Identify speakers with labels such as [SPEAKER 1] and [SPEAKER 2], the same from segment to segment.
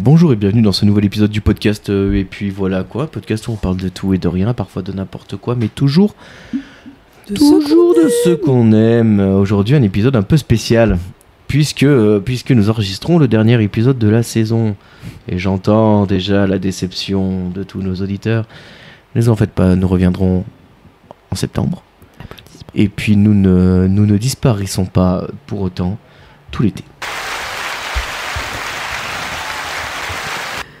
[SPEAKER 1] bonjour et bienvenue dans ce nouvel épisode du podcast. euh, et puis voilà quoi, podcast où on parle de tout et de rien, parfois de n'importe quoi, mais toujours,
[SPEAKER 2] De
[SPEAKER 1] toujours de ce qu'on aime. Euh, Aujourd'hui, un épisode un peu spécial, puisque, euh, puisque nous enregistrons le dernier épisode de la saison. Et j'entends déjà la déception de tous nos auditeurs. Ne en faites pas, nous reviendrons en septembre. Et puis nous ne, nous ne disparaissons pas pour autant tout l'été.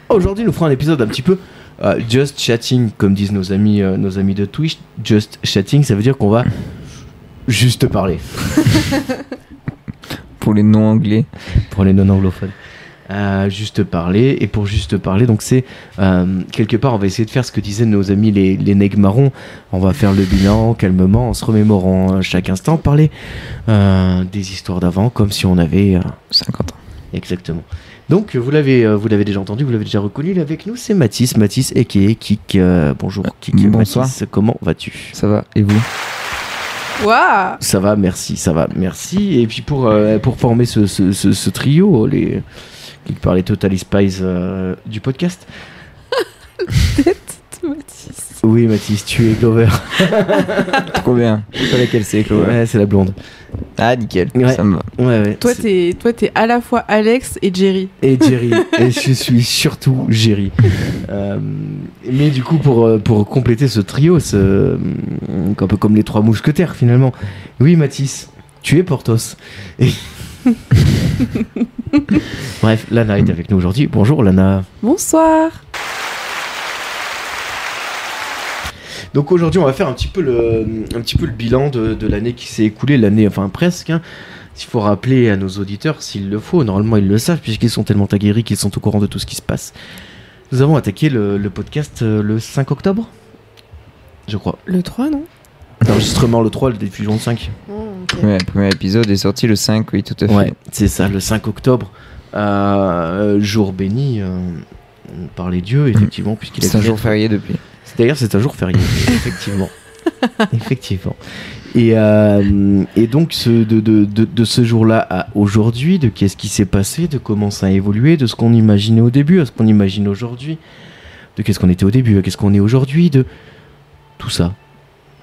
[SPEAKER 1] Aujourd'hui, nous ferons un épisode un petit peu euh, just chatting, comme disent nos amis, euh, nos amis de Twitch. Just chatting, ça veut dire qu'on va juste parler
[SPEAKER 3] pour les noms anglais.
[SPEAKER 1] pour les non-anglophones. Euh, juste parler et pour juste parler donc c'est euh, quelque part on va essayer de faire ce que disaient nos amis les, les nègres marrons on va faire le bilan calmement en se remémorant euh, chaque instant parler euh, des histoires d'avant comme si on avait euh,
[SPEAKER 3] 50 ans.
[SPEAKER 1] Exactement. Donc euh, vous l'avez euh, vous l'avez déjà entendu, vous l'avez déjà reconnu, il est avec nous, c'est Mathis, Mathis aka Kik. euh, bonjour Kik,
[SPEAKER 3] bonsoir.
[SPEAKER 1] Mathis, comment vas-tu
[SPEAKER 3] Ça va, et vous
[SPEAKER 2] Waouh
[SPEAKER 1] Ça va, merci, ça va, merci. Et puis pour, euh, pour former ce, ce- ce- ce trio, oh, les Kik par les Total Spies euh, du podcast.
[SPEAKER 2] Mathis.
[SPEAKER 1] Oui Mathis, tu es Glover.
[SPEAKER 3] Trop bien. Je sais pas laquelle c'est, Chloé.
[SPEAKER 1] Ouais, c'est la blonde.
[SPEAKER 3] Ah, nickel.
[SPEAKER 1] Ouais.
[SPEAKER 3] Ça me va.
[SPEAKER 1] Ouais, ouais.
[SPEAKER 2] Toi,
[SPEAKER 1] C'est-
[SPEAKER 2] t'es toi, t'es à la fois Alex et Jerry.
[SPEAKER 1] et Jerry. et je suis surtout Jerry. Euh, mais du coup, pour, euh, pour compléter ce trio, ce, euh, un peu comme les trois mousquetaires finalement. Oui, Mathis, tu es Porthos. Et- Bref, Lana est avec nous aujourd'hui. Bonjour Lana.
[SPEAKER 2] Bonsoir
[SPEAKER 1] Donc aujourd'hui, on va faire un petit peu le, un petit peu le bilan de, de l'année qui s'est écoulée, l'année, enfin presque. hein. S'il faut rappeler à nos auditeurs, s'il le faut, normalement ils le savent puisqu'ils sont tellement aguerris qu'ils sont au courant de tout ce qui se passe. Nous avons attaqué le, le podcast euh, le 5 octobre, je crois.
[SPEAKER 2] Le 3, non
[SPEAKER 1] L'enregistrement le 3, le diffusion le 5.
[SPEAKER 3] Ouais, le premier épisode est sorti le 5, oui, tout à fait.
[SPEAKER 1] Ouais, c'est ça, le 5 octobre. Euh, jour béni euh, par les dieux, effectivement, puisqu'il
[SPEAKER 3] C'est un
[SPEAKER 1] été-
[SPEAKER 3] jour férié depuis.
[SPEAKER 1] C'est- D'ailleurs, c'est un jour férié, effectivement. effectivement. Et, euh, et donc, ce, de, de- de- de ce jour-là à aujourd'hui, de qu'est-ce qui s'est passé, de comment ça a évolué, de ce qu'on imaginait au début à ce qu'on imagine aujourd'hui, de qu'est-ce qu'on était au début à qu'est-ce qu'on est aujourd'hui, de tout ça.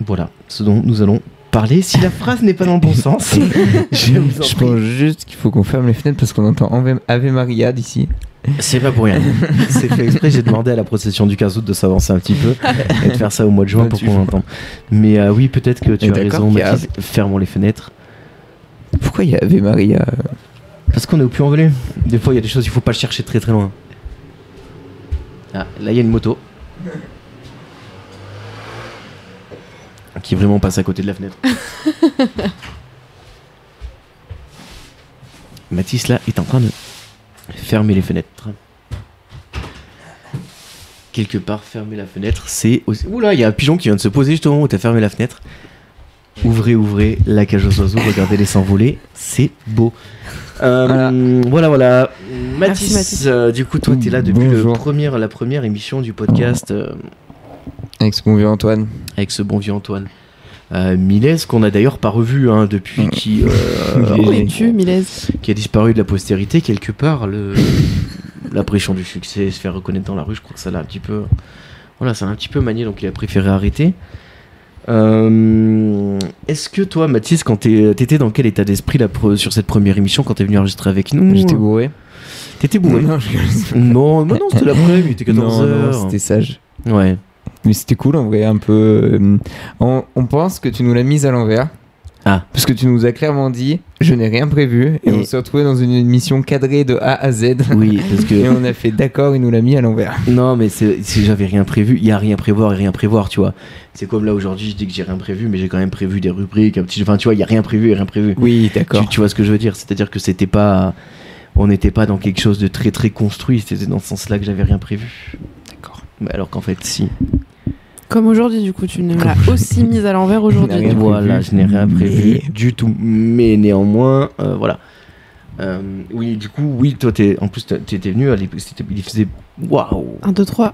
[SPEAKER 1] Voilà, ce dont nous allons parler. Si la phrase n'est pas dans le bon sens, je vous en
[SPEAKER 3] Je
[SPEAKER 1] prie.
[SPEAKER 3] pense juste qu'il faut qu'on ferme les fenêtres parce qu'on entend Ave- Ave Maria d'ici.
[SPEAKER 1] C'est pas pour rien. C'est fait exprès. J'ai demandé à la procession du 15 août de s'avancer un petit peu et de faire ça au mois de juin pour
[SPEAKER 3] Tu
[SPEAKER 1] qu'on
[SPEAKER 3] vois.
[SPEAKER 1] l'entende. Mais euh, oui, peut-être que tu
[SPEAKER 3] Et
[SPEAKER 1] as
[SPEAKER 3] d'accord
[SPEAKER 1] raison,
[SPEAKER 3] qu'il y a-
[SPEAKER 1] Mathis. Fermons les fenêtres.
[SPEAKER 3] Pourquoi il y a Ave Maria euh,
[SPEAKER 1] Parce qu'on est au plus envolé. Des fois, il y a des choses, il faut pas chercher très très loin. Ah, là, il y a une moto. Qui vraiment passe à côté de la fenêtre. Mathis, là, est en train de fermer les fenêtres. Quelque part, fermer la fenêtre, c'est aussi. Ouh là, il y a un pigeon qui vient de se poser juste au moment où t'as fermé la fenêtre. Ouvrez, ouvrez la cage aux oiseaux, regardez-les s'envoler, c'est beau. Euh, voilà.
[SPEAKER 3] Voilà.
[SPEAKER 1] voilà, Mathis,
[SPEAKER 2] Merci, Mathis.
[SPEAKER 1] euh, du coup, toi, t'es là depuis le
[SPEAKER 3] Bonjour.
[SPEAKER 1] premier, la première émission du podcast euh,
[SPEAKER 3] Avec ce bon vieux Antoine.
[SPEAKER 1] avec ce bon vieux Antoine. Euh, Milès, qu'on a d'ailleurs pas revu hein, depuis,
[SPEAKER 3] Mm.
[SPEAKER 1] qui, euh,
[SPEAKER 3] Il
[SPEAKER 2] Où
[SPEAKER 3] est-
[SPEAKER 2] es-tu, Milez
[SPEAKER 1] qui a disparu de la postérité quelque part. Le, la pression du succès, se faire reconnaître dans la rue, je crois que ça l'a un petit peu, voilà, ça l'a un petit peu manié, donc il a préféré arrêter. Euh, Est-ce que toi, Mathis, quand t'es- t'étais dans quel état d'esprit la pre- sur cette première émission quand t'es venu enregistrer avec nous
[SPEAKER 3] J'étais bourré.
[SPEAKER 1] T'étais bourré.
[SPEAKER 3] Non, je-
[SPEAKER 1] Non, mais non, c'était l'après-midi, il était
[SPEAKER 3] Non, non,
[SPEAKER 1] 14h.
[SPEAKER 3] c'était sage.
[SPEAKER 1] Ouais.
[SPEAKER 3] Mais c'était cool en vrai, un peu. euh, On, on pense que tu nous l'as mise à l'envers.
[SPEAKER 1] Ah.
[SPEAKER 3] Parce que tu nous as clairement dit, je n'ai rien prévu. Et,
[SPEAKER 1] Et-
[SPEAKER 3] on s'est retrouvé dans une émission cadrée de A à Z.
[SPEAKER 1] Oui, parce
[SPEAKER 3] Et
[SPEAKER 1] que
[SPEAKER 3] on a fait d'accord, il nous l'a mis à l'envers.
[SPEAKER 1] non, mais c'est- si j'avais rien prévu, il y a rien prévoir et rien prévoir, tu vois. C'est comme là aujourd'hui, je dis que j'ai rien prévu, mais j'ai quand même prévu des rubriques, un petit, enfin, tu vois, il y a rien prévu et rien prévu.
[SPEAKER 3] Oui,
[SPEAKER 1] Tu,
[SPEAKER 3] d'accord.
[SPEAKER 1] tu vois ce que je veux dire C'est-à-dire que c'était pas, on n'était pas dans quelque chose de très très construit. C'était dans ce sens-là que j'avais rien prévu. D'accord. Mais alors qu'en fait, si.
[SPEAKER 2] Comme aujourd'hui, du coup, tu nous l'as aussi mise à l'envers
[SPEAKER 3] Il
[SPEAKER 2] aujourd'hui.
[SPEAKER 3] n'a rien
[SPEAKER 1] voilà,
[SPEAKER 3] prévu.
[SPEAKER 1] je n'ai rien prévu
[SPEAKER 3] Mais-
[SPEAKER 1] du tout. Mais néanmoins, euh, voilà. Euh, oui, du coup, oui, toi, t'es, en plus, t'es- t'étais venu à l'époque, c'était- il faisait. Waouh
[SPEAKER 2] 1, 2, 3.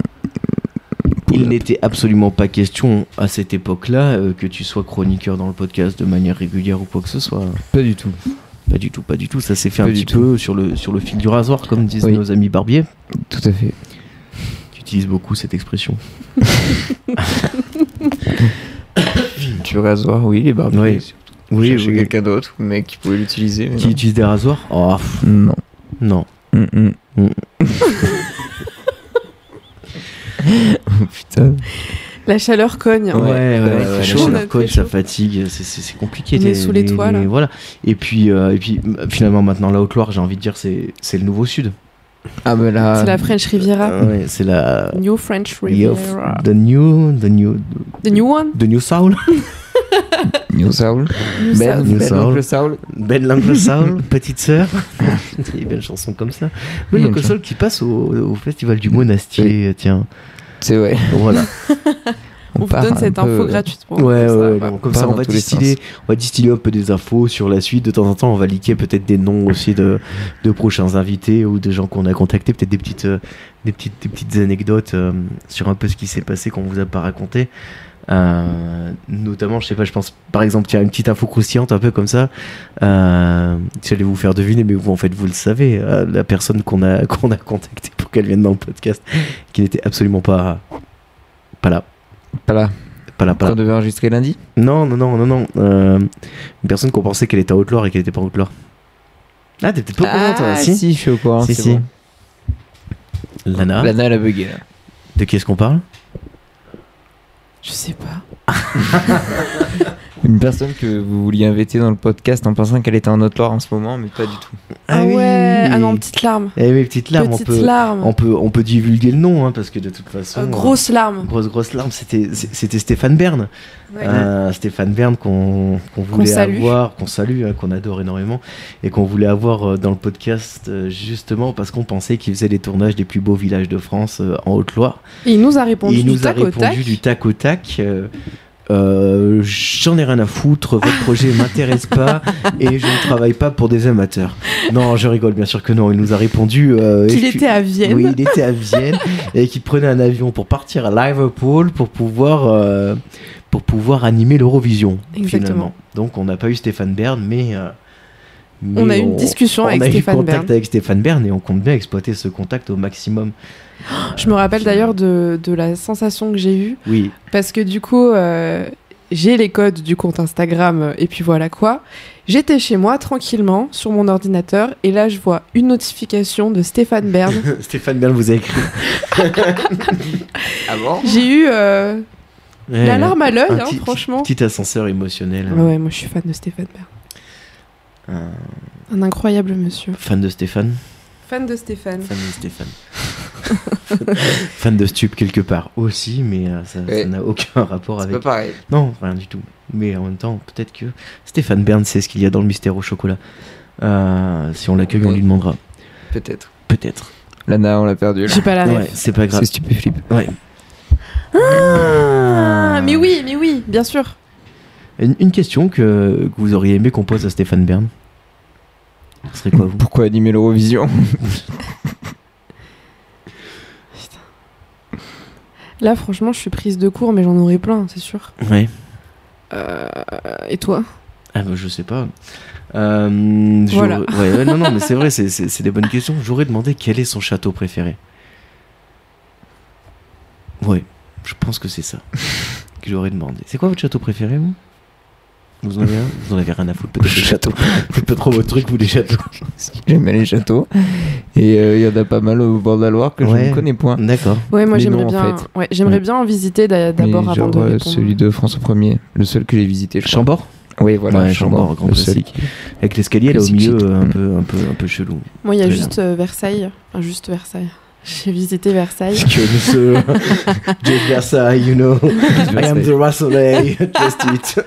[SPEAKER 1] Il n'était absolument pas question à cette époque-là euh, que tu sois chroniqueur dans le podcast de manière régulière ou quoi que ce soit.
[SPEAKER 3] Pas du tout.
[SPEAKER 1] Pas du tout, pas du tout. Ça s'est fait un
[SPEAKER 3] Pas
[SPEAKER 1] petit
[SPEAKER 3] du tout.
[SPEAKER 1] peu sur le, sur le fil du rasoir, comme disent
[SPEAKER 3] Oui.
[SPEAKER 1] nos amis barbiers,
[SPEAKER 3] Tout à fait.
[SPEAKER 1] qui utilisent beaucoup cette expression.
[SPEAKER 3] Tu rasoir, oui, les barbiers.
[SPEAKER 1] Oui.
[SPEAKER 3] surtout.
[SPEAKER 1] Oui,
[SPEAKER 3] Chercher quelqu'un d'autre, mais qui pouvait l'utiliser. mais
[SPEAKER 1] Qui utilisent des rasoirs Oh, pff,
[SPEAKER 3] non. Non.
[SPEAKER 1] non.
[SPEAKER 3] Mm, mm.
[SPEAKER 1] Mm.
[SPEAKER 3] Putain.
[SPEAKER 2] La chaleur
[SPEAKER 1] Ouais,
[SPEAKER 2] cogne.
[SPEAKER 1] ouais,
[SPEAKER 3] ouais,
[SPEAKER 1] ouais,
[SPEAKER 3] il fait
[SPEAKER 1] la
[SPEAKER 3] chaud.
[SPEAKER 1] chaleur
[SPEAKER 2] Il fait
[SPEAKER 1] colle,
[SPEAKER 2] chaud.
[SPEAKER 1] ça fatigue, c'est- c'est c'est compliqué.
[SPEAKER 2] On
[SPEAKER 1] les-
[SPEAKER 2] est sous les toits, là.
[SPEAKER 1] Voilà. Et puis, euh, et puis m- finalement, maintenant, la Haute-Loire, j'ai envie de dire, c'est c'est le Nouveau Sud.
[SPEAKER 3] Ah, ben là.
[SPEAKER 2] C'est la French Riviera.
[SPEAKER 1] Euh, ouais, c'est la.
[SPEAKER 2] New French
[SPEAKER 1] The of-
[SPEAKER 2] Riviera.
[SPEAKER 1] The new, the new,
[SPEAKER 2] The new one.
[SPEAKER 1] the new soul,
[SPEAKER 3] New Soul.
[SPEAKER 2] New
[SPEAKER 3] Ben,
[SPEAKER 2] South.
[SPEAKER 1] New
[SPEAKER 3] ben,
[SPEAKER 1] Soul.
[SPEAKER 3] l'oncle Soul. Ben
[SPEAKER 1] Ben L'Oncle Soul, petite sœur. Il y a des belles chansons comme ça.
[SPEAKER 3] Il
[SPEAKER 1] Ben
[SPEAKER 3] y a
[SPEAKER 1] L'Oncle
[SPEAKER 3] une
[SPEAKER 1] Soul qui passe au, au festival du monastier, tiens.
[SPEAKER 3] C'est vrai.
[SPEAKER 1] Voilà.
[SPEAKER 2] On vous
[SPEAKER 3] part
[SPEAKER 2] donne
[SPEAKER 3] un
[SPEAKER 2] cette
[SPEAKER 3] peu,
[SPEAKER 2] info
[SPEAKER 3] euh,
[SPEAKER 2] gratuitement.
[SPEAKER 1] Ouais, ouais,
[SPEAKER 2] comme ça.
[SPEAKER 1] ouais, donc comme
[SPEAKER 3] Pas
[SPEAKER 1] ça, on
[SPEAKER 3] dans
[SPEAKER 1] va,
[SPEAKER 3] tous les
[SPEAKER 1] distiller, on va distiller un peu des infos sur la suite. De temps en temps, on va liquer peut-être des noms aussi de, de prochains invités ou de gens qu'on a contactés, peut-être des petites, euh, des petites, des petites anecdotes euh, sur un peu ce qui s'est passé qu'on vous a pas raconté. Euh, notamment, je sais pas, je pense par exemple, tiens, une petite info croustillante, un peu comme ça. Euh, J'allais vous faire deviner, mais vous en fait, vous le savez, euh, la personne qu'on a, qu'on a contactée pour qu'elle vienne dans le podcast, qui n'était absolument pas, pas là,
[SPEAKER 3] Pas là.
[SPEAKER 1] pas là, pas là.
[SPEAKER 3] On devait enregistrer lundi.
[SPEAKER 1] Non, non, non, non, non. Euh, une personne qu'on pensait qu'elle était à Haute-Loire et qu'elle était pas en Haute-Loire. Ah, t'es peut-être pas au courant, toi,
[SPEAKER 3] Ah,
[SPEAKER 1] si.
[SPEAKER 3] si, Ah. je suis au courant.
[SPEAKER 1] Si,
[SPEAKER 3] c'est
[SPEAKER 1] si.
[SPEAKER 3] bon.
[SPEAKER 1] Lana,
[SPEAKER 3] Lana, elle a bugué. là.
[SPEAKER 1] de qui est-ce qu'on parle
[SPEAKER 2] Je sais pas.
[SPEAKER 3] Une personne que vous vouliez inviter dans le podcast en pensant qu'elle était en Haute-Loire en ce moment, mais pas du tout.
[SPEAKER 2] Ah,
[SPEAKER 1] oui.
[SPEAKER 2] ouais. Ah non, petite larme.
[SPEAKER 1] Eh oui, petite larme,
[SPEAKER 2] petite
[SPEAKER 1] on, peut,
[SPEAKER 2] larme.
[SPEAKER 1] on, peut, on peut divulguer le nom, hein, parce que de toute façon.
[SPEAKER 2] Euh,
[SPEAKER 1] grosse,
[SPEAKER 2] grosse larme.
[SPEAKER 1] grosse, larme, c'était c'était Stéphane Bern.
[SPEAKER 2] Ouais.
[SPEAKER 1] Euh, Stéphane Bern qu'on qu'on voulait
[SPEAKER 2] salue.
[SPEAKER 1] avoir, qu'on salue, hein, qu'on adore énormément, et qu'on voulait avoir euh, dans le podcast euh, justement parce qu'on pensait qu'il faisait les tournages des plus beaux villages de France euh, en Haute-Loire.
[SPEAKER 2] Et il nous a répondu
[SPEAKER 1] il
[SPEAKER 2] du
[SPEAKER 1] nous a
[SPEAKER 2] tac au
[SPEAKER 1] répondu
[SPEAKER 2] tac.
[SPEAKER 1] du tac au tac. euh, euh, J'en ai rien à foutre, votre projet m'intéresse pas et je ne travaille pas pour des amateurs. Non, je rigole, bien sûr que non. Il nous a répondu euh,
[SPEAKER 2] Qu'il
[SPEAKER 1] excu-
[SPEAKER 2] était à Vienne.
[SPEAKER 1] Oui, il était à Vienne et qu'il prenait un avion pour partir à Liverpool pour pouvoir, euh, pour pouvoir animer l'Eurovision.
[SPEAKER 2] Exactement.
[SPEAKER 1] Finalement. Donc on n'a pas eu Stéphane Bern, mais, euh, mais
[SPEAKER 2] On a eu une discussion
[SPEAKER 1] on
[SPEAKER 2] avec
[SPEAKER 1] a eu
[SPEAKER 2] Stéphane
[SPEAKER 1] contact
[SPEAKER 2] Bern.
[SPEAKER 1] avec Stéphane Bern et on compte bien exploiter ce contact au maximum.
[SPEAKER 2] Je me rappelle d'ailleurs de, de la sensation que j'ai eue.
[SPEAKER 1] Oui,
[SPEAKER 2] Parce que du coup, euh, j'ai les codes du compte Instagram euh, et puis voilà quoi. J'étais chez moi tranquillement sur mon ordinateur et là je vois une notification de Stéphane Bern.
[SPEAKER 1] Stéphane Bern vous a écrit.
[SPEAKER 3] Ah bon
[SPEAKER 2] j'ai eu euh,
[SPEAKER 1] Ouais,
[SPEAKER 2] l'alarme à l'œil,
[SPEAKER 1] un
[SPEAKER 2] hein,
[SPEAKER 1] petit-
[SPEAKER 2] franchement.
[SPEAKER 1] Petit ascenseur émotionnel.
[SPEAKER 2] Ouais, ouais, moi je suis fan de Stéphane Bern.
[SPEAKER 1] Un
[SPEAKER 2] Un incroyable monsieur.
[SPEAKER 1] fan de Stéphane.
[SPEAKER 2] Fan de Stéphane.
[SPEAKER 1] Fan de Stéphane. fan de Stup quelque part aussi, mais euh, ça
[SPEAKER 3] Ouais.
[SPEAKER 1] ça n'a aucun rapport
[SPEAKER 3] C'est pas
[SPEAKER 1] avec.
[SPEAKER 3] pareil.
[SPEAKER 1] Non, rien du tout. Mais en même temps, peut-être que Stéphane Bern sait ce qu'il y a dans le mystère au chocolat. Euh, si on l'accueille, on lui demandera.
[SPEAKER 3] Peut-être.
[SPEAKER 1] Peut-être.
[SPEAKER 3] Lana, on l'a perdu. Là.
[SPEAKER 2] J'ai pas la ref.
[SPEAKER 1] Ouais, c'est pas grave.
[SPEAKER 3] C'est stupéflip.
[SPEAKER 1] Ouais.
[SPEAKER 2] Ah, mais oui, mais oui, bien sûr.
[SPEAKER 1] Une, une question que, que vous auriez aimé qu'on pose à Stéphane Bern. Ce serait quoi vous
[SPEAKER 3] Pourquoi animer l'Eurovision
[SPEAKER 2] Là franchement je suis prise de court mais j'en aurais plein, c'est sûr.
[SPEAKER 1] Ouais.
[SPEAKER 2] Euh, et toi
[SPEAKER 1] Ah bah, je sais pas. Euh,
[SPEAKER 2] Voilà.
[SPEAKER 1] j'aurais- ouais, ouais, non, non, mais c'est vrai, c'est- c'est c'est des bonnes questions. J'aurais demandé quel est son château préféré. Ouais, je pense que c'est ça que j'aurais demandé. C'est quoi votre château préféré, vous Vous en avez un Vous en avez rien à foutre, peut-être.
[SPEAKER 3] château.
[SPEAKER 1] C'est pas trop votre truc, vous, les châteaux.
[SPEAKER 3] J'aimais les châteaux. Et euh, il y en a pas mal au bord de la Loire que
[SPEAKER 1] Ouais.
[SPEAKER 3] je ne connais point.
[SPEAKER 1] D'accord.
[SPEAKER 2] Ouais, moi
[SPEAKER 3] Mais
[SPEAKER 2] j'aimerais
[SPEAKER 3] non, en
[SPEAKER 2] bien,
[SPEAKER 3] fait.
[SPEAKER 2] ouais, j'aimerais
[SPEAKER 3] Ouais.
[SPEAKER 2] bien en visiter d'a- d'abord
[SPEAKER 3] Mais
[SPEAKER 2] avant de
[SPEAKER 3] genre, euh,
[SPEAKER 2] répondre.
[SPEAKER 3] celui de François 1er, le seul que j'ai visité. je crois.
[SPEAKER 1] Chambord
[SPEAKER 3] Oui, voilà,
[SPEAKER 1] Ouais,
[SPEAKER 3] Chambord,
[SPEAKER 1] Chambord, grand
[SPEAKER 3] le seul.
[SPEAKER 1] classique. Avec l'escalier là au
[SPEAKER 3] Classique
[SPEAKER 1] milieu,
[SPEAKER 3] chic.
[SPEAKER 1] euh, un peu, un, peu, un peu chelou.
[SPEAKER 2] Moi, il y a
[SPEAKER 1] Très
[SPEAKER 2] juste euh, Versailles. Enfin, juste Versailles. J'ai visité Versailles.
[SPEAKER 1] Parce que monsieur Jeff Versailles, you know, I am the Rassoleil, just it.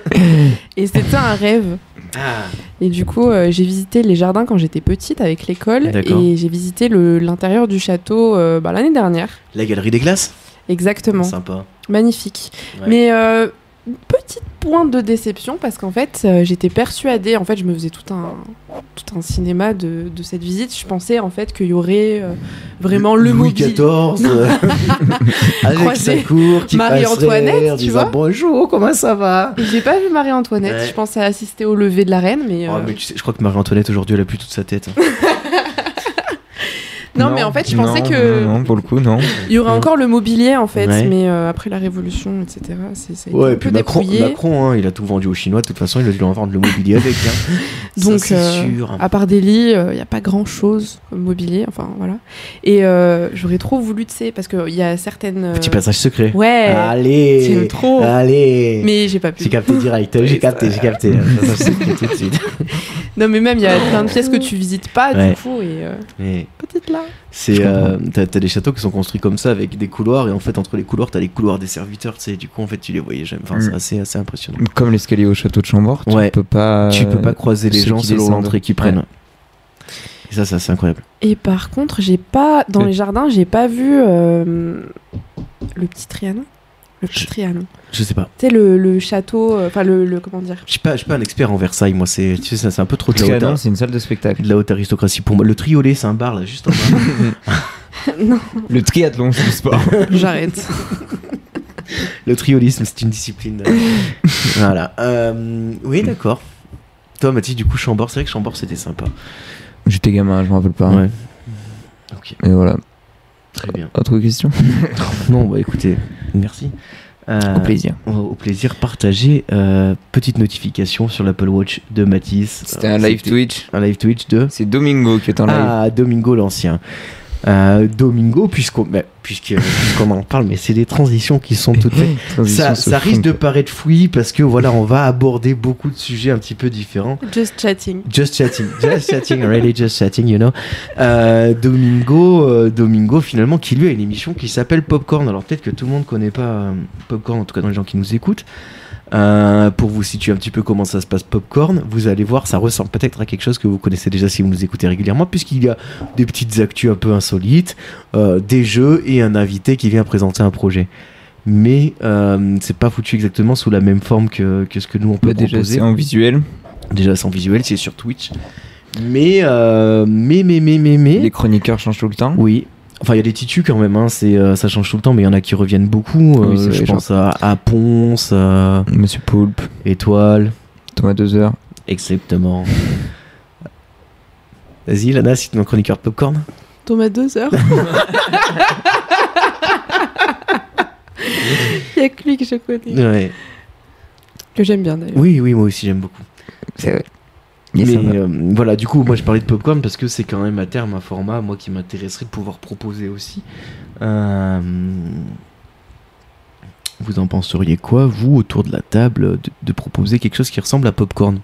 [SPEAKER 2] Et c'était un rêve.
[SPEAKER 1] Ah.
[SPEAKER 2] Et du coup, euh, j'ai visité les jardins quand j'étais petite avec l'école.
[SPEAKER 1] D'accord.
[SPEAKER 2] Et j'ai visité le- l'intérieur du château euh, bah, l'année dernière.
[SPEAKER 1] La galerie des glaces
[SPEAKER 2] Exactement.
[SPEAKER 1] Sympa.
[SPEAKER 2] Magnifique.
[SPEAKER 1] Ouais.
[SPEAKER 2] Mais euh, une petite pointe de déception parce qu'en fait, euh, j'étais persuadée, en fait, je me faisais tout un, tout un cinéma de, de cette visite. Je pensais en fait qu'il y aurait euh, vraiment le
[SPEAKER 1] Louis
[SPEAKER 2] mobile.
[SPEAKER 1] XIV, euh, avec
[SPEAKER 2] Croisé.
[SPEAKER 1] sa cour, qui
[SPEAKER 2] Marie-Antoinette,
[SPEAKER 1] passerait, en
[SPEAKER 2] tu
[SPEAKER 1] disant
[SPEAKER 2] vois.
[SPEAKER 1] bonjour, comment ça va
[SPEAKER 2] Et J'ai pas vu Marie-Antoinette,
[SPEAKER 1] Ouais.
[SPEAKER 2] je pensais assister au lever de la reine, mais, euh,
[SPEAKER 1] Oh, mais tu sais, je crois que Marie-Antoinette aujourd'hui elle a plus toute sa tête. hein.
[SPEAKER 2] non, mais en fait, je
[SPEAKER 3] non,
[SPEAKER 2] pensais que
[SPEAKER 3] Non, non, pour le coup, non.
[SPEAKER 2] il y aurait encore le mobilier en fait,
[SPEAKER 1] Ouais.
[SPEAKER 2] mais euh, après la révolution, etc. C'est ça a été
[SPEAKER 1] Ouais,
[SPEAKER 2] un
[SPEAKER 1] et puis
[SPEAKER 2] peu
[SPEAKER 1] Macron,
[SPEAKER 2] dépouillé.
[SPEAKER 1] Macron, hein, il a tout vendu aux Chinois, de toute façon il a dû en vendre le mobilier avec. hein. Ça,
[SPEAKER 2] Donc,
[SPEAKER 1] c'est
[SPEAKER 2] euh,
[SPEAKER 1] sûr.
[SPEAKER 2] À part des lits, euh, il n'y a pas grand chose comme mobilier, enfin voilà. Et euh, j'aurais trop voulu, tu sais, parce qu'il y a certaines. euh,
[SPEAKER 1] Petit passage secret.
[SPEAKER 2] Ouais,
[SPEAKER 1] Allez
[SPEAKER 2] j'aime trop.
[SPEAKER 1] Allez
[SPEAKER 2] Mais j'ai pas pu.
[SPEAKER 1] J'ai capté direct, j'ai capté, j'ai capté. Ça, ça, c'est tout de suite.
[SPEAKER 2] Non, mais même, il y a plein de pièces que tu visites pas,
[SPEAKER 1] Oh. Ouais.
[SPEAKER 2] du coup, et euh,
[SPEAKER 1] Mais
[SPEAKER 2] peut-être là.
[SPEAKER 1] C'est,
[SPEAKER 3] Je
[SPEAKER 1] euh, t'as t'as des châteaux qui sont construits comme ça avec des couloirs et en fait entre les couloirs t'as les couloirs des serviteurs, tu sais. Du coup en fait tu les voyais jamais. Enfin
[SPEAKER 3] Mm.
[SPEAKER 1] c'est assez assez impressionnant.
[SPEAKER 3] Comme l'escalier au château de Chambord,
[SPEAKER 1] Ouais.
[SPEAKER 3] tu peux pas. euh,
[SPEAKER 1] tu peux pas croiser les
[SPEAKER 3] ceux
[SPEAKER 1] gens
[SPEAKER 3] qui
[SPEAKER 1] selon
[SPEAKER 3] descendent.
[SPEAKER 1] l'entrée qu'ils prennent. Et ça, ça c'est incroyable.
[SPEAKER 2] Et par contre, j'ai pas. Dans
[SPEAKER 3] Oui.
[SPEAKER 2] les jardins, j'ai pas vu euh, le petit Trianon. Le petit
[SPEAKER 1] Je-
[SPEAKER 2] Trianon.
[SPEAKER 1] Je sais pas.
[SPEAKER 2] Tu sais, le, le château. euh, Enfin, le, le- Comment dire
[SPEAKER 1] Je suis pas, je suis pas un expert en Versailles. Moi c'est, tu sais, ça, c'est un peu trop de la, haute,
[SPEAKER 3] Trianon, c'est une salle de spectacle.
[SPEAKER 1] de la haute aristocratie pour moi. Le triolet, c'est un bar là juste en bas.
[SPEAKER 2] Non,
[SPEAKER 3] Le triathlon, c'est le sport.
[SPEAKER 2] j'arrête.
[SPEAKER 1] le triolisme, c'est une discipline. voilà. Euh, oui, d'accord. Toi, Mathis, du coup, Chambord, c'est vrai que Chambord c'était sympa.
[SPEAKER 3] J'étais gamin, je me rappelle pas.
[SPEAKER 1] Ouais. Ok,
[SPEAKER 3] Et voilà.
[SPEAKER 1] très bien.
[SPEAKER 3] Autre question
[SPEAKER 1] Non, bah écoutez, merci. Euh,
[SPEAKER 3] Au plaisir.
[SPEAKER 1] Au au plaisir, partagez. euh, petite notification sur l'Apple Watch de Matisse.
[SPEAKER 3] C'était un live
[SPEAKER 1] C'était
[SPEAKER 3] Twitch.
[SPEAKER 1] Un live Twitch de
[SPEAKER 3] C'est Domingo qui est en live.
[SPEAKER 1] Ah, Domingo l'ancien. Euh, Domingo, puisqu'on bah, puisque- puisqu'on en parle, mais c'est des transitions qui sont toutes faites. Ça, ça risque de paraître fouillis parce que voilà, on va aborder beaucoup de sujets un petit peu différents.
[SPEAKER 2] Just chatting.
[SPEAKER 1] Just chatting, just chatting, really just chatting, you know. Euh, Domingo, euh, Domingo finalement, qui lui a une émission qui s'appelle Popcorn. Alors peut-être que tout le monde connaît pas euh, Popcorn, en tout cas dans les gens qui nous écoutent. Euh, pour vous situer un petit peu comment ça se passe Popcorn, vous allez voir, ça ressemble peut-être à quelque chose que vous connaissez déjà si vous nous écoutez régulièrement, puisqu'il y a des petites actus un peu insolites, euh, des jeux et un invité qui vient présenter un projet. Mais euh, c'est pas foutu exactement sous la même forme que, que ce que nous on peut
[SPEAKER 3] Bah, déjà,
[SPEAKER 1] proposer
[SPEAKER 3] c'est en visuel.
[SPEAKER 1] déjà sans visuel, c'est sur Twitch. Mais, euh, mais, mais, mais, mais, mais.
[SPEAKER 3] Les chroniqueurs changent tout le temps.
[SPEAKER 1] Oui. Enfin, il y a des titus quand même, hein, c'est, euh, ça change tout le temps, mais il y en a qui reviennent beaucoup.
[SPEAKER 3] Ah oui,
[SPEAKER 1] euh,
[SPEAKER 3] c'est
[SPEAKER 1] je
[SPEAKER 3] vrai,
[SPEAKER 1] pense à, à Ponce, à
[SPEAKER 3] Monsieur Poulpe,
[SPEAKER 1] Étoile,
[SPEAKER 3] Thomas Deuzer.
[SPEAKER 1] exactement. Vas-y, Lana, cite mon chroniqueur de popcorn.
[SPEAKER 2] Thomas, deux heures. Il y a que lui que je connais.
[SPEAKER 1] Ouais.
[SPEAKER 2] Que j'aime bien d'ailleurs.
[SPEAKER 1] Oui, oui, moi aussi, j'aime beaucoup.
[SPEAKER 3] C'est vrai.
[SPEAKER 1] Mais euh, voilà, du coup, moi je parlais de Popcorn parce que c'est quand même à terme un format, moi, qui m'intéresserait de pouvoir proposer aussi. Euh, vous en penseriez quoi, vous, autour de la table, de, de proposer quelque chose qui ressemble à Popcorn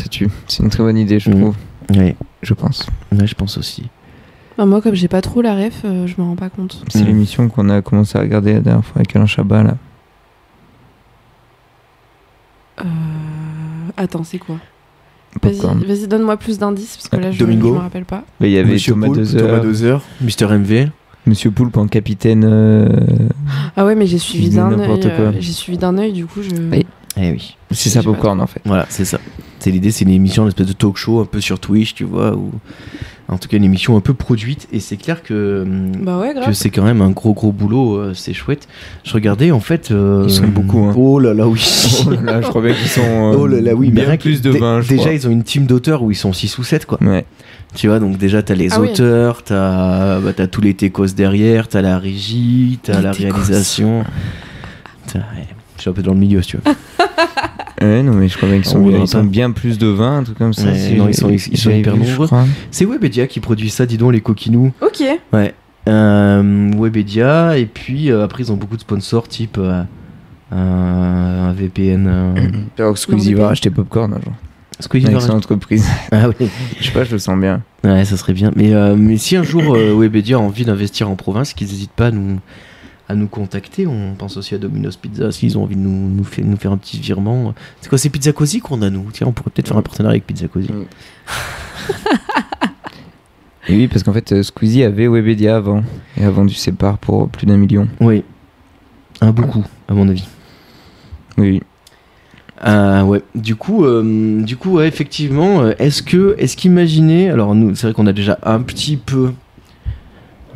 [SPEAKER 3] Ça tue. C'est une très bonne idée, je
[SPEAKER 1] Mm.
[SPEAKER 3] trouve.
[SPEAKER 1] ouais,
[SPEAKER 3] Je pense.
[SPEAKER 1] ouais, je pense aussi.
[SPEAKER 2] Non, moi, comme j'ai pas trop la ref, euh, je m'en rends pas compte.
[SPEAKER 3] C'est
[SPEAKER 1] Mm.
[SPEAKER 3] l'émission qu'on a commencé à regarder la dernière fois avec Alain Chabat, là.
[SPEAKER 2] Euh, Attends, c'est quoi Vas-y,
[SPEAKER 3] Popcorn.
[SPEAKER 2] vas-y, donne-moi plus d'indices parce que là, je je
[SPEAKER 1] Domingo.
[SPEAKER 2] me rappelle pas.
[SPEAKER 3] Bah, Il y avait Thomas
[SPEAKER 1] Poulpe,
[SPEAKER 3] Deuzer,
[SPEAKER 1] Thomas Dozer, Mister MV.
[SPEAKER 3] Monsieur Poulpe en capitaine. euh,
[SPEAKER 2] Ah ouais, mais j'ai suivi
[SPEAKER 3] Dis
[SPEAKER 2] d'un œil.
[SPEAKER 3] n'importe
[SPEAKER 2] euh,
[SPEAKER 3] quoi.
[SPEAKER 2] j'ai suivi d'un œil, du coup, je.
[SPEAKER 3] Oui.
[SPEAKER 1] Eh oui.
[SPEAKER 3] C'est ça,
[SPEAKER 2] Je sais pas
[SPEAKER 3] Popcorn, en fait.
[SPEAKER 1] Voilà, c'est ça. C'est l'idée, c'est une émission, une espèce de talk show un peu sur Twitch, tu vois, ou en tout cas une émission un peu produite. Et c'est clair que hum,
[SPEAKER 2] Bah ouais,
[SPEAKER 1] que
[SPEAKER 2] grave.
[SPEAKER 1] c'est quand même un gros gros boulot, euh, c'est chouette. Je regardais en fait. euh,
[SPEAKER 3] Ils sont beaucoup, hein.
[SPEAKER 1] Oh là là, oui.
[SPEAKER 3] Oh là là, je crois bien qu'ils sont. euh,
[SPEAKER 1] Oh là là, oui, mais
[SPEAKER 3] bien
[SPEAKER 1] rien que-
[SPEAKER 3] plus de
[SPEAKER 1] dé-
[SPEAKER 3] 20, je
[SPEAKER 1] Déjà,
[SPEAKER 3] crois.
[SPEAKER 1] ils ont une team d'auteurs où ils sont 6 ou 7, quoi.
[SPEAKER 3] Ouais.
[SPEAKER 1] Tu vois, donc déjà, t'as les
[SPEAKER 2] Ah oui.
[SPEAKER 1] auteurs, t'as bah, t'as tous les techos derrière, t'as la régie, t'as
[SPEAKER 2] Les
[SPEAKER 1] la
[SPEAKER 2] techos.
[SPEAKER 1] réalisation. T'as- ouais, Je suis un peu dans le milieu, si tu vois.
[SPEAKER 3] Ouais, non, mais je crois bien qu'ils sont,
[SPEAKER 1] On
[SPEAKER 3] bien,
[SPEAKER 1] verra
[SPEAKER 3] ils sont
[SPEAKER 1] pas.
[SPEAKER 3] bien plus de 20, un truc comme ça.
[SPEAKER 1] Ouais,
[SPEAKER 3] si
[SPEAKER 1] non, ils
[SPEAKER 3] j'ai-
[SPEAKER 1] sont- ils- ils sont
[SPEAKER 3] j'avais
[SPEAKER 1] hyper
[SPEAKER 3] vu, je
[SPEAKER 1] nombreux.
[SPEAKER 3] crois.
[SPEAKER 1] C'est Webedia qui produit ça, dis donc, les coquinous.
[SPEAKER 2] Ok. Ah
[SPEAKER 1] Ouais. Euh, Webedia, et puis euh, après, ils ont beaucoup de sponsors, type euh, euh, un VPN. euh,
[SPEAKER 3] Squeezie
[SPEAKER 2] Non, mais-
[SPEAKER 3] va acheter Popcorn un jour.
[SPEAKER 1] Squeezie
[SPEAKER 3] Avec
[SPEAKER 1] Virage.
[SPEAKER 3] son entreprise.
[SPEAKER 1] Ah oui.
[SPEAKER 3] Je sais pas, je le sens bien.
[SPEAKER 1] Ouais, ça serait bien. Mais, euh, mais si un jour euh, Webedia a envie d'investir en province, qu'ils n'hésitent pas à nous, à nous contacter. On pense aussi à Domino's Pizza, s'ils ont envie de nous, nous, faire, nous faire un petit virement. C'est quoi, c'est Pizza Cozy qu'on a, nous Tiens, on pourrait peut-être faire un partenariat avec Pizza Cozy.
[SPEAKER 3] Et oui, parce qu'en fait, euh, Squeezie avait Webedia avant. Et a vendu ses parts pour plus d'un million.
[SPEAKER 1] Oui. Un beaucoup, à mon avis.
[SPEAKER 3] Oui.
[SPEAKER 1] Euh, ouais. Du coup, euh, du coup, ouais, effectivement, euh, est-ce que, est-ce qu'imaginer, alors nous, c'est vrai qu'on a déjà un petit peu,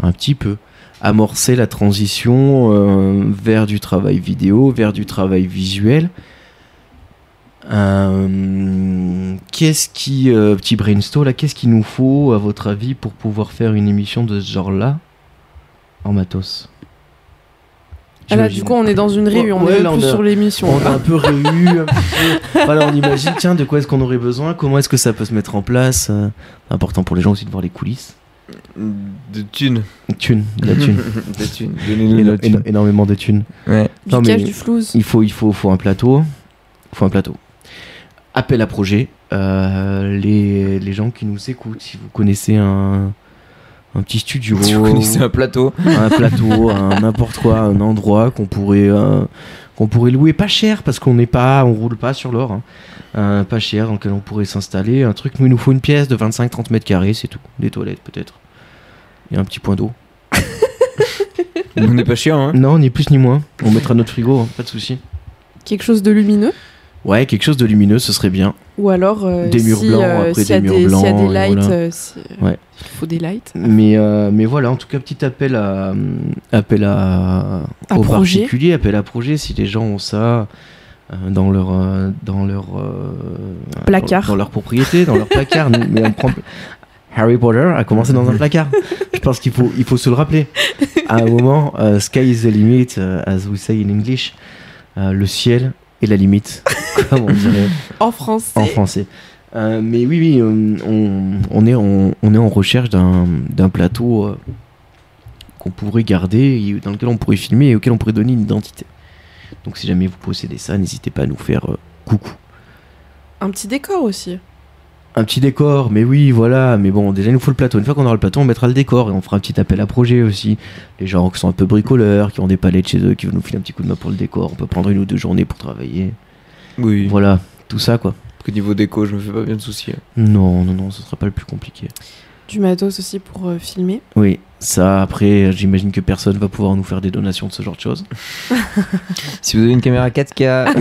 [SPEAKER 1] un petit peu amorcé la transition euh, vers du travail vidéo, vers du travail visuel. Euh, qu'est-ce qui, euh, petit brainstorm là, qu'est-ce qu'il nous faut à votre avis pour pouvoir faire une émission de ce genre-là en matos
[SPEAKER 2] Ah là, du coup, on est dans une
[SPEAKER 1] Ouais,
[SPEAKER 2] réunion, on
[SPEAKER 1] ouais,
[SPEAKER 2] est
[SPEAKER 1] là,
[SPEAKER 2] plus
[SPEAKER 1] on a-
[SPEAKER 2] sur l'émission.
[SPEAKER 1] on a un peu réu, un peu- Voilà, on imagine, tiens, de quoi est-ce qu'on aurait besoin Comment est-ce que ça peut se mettre en place euh, Important pour les gens aussi de voir les coulisses.
[SPEAKER 3] De thunes.
[SPEAKER 1] Thune, de la thune.
[SPEAKER 3] de thunes. Donnez-nous
[SPEAKER 1] Éno-
[SPEAKER 3] de la thune.
[SPEAKER 1] éno- énormément de thunes.
[SPEAKER 3] Ouais.
[SPEAKER 2] Du
[SPEAKER 1] Non, mais-
[SPEAKER 2] cash, du flouze.
[SPEAKER 1] Il faut, il faut, faut un plateau. faut un plateau. Appel à projet. Euh, les, les gens qui nous écoutent, si vous connaissez un, un petit studio,
[SPEAKER 3] Si vous connaissez un plateau,
[SPEAKER 1] un plateau, un n'importe quoi, un endroit qu'on pourrait euh, qu'on pourrait louer pas cher parce qu'on n'est pas, on roule pas sur l'or, hein. Euh, pas cher dans lequel on pourrait s'installer, un truc. mais il nous faut une pièce de 25-30 mètres carrés, c'est tout. Des toilettes peut-être et un petit point d'eau.
[SPEAKER 3] on n'est pas chiant, hein
[SPEAKER 1] Non, ni plus ni moins. On mettra notre frigo, hein, pas de souci.
[SPEAKER 2] Quelque chose de lumineux.
[SPEAKER 1] Ouais, quelque chose de lumineux, ce serait bien.
[SPEAKER 2] Ou alors, euh,
[SPEAKER 1] Des murs
[SPEAKER 2] si,
[SPEAKER 1] blancs,
[SPEAKER 2] euh,
[SPEAKER 1] après
[SPEAKER 2] s'il y
[SPEAKER 1] des murs
[SPEAKER 2] a s'il y a
[SPEAKER 1] blancs,
[SPEAKER 2] des lights,
[SPEAKER 1] et voilà.
[SPEAKER 2] euh, si-
[SPEAKER 1] Ouais.
[SPEAKER 2] il faut des lights.
[SPEAKER 1] Mais, euh, mais voilà, en tout cas, petit appel à appel à,
[SPEAKER 2] À
[SPEAKER 1] aux
[SPEAKER 2] projet.
[SPEAKER 1] particuliers, appel à projet. Si les gens ont ça euh, dans leur euh, dans leur euh,
[SPEAKER 2] Placard.
[SPEAKER 1] dans, dans leur propriété, dans leur placard. Nous, mais on prend- Harry Potter a commencé dans un placard. Je pense qu'il faut il faut se le rappeler. À un moment, euh, sky is the limit, euh, as we say in English. Euh, le ciel est la limite, comme on dirait
[SPEAKER 2] En français.
[SPEAKER 1] en français. Euh, mais oui, oui, euh, on, on est, en- on est en recherche d'un d'un plateau euh, qu'on pourrait garder, et dans lequel on pourrait filmer et auquel on pourrait donner une identité. Donc si jamais vous possédez ça, n'hésitez pas à nous faire euh, coucou.
[SPEAKER 2] Un petit décor aussi.
[SPEAKER 1] Un petit décor, mais oui, voilà, mais bon, déjà il nous faut le plateau. Une fois qu'on aura le plateau, on mettra le décor et on fera un petit appel à projet aussi. Les gens qui sont un peu bricoleurs, qui ont des palettes chez eux, qui veulent nous filer un petit coup de main pour le décor, on peut prendre une ou deux journées pour travailler.
[SPEAKER 3] Oui.
[SPEAKER 1] Voilà, tout ça quoi.
[SPEAKER 3] Parce que niveau déco, je me fais pas bien de soucis. hein.
[SPEAKER 1] Non, non, non, ce sera pas le plus compliqué.
[SPEAKER 2] Du matos aussi pour euh, filmer.
[SPEAKER 1] Oui, ça après, euh, j'imagine que personne va pouvoir nous faire des donations de ce genre de choses.
[SPEAKER 3] Si vous avez une caméra euh, 4K,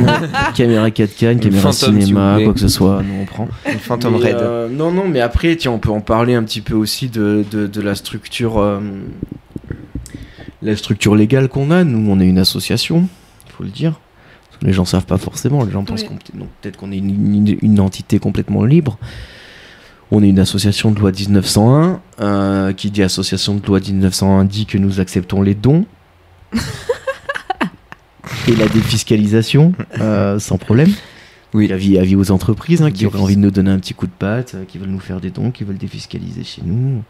[SPEAKER 1] caméra 4K, une
[SPEAKER 3] Une
[SPEAKER 1] caméra
[SPEAKER 3] Ah. fantôme, s'il vous
[SPEAKER 1] cinéma,
[SPEAKER 3] plaît.
[SPEAKER 1] quoi que ce soit, nous on prend.
[SPEAKER 3] une fantôme
[SPEAKER 1] Mais,
[SPEAKER 3] raid.
[SPEAKER 1] euh, non, non, mais après, tiens, on peut en parler un petit peu aussi de, de, de la structure, euh, la structure légale qu'on a. Nous, on est une association, il faut le dire. Parce que Les gens savent pas forcément. Les gens pensent
[SPEAKER 2] Oui.
[SPEAKER 1] qu'on peut- donc, peut-être qu'on est une, une- une entité complètement libre. On est une association de loi 1901. euh, qui dit association de loi 1901 dit que nous acceptons les dons. Et la défiscalisation, euh, sans problème.
[SPEAKER 3] Oui.
[SPEAKER 1] Avis, avis aux entreprises hein, qui auraient
[SPEAKER 3] Défis-
[SPEAKER 1] envie de nous donner un petit coup de patte, euh, qui veulent nous faire des dons, qui veulent défiscaliser chez nous.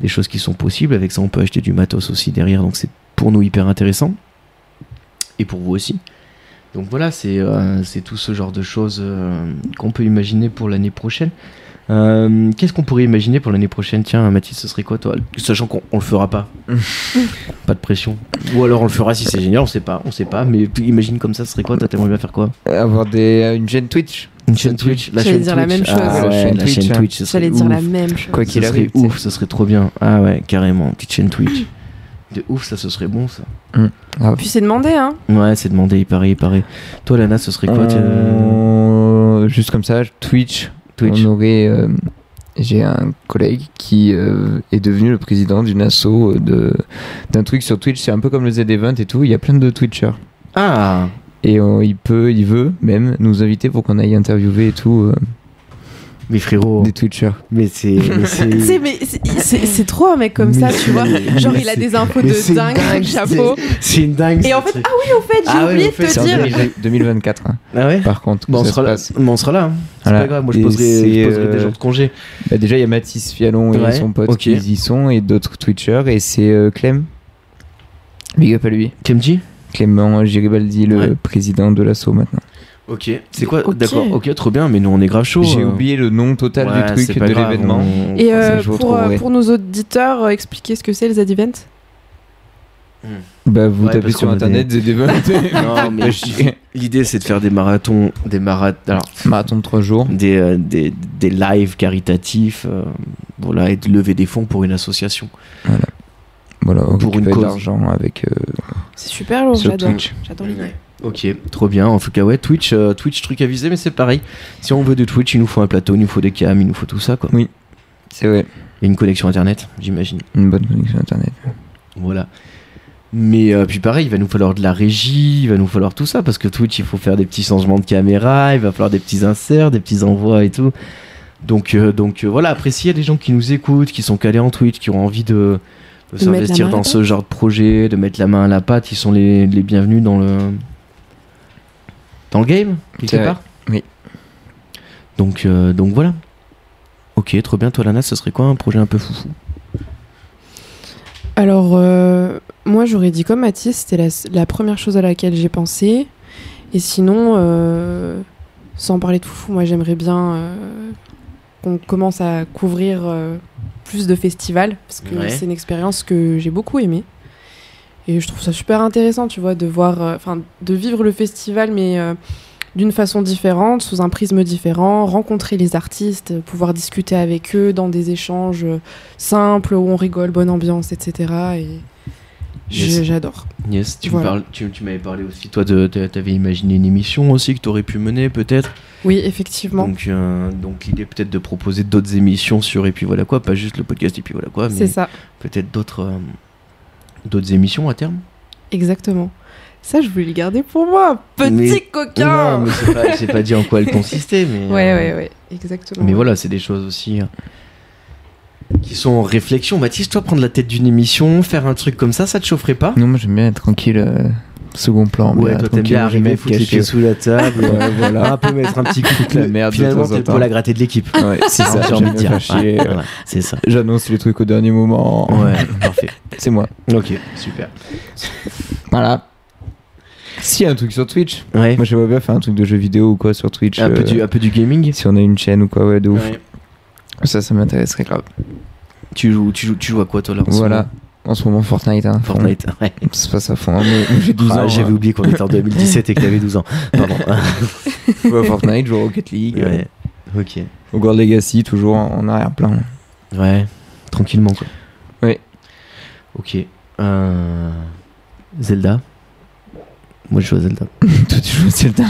[SPEAKER 1] Des choses qui sont possibles. Avec ça, on peut acheter du matos aussi derrière. Donc, c'est pour nous hyper intéressant. Et pour vous aussi. Donc voilà, c'est euh, c'est tout ce genre de choses euh, qu'on peut imaginer pour l'année prochaine. Euh, Qu'est-ce qu'on pourrait imaginer pour l'année prochaine Tiens, Mathis, ce serait quoi toi Sachant qu'on on le fera pas. pas de pression. Ou alors on le fera si c'est génial, on sait pas, on sait pas. Mais imagine comme ça, ce serait quoi Toi, t'aimerais bien faire quoi
[SPEAKER 3] Avoir des, euh, une chaîne Twitch.
[SPEAKER 1] Une chaîne Twitch
[SPEAKER 2] J'allais dire la même chose.
[SPEAKER 1] Ah ouais, la chaîne
[SPEAKER 3] hein.
[SPEAKER 1] Twitch, ce serait
[SPEAKER 2] J'allais dire la
[SPEAKER 1] ouf.
[SPEAKER 2] même chose.
[SPEAKER 3] Quoi
[SPEAKER 1] Ce
[SPEAKER 3] qu'il
[SPEAKER 1] serait
[SPEAKER 3] arrive.
[SPEAKER 1] ouf, ce serait trop bien. Ah ouais, carrément, petite chaîne Twitch. De ouf, ça, ce serait bon, ça.
[SPEAKER 2] Puis c'est demandé, hein.
[SPEAKER 1] Ouais, c'est demandé, il paraît, il paraît. Toi, Lana, ce serait
[SPEAKER 3] c'est-
[SPEAKER 1] quoi tiens,
[SPEAKER 3] Euh, Juste comme ça, Twitch.
[SPEAKER 1] Twitch
[SPEAKER 3] On aurait. euh, J'ai un collègue qui euh, est devenu le président d'une asso euh, de d'un truc sur Twitch. C'est un peu comme le Z-Event et tout. Il y a plein de Twitchers.
[SPEAKER 1] Ah
[SPEAKER 3] Et on- il peut, il veut même nous inviter pour qu'on aille interviewer et tout euh,
[SPEAKER 1] Mais frérot,
[SPEAKER 3] des Twitchers.
[SPEAKER 1] mais c'est. mais c'est-
[SPEAKER 2] Tu sais, mais c'est- c'est c'est trop un mec comme ça,
[SPEAKER 1] Mais
[SPEAKER 2] tu vois.
[SPEAKER 1] c'est-
[SPEAKER 2] Genre,
[SPEAKER 1] mais
[SPEAKER 2] il a
[SPEAKER 1] c'est-
[SPEAKER 2] des infos
[SPEAKER 1] mais
[SPEAKER 2] de
[SPEAKER 1] c'est
[SPEAKER 2] dingue,
[SPEAKER 1] dingue,
[SPEAKER 2] chapeau.
[SPEAKER 1] C'est une dingue.
[SPEAKER 2] Et en
[SPEAKER 1] ce
[SPEAKER 2] fait,
[SPEAKER 1] truc.
[SPEAKER 2] ah oui, au fait, j'ai
[SPEAKER 1] Ah oui,
[SPEAKER 2] oublié
[SPEAKER 1] au fait,
[SPEAKER 2] de
[SPEAKER 1] c'est
[SPEAKER 3] C'est
[SPEAKER 2] te
[SPEAKER 1] en
[SPEAKER 3] en
[SPEAKER 2] dire.
[SPEAKER 3] 2024. hein.
[SPEAKER 1] Ah ouais
[SPEAKER 3] Par contre,
[SPEAKER 1] Bon,
[SPEAKER 3] où
[SPEAKER 1] on
[SPEAKER 3] ça
[SPEAKER 1] sera
[SPEAKER 3] se
[SPEAKER 1] là.
[SPEAKER 3] passe.
[SPEAKER 1] Bon, on sera là. hein. C'est
[SPEAKER 3] Voilà.
[SPEAKER 1] pas grave, moi je
[SPEAKER 3] Et
[SPEAKER 1] poserai, je
[SPEAKER 3] c'est,
[SPEAKER 1] poserai des
[SPEAKER 3] euh,
[SPEAKER 1] jours de congé.
[SPEAKER 3] Bah déjà, il y a Mathis Fialon et
[SPEAKER 1] Ouais,
[SPEAKER 3] son pote
[SPEAKER 1] ok.
[SPEAKER 3] qui y sont, et d'autres Twitchers, et c'est euh, Clem. Big up à lui.
[SPEAKER 1] KMG
[SPEAKER 3] Clément Giribaldi, le
[SPEAKER 1] Ouais.
[SPEAKER 3] président de l'asso maintenant.
[SPEAKER 1] Ok. C'est quoi
[SPEAKER 2] Ok.
[SPEAKER 1] D'accord, ok, trop bien, mais nous on est grave chaud.
[SPEAKER 3] J'ai
[SPEAKER 1] hein.
[SPEAKER 3] oublié le nom total
[SPEAKER 1] Ouais,
[SPEAKER 3] du
[SPEAKER 1] c'est
[SPEAKER 3] truc,
[SPEAKER 1] pas
[SPEAKER 3] de
[SPEAKER 1] grave,
[SPEAKER 3] l'événement.
[SPEAKER 1] on-
[SPEAKER 2] Et
[SPEAKER 3] Ça,
[SPEAKER 2] euh,
[SPEAKER 3] je vous
[SPEAKER 2] pour, euh,
[SPEAKER 3] retrouverai.
[SPEAKER 2] pour nos auditeurs, euh, expliquer ce que c'est le Z-Event
[SPEAKER 3] Bah, vous
[SPEAKER 1] Ouais,
[SPEAKER 3] tapez
[SPEAKER 1] parce
[SPEAKER 3] sur
[SPEAKER 1] qu'on a
[SPEAKER 3] internet, des...
[SPEAKER 1] Non, mais l'idée c'est de faire des marathons, des marathons, alors
[SPEAKER 3] Marathon de 3 jours.
[SPEAKER 1] des, euh, des, des lives caritatifs, euh, voilà, et de lever des fonds pour une association.
[SPEAKER 3] Voilà,
[SPEAKER 1] Pour
[SPEAKER 3] pour
[SPEAKER 1] une
[SPEAKER 3] une
[SPEAKER 1] cause.
[SPEAKER 3] d'argent avec euh,
[SPEAKER 2] C'est super lourd,
[SPEAKER 3] sur
[SPEAKER 2] j'adore.
[SPEAKER 3] Twitch.
[SPEAKER 2] J'adore l'idée.
[SPEAKER 1] Ok, trop bien. En tout cas, ouais, Twitch, euh, Twitch, truc à viser, mais c'est pareil. Si on veut de Twitch, il nous faut un plateau, il nous faut des cams, il nous faut tout ça, quoi.
[SPEAKER 3] C'est vrai.
[SPEAKER 1] Et une connexion internet, j'imagine.
[SPEAKER 3] Une bonne connexion internet.
[SPEAKER 1] Voilà. Mais euh, puis pareil, il va nous falloir de la régie, il va nous falloir tout ça, parce que Twitch, il faut faire des petits changements de caméra, il va falloir des petits inserts, des petits envois et tout. Donc, euh, donc euh, voilà, après, s'il y a des gens qui nous écoutent, qui sont calés en Twitch, qui ont envie de, de
[SPEAKER 2] mettre la
[SPEAKER 1] s'investir
[SPEAKER 2] main à la
[SPEAKER 1] dans ce genre de projet, de mettre la main à la pâte, ils sont les, les bienvenus dans le. dans le game,
[SPEAKER 3] C'est
[SPEAKER 1] quelque
[SPEAKER 3] vrai,
[SPEAKER 1] part.
[SPEAKER 3] oui.
[SPEAKER 1] Donc, euh, donc voilà. Ok, trop bien, toi, Lana, ce serait quoi un projet un peu foufou
[SPEAKER 2] Alors, euh, moi, j'aurais dit comme Mathis, c'était la, la première chose à laquelle j'ai pensé. Et sinon, euh, sans parler de foufou, moi, j'aimerais bien euh, qu'on commence à couvrir euh, plus de festivals, parce que
[SPEAKER 1] Ouais.
[SPEAKER 2] c'est une expérience que j'ai beaucoup aimée. Et je trouve ça super intéressant, tu vois, de voir, euh, enfin, de vivre le festival, mais euh, d'une façon différente, sous un prisme différent, rencontrer les artistes, pouvoir discuter avec eux dans des échanges euh, simples où on rigole, bonne ambiance, etc. Et je-
[SPEAKER 1] Yes.
[SPEAKER 2] j'adore.
[SPEAKER 1] Yes, tu, me
[SPEAKER 2] Voilà.
[SPEAKER 1] parles- tu, tu m'avais parlé aussi, toi, de, de- t'avais imaginé une émission aussi que t'aurais pu mener, peut-être.
[SPEAKER 2] Oui, effectivement,
[SPEAKER 1] Donc, euh, donc l'idée peut-être de proposer d'autres émissions sur et puis voilà quoi, pas juste le podcast et puis voilà quoi,
[SPEAKER 2] c'est
[SPEAKER 1] mais
[SPEAKER 2] ça,
[SPEAKER 1] peut-être d'autres, euh, d'autres émissions à terme.
[SPEAKER 2] exactement. Ça, je voulais le garder pour moi, petit
[SPEAKER 1] Mais-
[SPEAKER 2] coquin.
[SPEAKER 1] Non, mais c'est pas, j'ai pas dit en quoi elle consistait, mais.
[SPEAKER 2] Ouais,
[SPEAKER 1] euh,
[SPEAKER 2] ouais, ouais, exactement.
[SPEAKER 1] Mais voilà, c'est des choses aussi euh, qui sont en réflexion. Mathis, toi, prendre la tête d'une émission, faire un truc comme ça, ça te chaufferait pas
[SPEAKER 3] Non, moi j'aime bien être tranquille, euh, second plan.
[SPEAKER 1] Ouais,
[SPEAKER 3] là,
[SPEAKER 1] toi t'aimes
[SPEAKER 3] tranquille,
[SPEAKER 1] bien
[SPEAKER 3] je vais
[SPEAKER 1] arriver,
[SPEAKER 3] me
[SPEAKER 1] foutre les
[SPEAKER 3] cacher.
[SPEAKER 1] pieds sous la table, euh,
[SPEAKER 3] Ouais,
[SPEAKER 1] voilà, un peu mettre un petit coup de
[SPEAKER 3] La merde de
[SPEAKER 1] Finalement,
[SPEAKER 3] temps en
[SPEAKER 1] t'es
[SPEAKER 3] temps.
[SPEAKER 1] pour la gratter de l'équipe. hein.
[SPEAKER 3] Ouais, c'est ça,
[SPEAKER 1] j'ai
[SPEAKER 3] j'aime
[SPEAKER 1] envie de dire.
[SPEAKER 3] bien faire chier.
[SPEAKER 1] Ouais, voilà, c'est ça.
[SPEAKER 3] J'annonce les trucs au dernier moment.
[SPEAKER 1] Ouais, parfait.
[SPEAKER 3] C'est moi.
[SPEAKER 1] Ok, super.
[SPEAKER 3] Voilà. S'il y a un truc sur Twitch,
[SPEAKER 1] Ouais.
[SPEAKER 3] moi j'aimerais bien faire un truc de jeu vidéo ou quoi sur Twitch.
[SPEAKER 1] Un peu,
[SPEAKER 3] euh,
[SPEAKER 1] du, un peu du gaming.
[SPEAKER 3] Si on a une chaîne ou quoi, ouais, de ouf.
[SPEAKER 1] Ouais.
[SPEAKER 3] Ça, ça m'intéresserait grave.
[SPEAKER 1] Tu, joues, tu, joues, tu joues à quoi toi là en ce
[SPEAKER 3] Voilà. En ce moment, Fortnite. Hein,
[SPEAKER 1] moment Fortnite. Ouais.
[SPEAKER 3] Enfin, C'est pas ça, fond. hein, mais j'ai 12
[SPEAKER 1] Ah,
[SPEAKER 3] ans.
[SPEAKER 1] J'avais
[SPEAKER 3] hein.
[SPEAKER 1] oublié qu'on était en 2017 et que t'avais 12 ans. Pardon.
[SPEAKER 3] Je joue à Fortnite, je joue à Rocket League.
[SPEAKER 1] ouais. Ok.
[SPEAKER 3] Au World Legacy, toujours en en arrière-plan.
[SPEAKER 1] Ouais. Tranquillement quoi.
[SPEAKER 3] Ouais.
[SPEAKER 1] Ok. Euh, Zelda. Moi je joue à Zelda.
[SPEAKER 3] Toi, tu joues à Zelda.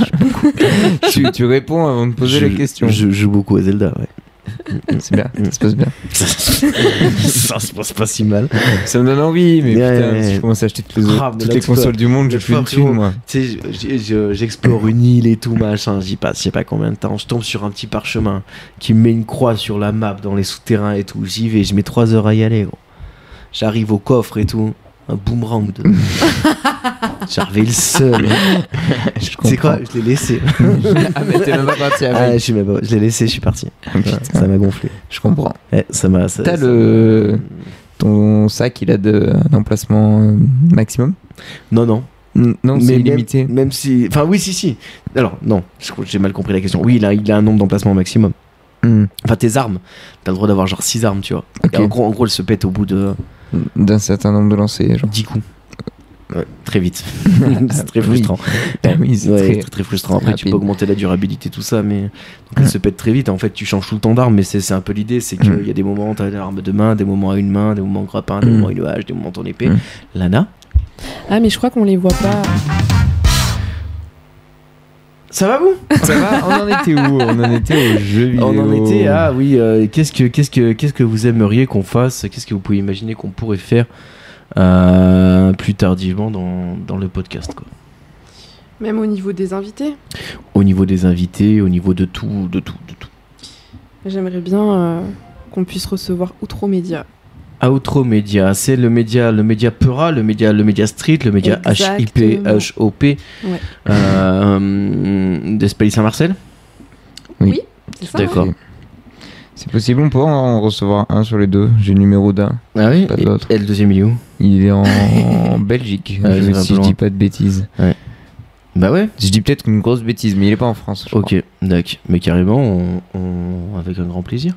[SPEAKER 3] tu, tu réponds avant de poser
[SPEAKER 1] Je-
[SPEAKER 3] la question.
[SPEAKER 1] Je je joue beaucoup à Zelda, ouais.
[SPEAKER 3] C'est bien, ça se passe bien.
[SPEAKER 1] ça se passe pas si mal.
[SPEAKER 3] Ça me donne envie, mais
[SPEAKER 1] Ouais,
[SPEAKER 3] putain,
[SPEAKER 1] ouais.
[SPEAKER 3] si je commence à acheter toutes les,
[SPEAKER 1] Ah, mais
[SPEAKER 3] toutes
[SPEAKER 1] là,
[SPEAKER 3] les
[SPEAKER 1] tu peux-
[SPEAKER 3] consoles du monde, j'ai
[SPEAKER 1] tu
[SPEAKER 3] plus
[SPEAKER 1] peux
[SPEAKER 3] une thune,
[SPEAKER 1] absolument-
[SPEAKER 3] moi.
[SPEAKER 1] Tu sais, je- je- j'explore une île et tout, machin, j'y passe, je sais pas combien de temps, je tombe sur un petit parchemin qui met une croix sur la map dans les souterrains et tout, j'y vais, je mets 3 heures à y aller, gros. J'arrive au coffre et tout, un boomerang de... J'arrivais le seul.
[SPEAKER 3] Je
[SPEAKER 1] C'est
[SPEAKER 3] comprends.
[SPEAKER 1] quoi Je l'ai laissé.
[SPEAKER 3] Ah, mais t'es même pas parti
[SPEAKER 1] Ah, je
[SPEAKER 3] avec.
[SPEAKER 1] suis même pas- je l'ai laissé, je suis parti.
[SPEAKER 3] Putain,
[SPEAKER 1] Ça m'a gonflé.
[SPEAKER 3] je comprends.
[SPEAKER 1] Ouais, ça m'a. ça-
[SPEAKER 3] T'as
[SPEAKER 1] ça-
[SPEAKER 3] le- euh, Ton sac, il a de, un emplacement euh, maximum
[SPEAKER 1] Non, non.
[SPEAKER 3] Mm, Non, c'est
[SPEAKER 1] même-
[SPEAKER 3] illimité.
[SPEAKER 1] Même, si. Enfin, oui, si, si. Alors, non, je crois que j'ai mal compris la question. Oui, il a, il a un nombre d'emplacements maximum.
[SPEAKER 3] Mm,
[SPEAKER 1] Enfin, tes armes. T'as le droit d'avoir genre 6 armes, tu vois.
[SPEAKER 3] ok.
[SPEAKER 1] Et en, gros, en gros, elle se pète au bout de
[SPEAKER 3] D'un certain nombre de lancers, genre.
[SPEAKER 1] 10 coups. Très vite. c'est très
[SPEAKER 3] Oui.
[SPEAKER 1] frustrant.
[SPEAKER 3] Ah oui, c'est
[SPEAKER 1] Ouais,
[SPEAKER 3] très-
[SPEAKER 1] très, très frustrant. Après, tu peux
[SPEAKER 3] rapide.
[SPEAKER 1] augmenter la durabilité, tout ça, mais donc, elle
[SPEAKER 3] Mm.
[SPEAKER 1] se pète très vite. En fait, tu changes tout le temps d'arme, mais c'est c'est un peu l'idée. C'est qu'il
[SPEAKER 3] Mm.
[SPEAKER 1] y a des moments où t'as l'arme de main, des moments à une main, des moments grappin, des
[SPEAKER 3] Mm.
[SPEAKER 1] moments à une hache, des moments ton épée.
[SPEAKER 3] Mm.
[SPEAKER 1] Lana,
[SPEAKER 2] Ah, mais je crois qu'on les voit pas.
[SPEAKER 1] ça va vous
[SPEAKER 3] Ça va On en était où On en était aux jeux vidéo.
[SPEAKER 1] On en était à oui. euh, qu'est-ce que qu'est-ce que qu'est-ce que vous aimeriez qu'on fasse Qu'est-ce que vous pouvez imaginer qu'on pourrait faire euh, plus tardivement dans, dans le podcast quoi.
[SPEAKER 2] Même au niveau des invités,
[SPEAKER 1] Au niveau des invités, au niveau de tout, de tout, de tout.
[SPEAKER 2] j'aimerais bien euh, qu'on puisse recevoir Outromédia.
[SPEAKER 1] Outro Média, c'est le média, le média Pura, le média, le média Street, le média HIP,
[SPEAKER 2] Exactement.
[SPEAKER 1] HOP, euh, hum, Saint-Marcel.
[SPEAKER 2] C'est ça hein?
[SPEAKER 1] D'accord.
[SPEAKER 3] C'est possible, on pourra en recevoir un sur les deux. J'ai le numéro d'un.
[SPEAKER 1] Ah oui.
[SPEAKER 3] Pas de
[SPEAKER 1] Et,
[SPEAKER 3] l'autre.
[SPEAKER 1] et le deuxième il est où
[SPEAKER 3] Il est en, en Belgique,
[SPEAKER 1] Ah,
[SPEAKER 3] je-
[SPEAKER 1] c'est un peu
[SPEAKER 3] si je
[SPEAKER 1] loin.
[SPEAKER 3] dis pas de bêtises.
[SPEAKER 1] Bah ouais.
[SPEAKER 3] Je dis peut-être une grosse bêtise, mais il est pas en France. je
[SPEAKER 1] Ok, d'accord. Mais carrément, on, on- avec un grand plaisir.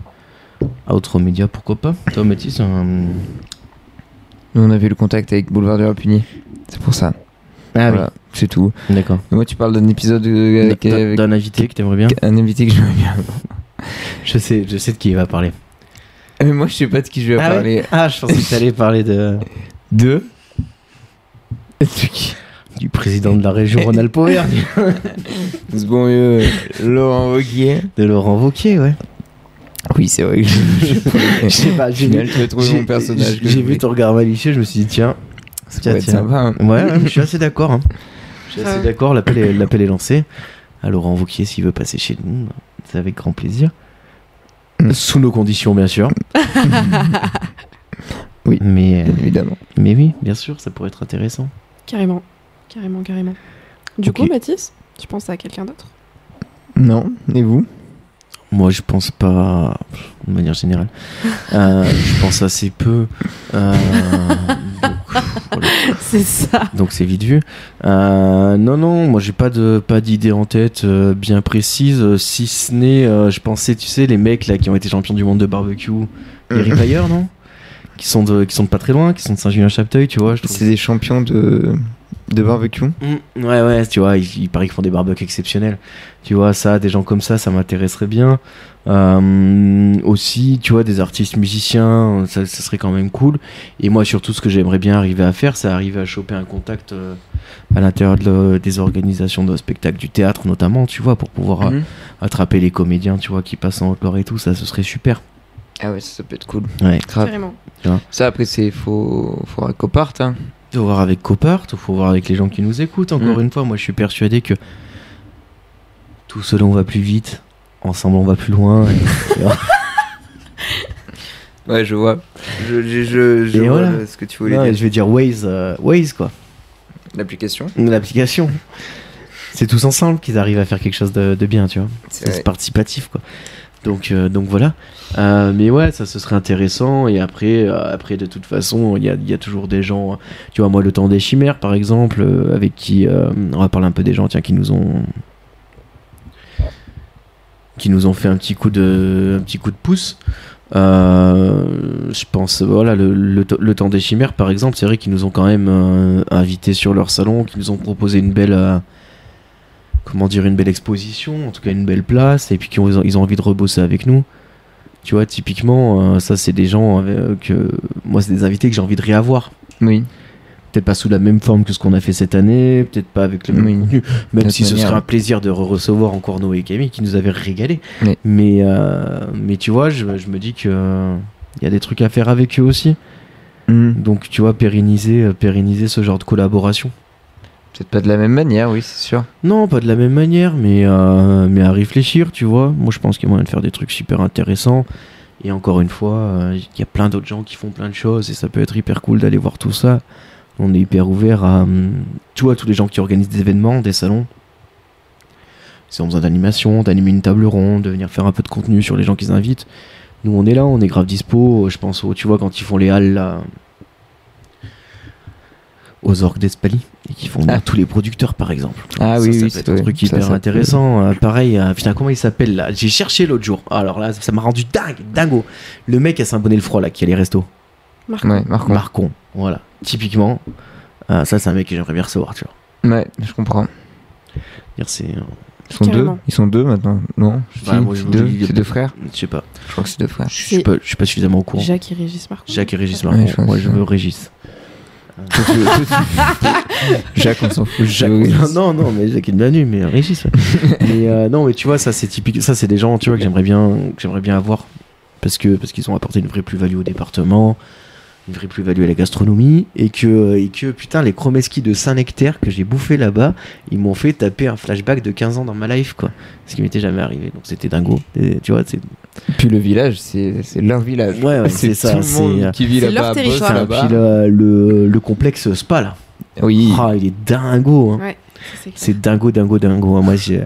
[SPEAKER 1] Outro Média, pourquoi pas Toi, Mathis, un...
[SPEAKER 3] Nous, on avait le contact avec Boulevard de la Punie. C'est pour ça.
[SPEAKER 1] Ah
[SPEAKER 3] Voilà, c'est tout.
[SPEAKER 1] oui, d'accord.
[SPEAKER 3] Et moi, tu parles d'un épisode euh,
[SPEAKER 1] D'un-
[SPEAKER 3] avec, avec
[SPEAKER 1] D'un invité que t'aimerais bien
[SPEAKER 3] un invité que j'aime bien.
[SPEAKER 1] Je sais, je sais de qui il va parler.
[SPEAKER 3] Mais moi, je sais pas de qui je vais
[SPEAKER 1] Ah ouais
[SPEAKER 3] parler.
[SPEAKER 1] Ah, je pensais que t'allais parler de...
[SPEAKER 3] De
[SPEAKER 1] de qui du président de la région Rhône-Alpes Auvergne,
[SPEAKER 3] C'est bon, euh, Laurent Wauquiez.
[SPEAKER 1] de Laurent Vauquier, ouais.
[SPEAKER 3] Oui, c'est vrai que
[SPEAKER 1] Je
[SPEAKER 3] je.
[SPEAKER 1] sais pas, j'ai
[SPEAKER 3] Final,
[SPEAKER 1] vu,
[SPEAKER 3] tu as trouvé
[SPEAKER 1] j'ai-
[SPEAKER 3] mon personnage. que
[SPEAKER 1] j'ai
[SPEAKER 3] je
[SPEAKER 1] vu
[SPEAKER 3] voulais.
[SPEAKER 1] ton regard malicieux, je me suis dit tiens,
[SPEAKER 3] Ça
[SPEAKER 1] tiens,
[SPEAKER 3] pourrait être
[SPEAKER 1] tiens.
[SPEAKER 3] sympa. hein.
[SPEAKER 1] ouais, ouais, je suis assez d'accord. hein. Je
[SPEAKER 3] Ah
[SPEAKER 1] suis assez
[SPEAKER 2] Ouais.
[SPEAKER 1] d'accord, l'appel est, l'appel est lancé. À Laurent Vauquier, s'il veut passer chez nous, c'est avec grand plaisir.
[SPEAKER 3] Mm.
[SPEAKER 1] Sous nos conditions, bien sûr.
[SPEAKER 3] Oui.
[SPEAKER 1] Mais, euh,
[SPEAKER 3] Bien Évidemment.
[SPEAKER 1] mais oui, bien sûr, ça pourrait être intéressant.
[SPEAKER 2] Carrément, carrément, carrément. Du
[SPEAKER 1] Ok.
[SPEAKER 2] coup, Mathis, tu penses à quelqu'un d'autre
[SPEAKER 3] Non, et vous
[SPEAKER 1] Moi, je pense pas, de manière générale. Euh, je pense assez peu. Euh, donc, voilà.
[SPEAKER 2] C'est ça.
[SPEAKER 1] Donc c'est vite vu. Euh, non, non, moi j'ai pas de pas d'idée en tête euh, bien précise, euh, si ce n'est, euh, je pensais, tu sais, les mecs là qui ont été champions du monde de barbecue, les Ripayer, non Qui sont de qui sont de pas très loin, qui sont de Saint-Julien-Chapteuil, tu vois. Je trouve.
[SPEAKER 3] C'est des champions de, de barbecue.
[SPEAKER 1] Mm, ouais, ouais, tu vois, ils, ils paraît qu'ils font des barbecues exceptionnels. Tu vois, ça, des gens comme ça, ça m'intéresserait bien. Euh, aussi, tu vois, des artistes musiciens, ça, ça serait quand même cool. Et moi, surtout, ce que j'aimerais bien arriver à faire, c'est arriver à choper un contact euh, à l'intérieur de le- des organisations de spectacles, du théâtre notamment, tu vois, pour pouvoir euh,
[SPEAKER 3] Mhm.
[SPEAKER 1] attraper les comédiens, tu vois, qui passent en haute et tout, ça, ce serait super.
[SPEAKER 3] Ah ouais, ça, ça peut être cool.
[SPEAKER 1] Ouais.
[SPEAKER 3] Grave.
[SPEAKER 2] Carrément.
[SPEAKER 3] Ça, après, c'est faut, faudra qu'on parte. Hein.
[SPEAKER 1] faut voir avec Copart, faut voir avec les gens qui nous écoutent. Encore
[SPEAKER 3] Mm.
[SPEAKER 1] une fois, moi je suis persuadé que tout seul on va plus vite, ensemble on va plus loin.
[SPEAKER 3] Ouais, je vois. Je, je, je, je
[SPEAKER 1] Et
[SPEAKER 3] vois
[SPEAKER 1] voilà.
[SPEAKER 3] le- ce que tu voulais
[SPEAKER 1] Non,
[SPEAKER 3] dire.
[SPEAKER 1] je vais dire Waze, euh, Waze quoi,
[SPEAKER 3] L'application.
[SPEAKER 1] l'application. C'est tous ensemble qu'ils arrivent à faire quelque chose de, de bien, tu vois.
[SPEAKER 3] C'est
[SPEAKER 1] C'est
[SPEAKER 3] vrai.
[SPEAKER 1] participatif quoi. Donc, euh, donc voilà. Euh, mais ouais, ça ce serait intéressant. Et après, euh, après de toute façon, il y a, il y a toujours des gens. hein. Tu vois, moi, le temps des chimères par exemple, euh, avec qui euh, on va parler un peu des gens tiens, qui nous ont qui nous ont fait un petit coup de, un petit coup de pouce. Euh, je pense, voilà, le, le, to- le temps des chimères, par exemple, c'est vrai qu'ils nous ont quand même euh, invités sur leur salon, qu'ils nous ont proposé une belle, euh, comment dire, une belle exposition, en tout cas une belle place, et puis qu'ils ont, ils ont envie de rebosser avec nous. Tu vois, typiquement, euh, ça, c'est des gens avec, euh, que moi, c'est des invités que j'ai envie de réavoir.
[SPEAKER 3] Oui.
[SPEAKER 1] Peut-être pas sous la même forme que ce qu'on a fait cette année, peut-être pas avec le même
[SPEAKER 3] Oui.
[SPEAKER 1] contenu, même
[SPEAKER 3] D'autres
[SPEAKER 1] si ce
[SPEAKER 3] manières.
[SPEAKER 1] serait un plaisir de re- recevoir encore Noé et Camille qui nous avaient régalé.
[SPEAKER 3] Oui.
[SPEAKER 1] Mais, euh, mais tu vois, je, je me dis que euh, il y a des trucs à faire avec eux aussi.
[SPEAKER 3] Mhm.
[SPEAKER 1] Donc tu vois, pérenniser, euh, pérenniser ce genre de collaboration.
[SPEAKER 3] Peut-être pas de la même manière, oui, c'est sûr.
[SPEAKER 1] Non, pas de la même manière, mais, euh, mais à réfléchir, tu vois. Moi, je pense qu'il y a moyen de faire des trucs super intéressants. Et encore une fois, euh, il y a plein d'autres gens qui font plein de choses et ça peut être hyper cool d'aller voir tout ça. On est hyper ouvert à, hum, tu vois, tous les gens qui organisent des événements, des salons. Ils ont besoin d'animation, d'animer une table ronde, de venir faire un peu de contenu sur les gens qu'ils invitent. Nous, on est là, on est grave dispo. Je pense, au, tu vois, quand ils font les halles là, aux orques d'Espali et qui font venir
[SPEAKER 3] Ah.
[SPEAKER 1] tous les producteurs, par exemple.
[SPEAKER 3] Ah
[SPEAKER 1] Ça, ça
[SPEAKER 3] oui, oui,
[SPEAKER 1] peut
[SPEAKER 3] c'est
[SPEAKER 1] être un
[SPEAKER 3] vrai.
[SPEAKER 1] truc
[SPEAKER 3] Ça,
[SPEAKER 1] hyper
[SPEAKER 3] ça peut-
[SPEAKER 1] intéressant. Euh, pareil, euh, putain, comment il s'appelle là J'ai cherché l'autre jour. Ah, Alors là, ça m'a rendu dingue, dingo. Le mec à Saint-Bonnet le Froid là, qui a les restos.
[SPEAKER 3] Ouais, Marc, on-
[SPEAKER 1] Marcon, voilà. Typiquement, euh, ça c'est un mec que j'aimerais bien recevoir, tu vois.
[SPEAKER 3] Ouais, je comprends.
[SPEAKER 1] Dire, C'est, euh,
[SPEAKER 3] Ils sont deux.
[SPEAKER 2] Carrément.
[SPEAKER 3] Ils sont deux maintenant. Non,
[SPEAKER 1] Bah,
[SPEAKER 3] Si,
[SPEAKER 1] moi, je
[SPEAKER 3] c'est
[SPEAKER 1] vous
[SPEAKER 3] deux.
[SPEAKER 1] dis-
[SPEAKER 3] C'est deux frères.
[SPEAKER 1] je sais pas.
[SPEAKER 3] Je crois que c'est deux frères.
[SPEAKER 1] Je suis
[SPEAKER 2] C'est-
[SPEAKER 1] pas, je suis pas suffisamment au courant. Jacques,
[SPEAKER 2] Jacques et Régis Marcon.
[SPEAKER 1] et Régis
[SPEAKER 2] Ouais.
[SPEAKER 1] Marcon.
[SPEAKER 3] je pense
[SPEAKER 1] Moi, je
[SPEAKER 3] que-
[SPEAKER 1] veux Régis.
[SPEAKER 3] Jacques, on s'en fout.
[SPEAKER 1] Jacques,
[SPEAKER 3] Oui, oui.
[SPEAKER 1] non, non, mais Jacques est bienvenu, mais euh, Régis. ouais. mais euh, non, mais tu vois, ça c'est typique. Ça c'est des gens, tu vois, que j'aimerais bien, que j'aimerais bien avoir parce que parce qu'ils ont apporté une vraie plus-value au département, une vraie plus-value à la gastronomie et que et que putain les chromeski de Saint-Nectaire que j'ai bouffé là-bas, ils m'ont fait taper un flashback de 15 ans dans ma life quoi, ce qui m'était jamais arrivé. Donc c'était dingo. Et, tu vois, c'est
[SPEAKER 3] Puis le village, c'est c'est leur village.
[SPEAKER 1] ouais, ouais, c'est ça.
[SPEAKER 3] tout le
[SPEAKER 1] C'est
[SPEAKER 3] monde
[SPEAKER 1] euh,
[SPEAKER 3] qui vit
[SPEAKER 2] C'est
[SPEAKER 3] là-bas,
[SPEAKER 2] leur
[SPEAKER 3] bosse
[SPEAKER 2] territoire.
[SPEAKER 1] putain,
[SPEAKER 3] là-bas.
[SPEAKER 1] puis le, le, le complexe spa là,
[SPEAKER 3] Oui.
[SPEAKER 1] Ah, il est dingo. Hein.
[SPEAKER 2] Ça, c'est clair.
[SPEAKER 1] C'est dingo, dingo, dingo. hein. Moi, j'ai-